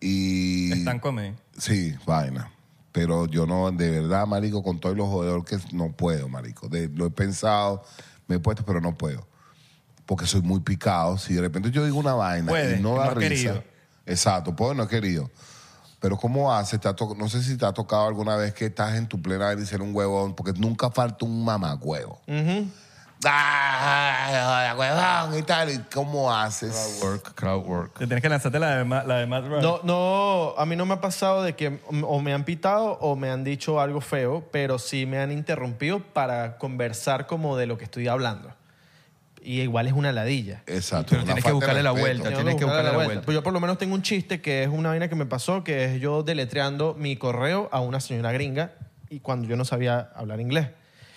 S3: Y...
S2: Están comedy.
S3: Sí, vaina. Pero yo no, de verdad, marico, con todo y lo jodedor que es, no puedo, marico. De- lo he pensado, me he puesto, pero no puedo. porque soy muy picado. Si de repente yo digo una vaina
S2: Puede,
S3: y no
S2: no
S3: da
S2: ha
S3: risa.
S2: querido.
S3: Exacto, puedo no he querido. Pero ¿cómo hace? Te ha to- no sé si te ha tocado alguna vez que estás en tu plena vida y ser un huevón, porque nunca falta un mamagüevo. ¡Ah, huevón! Y tal, ¿y cómo haces?
S5: Work, crowd work.
S2: Te tienes que lanzarte la de, Ma- la de Matt Ryan.
S4: No, no, a mí no me ha pasado de que mm, o me han pitado o me han dicho algo feo, pero sí me han interrumpido para conversar como de lo que estoy hablando. Y igual es una ladilla.
S3: Exacto.
S5: Pero
S3: una
S5: tienes que
S3: falta
S5: buscarle
S3: de
S5: la
S3: respeto.
S5: vuelta,
S4: Tengo
S5: tienes que buscarle la vuelta.
S4: Pues yo por lo menos tengo un chiste que es una vaina que me pasó, que es yo deletreando mi correo a una señora gringa y cuando yo no sabía hablar inglés.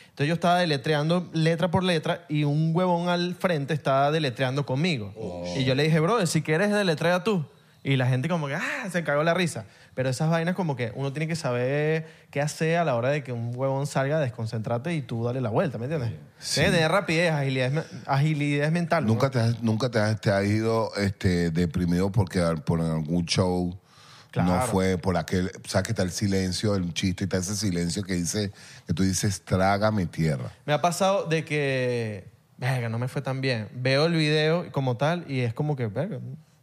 S4: Entonces yo estaba deletreando letra por letra y un huevón al frente estaba deletreando conmigo.
S5: Oh.
S4: Y yo le dije, bro, si quieres deletrea tú. Y la gente como que, ah, se cagó la risa. Pero esas vainas como que uno tiene que saber qué hacer a la hora de que un huevón salga, desconcentrate y tú dale la vuelta, ¿me entiendes? Tienes que tener rapidez, agilidad, me- agilidad mental. ¿no?
S3: Nunca te has, nunca te has, te has ido este, deprimido porque al- por algún show no
S4: Claro.
S3: fue por aquel. ¿Sabes que está el silencio, el chiste, está ese silencio que dice, que tú dices, trágame tierra.
S4: Me ha pasado de que, verga, no me fue tan bien. Veo el video como tal y es como que, verga,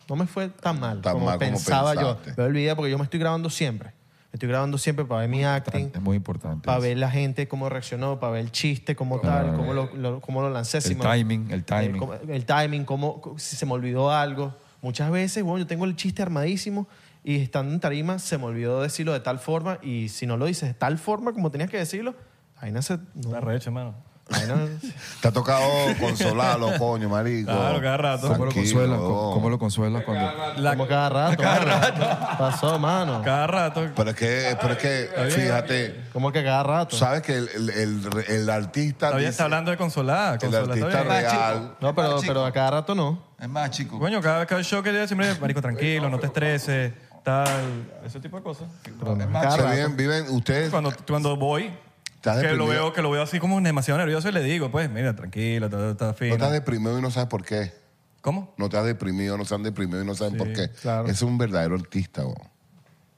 S4: no me fue tan mal
S3: Tan
S4: como
S3: mal como
S4: pensaba
S3: pensaste.
S4: yo. Veo el video porque yo me estoy grabando siempre. Me estoy grabando siempre para ver mi acting,
S5: Es muy importante.
S4: para ver la gente cómo reaccionó, para ver el chiste como tal, cómo lo, lo- cómo lo lancé. si
S5: El
S4: me-
S5: timing, el timing.
S4: eh, cómo- el timing, cómo, cómo- si se me olvidó algo. Muchas veces, bueno, yo tengo el chiste armadísimo y estando en tarima se me olvidó decirlo de tal forma y si no lo dices de tal forma como tenías que decirlo, ahí no se... no-
S2: Está recho, hermano.
S4: ahí no-
S2: <laughs>
S3: Te ha tocado consolarlo, coño, marico.
S2: Claro, cada rato.
S5: ¿Cómo lo
S3: Tranquilo,
S5: consuelas?
S3: no.
S5: ¿Cómo, cómo lo consuelas cuando.?
S4: Como cada rato. mano. Pasó, mano.
S2: Cada rato.
S3: Pero es que, pero es que fíjate,
S4: Como que cada rato.
S3: sabes que el, el, el- el artista.
S2: Todavía
S3: dice-
S2: está hablando de consolada.
S3: el
S2: Consolada.
S3: artista
S2: está bien.
S5: bien.
S3: real.
S4: No, pero, pero a cada rato no.
S5: Es más, chico.
S2: Coño, cada, cada show que
S1: <laughs>
S2: yo siempre, marico, tranquilo, no te estreses, tal, ese tipo de cosas.
S4: A
S3: Se
S4: cada rato.
S3: viven, viven ustedes.
S2: Cuando, cuando voy,
S3: ¿Estás
S2: que lo,
S3: deprimido?
S2: veo, que lo veo así como demasiado nervioso y le digo, pues, mira, tranquilo, todo está
S3: No
S2: fino.
S3: estás deprimido y no sabes por qué.
S2: ¿Cómo?
S3: no te has deprimido, no se han deprimido y no saben por qué.
S4: claro.
S3: Es un verdadero artista, bo.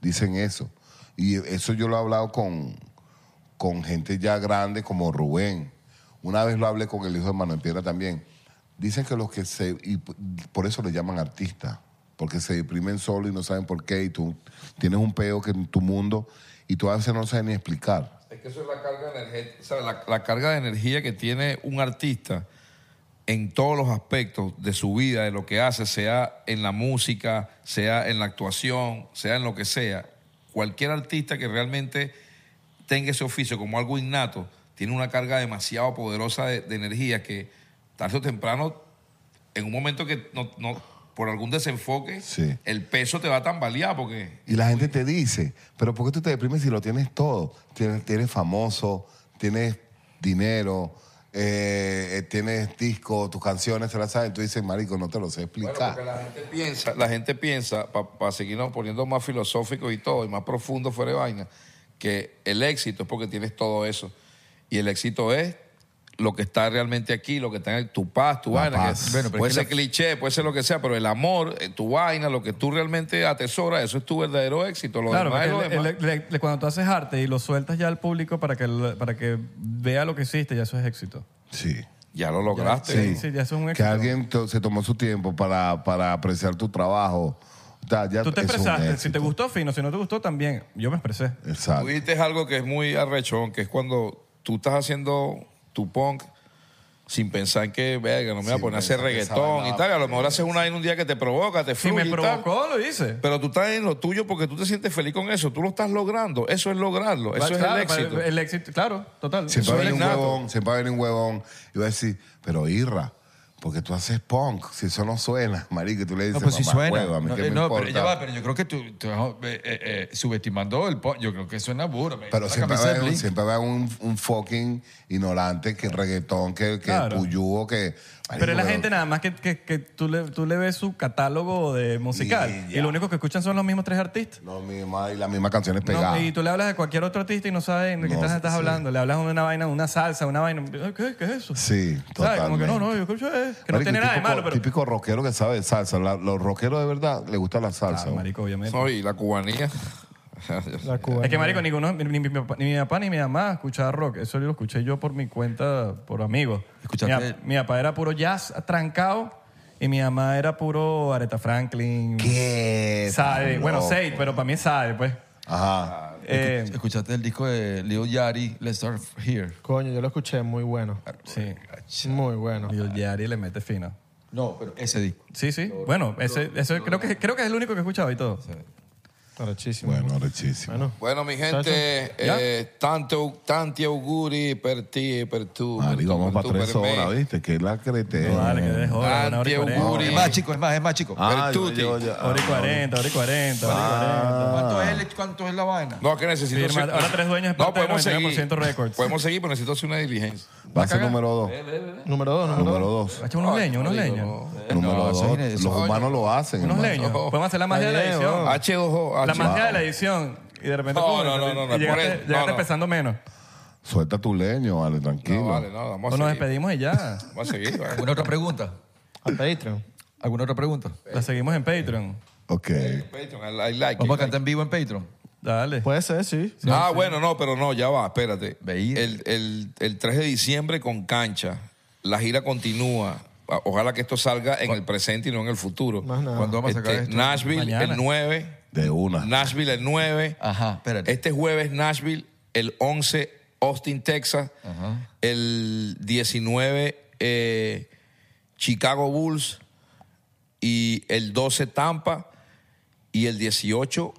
S3: dicen eso. Y eso yo lo he hablado con, con gente ya grande como Rubén. Una vez lo hablé con el hijo de Manuel Piedra también. Dicen que los que se... Y p- por eso le llaman artista, porque se deprimen solo y no saben por qué. Y tú tienes un peo que en tu mundo y tú a veces no sabes ni explicar.
S1: Es que eso es la carga energética, ¿sabes? La, la carga de energía que tiene un artista en todos los aspectos de su vida, de lo que hace, sea en la música, sea en la actuación, sea en lo que sea. Cualquier artista que realmente tenga ese oficio como algo innato, tiene una carga demasiado poderosa de, de energía que tarde o temprano, en un momento que no, no- por algún desenfoque,
S3: Sí.
S1: el peso te va a tambalear porque
S3: Y la gente te dice, pero ¿por qué tú te deprimes si lo tienes todo? Tienes, tienes famoso, tienes dinero, eh, eh, tienes disco, tus canciones se las saben. Tú dices, marico, no te lo sé
S1: Bueno,
S3: explicar.
S1: porque la gente piensa, la gente piensa, para seguirnos poniendo más filosóficos y todo, y más profundo fuera de vaina, que el éxito es porque tienes todo eso. Y el éxito es lo que está realmente aquí, lo que está en el- tu paz, tu
S3: La
S1: vaina.
S3: paz.
S1: que-
S3: Bueno,
S5: pero
S1: puede
S5: es que
S1: ser cliché, puede ser lo que sea, pero el amor, eh, tu vaina, lo que tú realmente atesoras, eso es tu verdadero éxito. Lo
S2: Claro,
S1: demás es lo
S2: porque el-
S1: demás.
S2: el- le- le- cuando tú haces arte y lo sueltas ya al público para que, lo- para que vea lo que hiciste, ya eso es éxito.
S3: Sí.
S1: ya lo lograste.
S2: Sí, ya eso es un
S3: Que
S2: éxito.
S3: alguien to- se tomó su tiempo para, para apreciar tu trabajo. O sea, ya
S2: Tú te
S3: eso es un
S2: expresaste, si
S3: éxito.
S2: te gustó, fino, si no te gustó, también. Yo me expresé.
S3: Exacto.
S1: Tú dijiste algo que es muy arrechón, que es cuando tú estás haciendo tu punk sin pensar que, verga, no me voy a
S3: Sin
S1: poner a hacer
S3: pensar que esa
S1: reggaetón
S3: vaina
S1: y
S3: va
S1: tal. A
S3: a
S1: lo mejor haces una en un día que te provoca, te
S2: Si
S1: fluye y
S2: me
S1: tal.
S2: provocó, lo hice.
S1: Pero tú estás en lo tuyo porque tú te sientes feliz con eso. Tú lo estás logrando. Eso es lograrlo. Eso es
S2: Claro,
S1: el éxito.
S2: El éxito, claro, total.
S3: Siempre
S2: Eso
S3: va a
S2: es
S3: venir un
S2: innato.
S3: huevón, siempre va a venir un huevón y va a decir, pero Irra, porque tú haces punk, si eso no suena, marico, y tú le dices,
S5: No, pues si
S3: "Mamá,
S5: suena.
S3: huevo, a mí
S5: no,
S3: qué
S5: eh,
S3: me
S5: no, pero
S3: importa".
S5: ya va, pero yo creo que tú, tú, eh, eh, eh, subestimando el pop. Yo creo que suena burro. me
S3: Pero
S5: la
S3: siempre
S5: camisa de
S3: va,
S5: Blink.
S3: siempre va un, un fucking ignorante que reggaetón, que, que
S2: Claro.
S3: puyúo, que.
S2: Pero es la
S3: Marico,
S2: gente nada más que, que, que tú, le, tú le ves su catálogo de musical
S3: Y
S2: y,
S3: ya.
S2: lo único que escuchan son los mismos tres artistas.
S3: Lo mismo, y las mismas canciones
S2: No,
S3: pegadas.
S2: y tú le hablas de cualquier otro artista y no sabes de qué
S3: No,
S2: estás, estás
S3: sí.
S2: hablando. Le hablas de una vaina, una salsa, una vaina. Ay, ¿Qué, qué es eso?
S3: Sí,
S2: ¿Sabes? Como que no, no,
S3: totalmente.
S2: yo escucho eh, que no tiene
S3: Marico,
S2: nada de
S3: típico-
S2: malo, pero...
S3: Típico rockero que sabe de salsa. La- los rockeros de verdad les gusta la salsa.
S2: Ah, marico, obviamente.
S1: No, y la cubanía.
S4: La cubana.
S2: Es que, marico, ninguno, ni, ni mi papá, ni mi papá ni mi mamá escuchaba rock. Eso lo escuché yo por mi cuenta, por amigos. Mi,
S5: Escuchaste-
S2: pa- mi papá era puro jazz trancado y mi mamá era puro Aretha Franklin.
S3: ¿Qué?
S2: Sade. Bueno,
S3: Loco.
S2: Sade, pero para mí es Sade, pues.
S3: Ajá.
S2: Eh,
S5: Escuchaste el disco de Leo Yari, Let's Start Here.
S4: Coño, yo lo escuché, muy bueno.
S2: sí.
S4: Muy bueno.
S2: Y el Yari le mete fino.
S5: No, pero ese disco.
S2: Sí, sí. Bueno, ese, ese creo, que, creo que es el único que he escuchado y todo.
S4: Arrechísimo.
S3: Bueno, rechísimo.
S4: Bueno.
S1: Bueno, mi gente,
S2: ¿Ya?
S1: eh, tanto, tanti auguri per ti e per tu. per
S3: Marico,
S1: tu,
S3: vamos
S1: per
S3: para
S1: tu,
S3: tres
S1: per me.
S3: horas, ¿viste? Que la crete.
S2: No, vale, que dejes joder. Una hora y
S1: Tanti
S2: cuarenta.
S1: auguri.
S5: Es más chico, es más, es más chico.
S3: Ah, yo,
S1: Bertuti.
S3: yo, yo, ah,
S2: Hora y cuarenta, hora y cuarenta, hora y cuarenta.
S5: ¿Cuánto, es el- ¿Cuánto es la vaina?
S1: No, que necesito...
S2: Firma-
S1: hacer-
S2: ahora tres dueños es parte del
S1: podemos seguir.
S2: 99% Records.
S1: Podemos seguir, pero necesito hacer una diligencia.
S4: ¿eh?
S3: Base número dos.
S4: Número dos, número,
S3: Número
S4: dos.
S3: dos.
S2: Ha hecho unos
S1: Ay,
S2: leños, unos
S1: marico,
S2: leños.
S1: no.
S3: Número
S5: No, eso
S3: dos.
S5: es- eso-
S3: Los humanos lo hacen.
S2: Unos
S3: hermano.
S2: leños. Podemos hacer la magia de la edición.
S1: H2O.
S2: La
S1: H2O.
S2: magia de la edición. Y de repente.
S1: No,
S2: pum,
S1: no, no,
S2: y
S1: no, no, por
S2: llegaste,
S1: eso, no,
S2: llegaste
S1: no.
S2: pesando menos.
S3: Suelta tu leño, vale, tranquilo.
S1: No, vale, no, vamos
S2: Pues
S1: a
S2: nos
S1: seguir.
S2: despedimos y ya.
S1: Vamos a seguir. vale.
S5: ¿Alguna otra pregunta?
S4: A Patreon.
S5: ¿Alguna otra pregunta?
S2: La seguimos en Patreon.
S3: Ok.
S1: Patreon, I- I like
S5: Vamos a
S1: it, like
S5: cantar en vivo en Patreon.
S2: Dale.
S4: Puede ser, sí.
S1: it. ah, bueno, no, pero no, ya va, espérate.
S5: Veí.
S1: El, el, el 3 de diciembre con cancha. La gira continúa. Ah, Ojalá que esto salga en el presente y no en el futuro.
S4: Más nada.
S5: ¿Cuándo vamos a sacar
S1: Este,
S5: esto?
S1: Nashville
S2: Mañana.
S1: el 9.
S3: De una.
S1: Nashville el 9.
S5: Ajá, espérate.
S1: Este jueves Nashville, el 11 Austin, Texas,
S5: Ajá.
S1: el 19 eh, Chicago Bulls y el 12 Tampa y el 18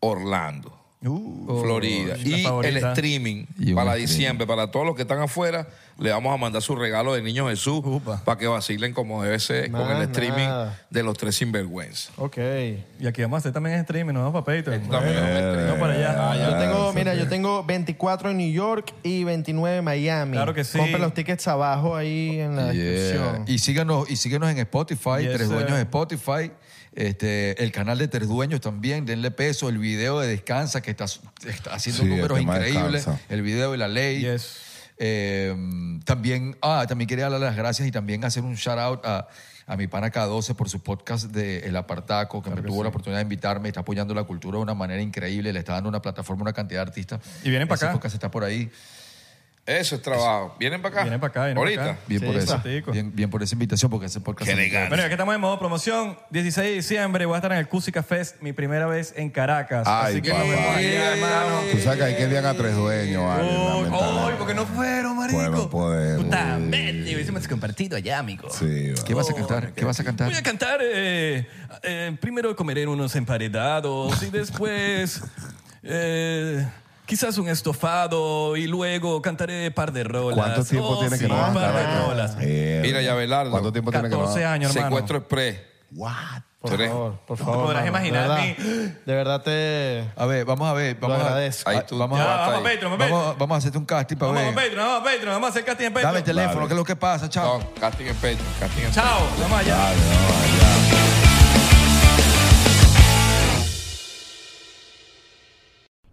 S1: Orlando.
S2: Uh,
S1: Florida.
S2: la
S1: Y el
S2: favorita.
S1: streaming
S5: Y un
S1: para
S5: streaming.
S1: diciembre. Para todos los que están afuera, le vamos a mandar su regalo de Niño Jesús
S2: Upa.
S1: para que vacilen como debe ser con
S4: Más
S1: el streaming
S4: nada.
S1: de los tres sinvergüenzas.
S4: Ok.
S2: Y aquí vamos a hacer también streaming, nos vamos para Patreon.
S1: También vamos
S5: Eh,
S1: a streaming.
S2: Vamos para allá.
S4: yo tengo, mira, yo tengo 24 en New York y 29 en Miami.
S2: Claro que sí.
S4: Compren los tickets abajo ahí en la descripción.
S5: Y síganos, y síganos en Spotify,
S2: Yes,
S5: Tres
S2: sir.
S5: Dueños de Spotify, este, el canal de Tres Dueños también, denle peso, el video de Descansa que está, está haciendo
S3: Sí, el
S5: números
S3: tema de
S5: increíbles,
S3: Descansa.
S5: el video de la ley.
S2: Yes.
S5: Eh, también, ah, también quería darle las gracias y también hacer un shout out a, a mi pana K12 por su podcast de El Apartaco, que me tuvo la oportunidad de invitarme, está apoyando la cultura de una manera increíble, le está dando una plataforma a una cantidad de artistas.
S2: Y vienen pa'
S5: Ese
S2: acá.
S5: podcast está por ahí.
S1: Eso es trabajo. ¿Vienen para acá?
S2: Vienen para acá, vienen
S1: Ahorita.
S2: para Ah, acá.
S5: Bien
S4: Sí,
S5: por eso.
S2: exactico.
S5: Bien, bien por esa invitación, porque ese podcast.
S1: Qué
S5: me encanta.
S1: elegante.
S2: Bueno, ya que estamos en modo promoción, 16 de diciembre voy a estar en el Cusica Fest, mi primera vez en Caracas.
S3: Ay,
S2: Así que
S3: papá.
S2: nos vemos allá, hermano.
S3: Tú sabes que hay que enviar a tres dueños, vale.
S2: Ay,
S3: lamentable. pues,
S2: porque no fueron, marico.
S3: Bueno, podemos.
S2: Puta, vete, hubiésemos compartido allá, amigo.
S3: Sí, vale.
S5: ¿Qué vas a cantar? ¿Qué vas a cantar?
S2: Voy a cantar. eh, eh, primero comeré unos emparedados y
S3: <laughs>
S2: después. eh, quizás un estofado y luego cantaré un par de rolas.
S3: ¿Cuánto tiempo
S2: Oh,
S3: tiene que
S2: sí,
S3: no
S2: Un par de
S3: cantar?
S2: rolas.
S3: Mierda.
S1: Mira, ya Belardo.
S3: ¿Cuánto tiempo tiene que no
S2: 14 años, hermano.
S1: Secuestro Express.
S3: What?
S4: Por
S1: Tres.
S4: favor, por favor.
S2: podrás
S4: mano.
S2: imaginar
S4: De verdad, de verdad te...
S5: A ver, vamos a ver. Vamos a,
S4: agradezco.
S5: Ahí tú- vamos,
S2: Ya,
S5: a,
S2: vamos a
S5: ahí.
S2: Patreon, vamos a
S5: vamos, vamos a hacerte un casting para
S2: Vamos a
S5: ver.
S2: Patreon, vamos a Patreon, vamos a hacer casting en Patreon.
S5: Dame el teléfono, ¿qué es lo que pasa, chao?
S1: No, casting en pecho. Casting en
S2: Chao, vamos allá.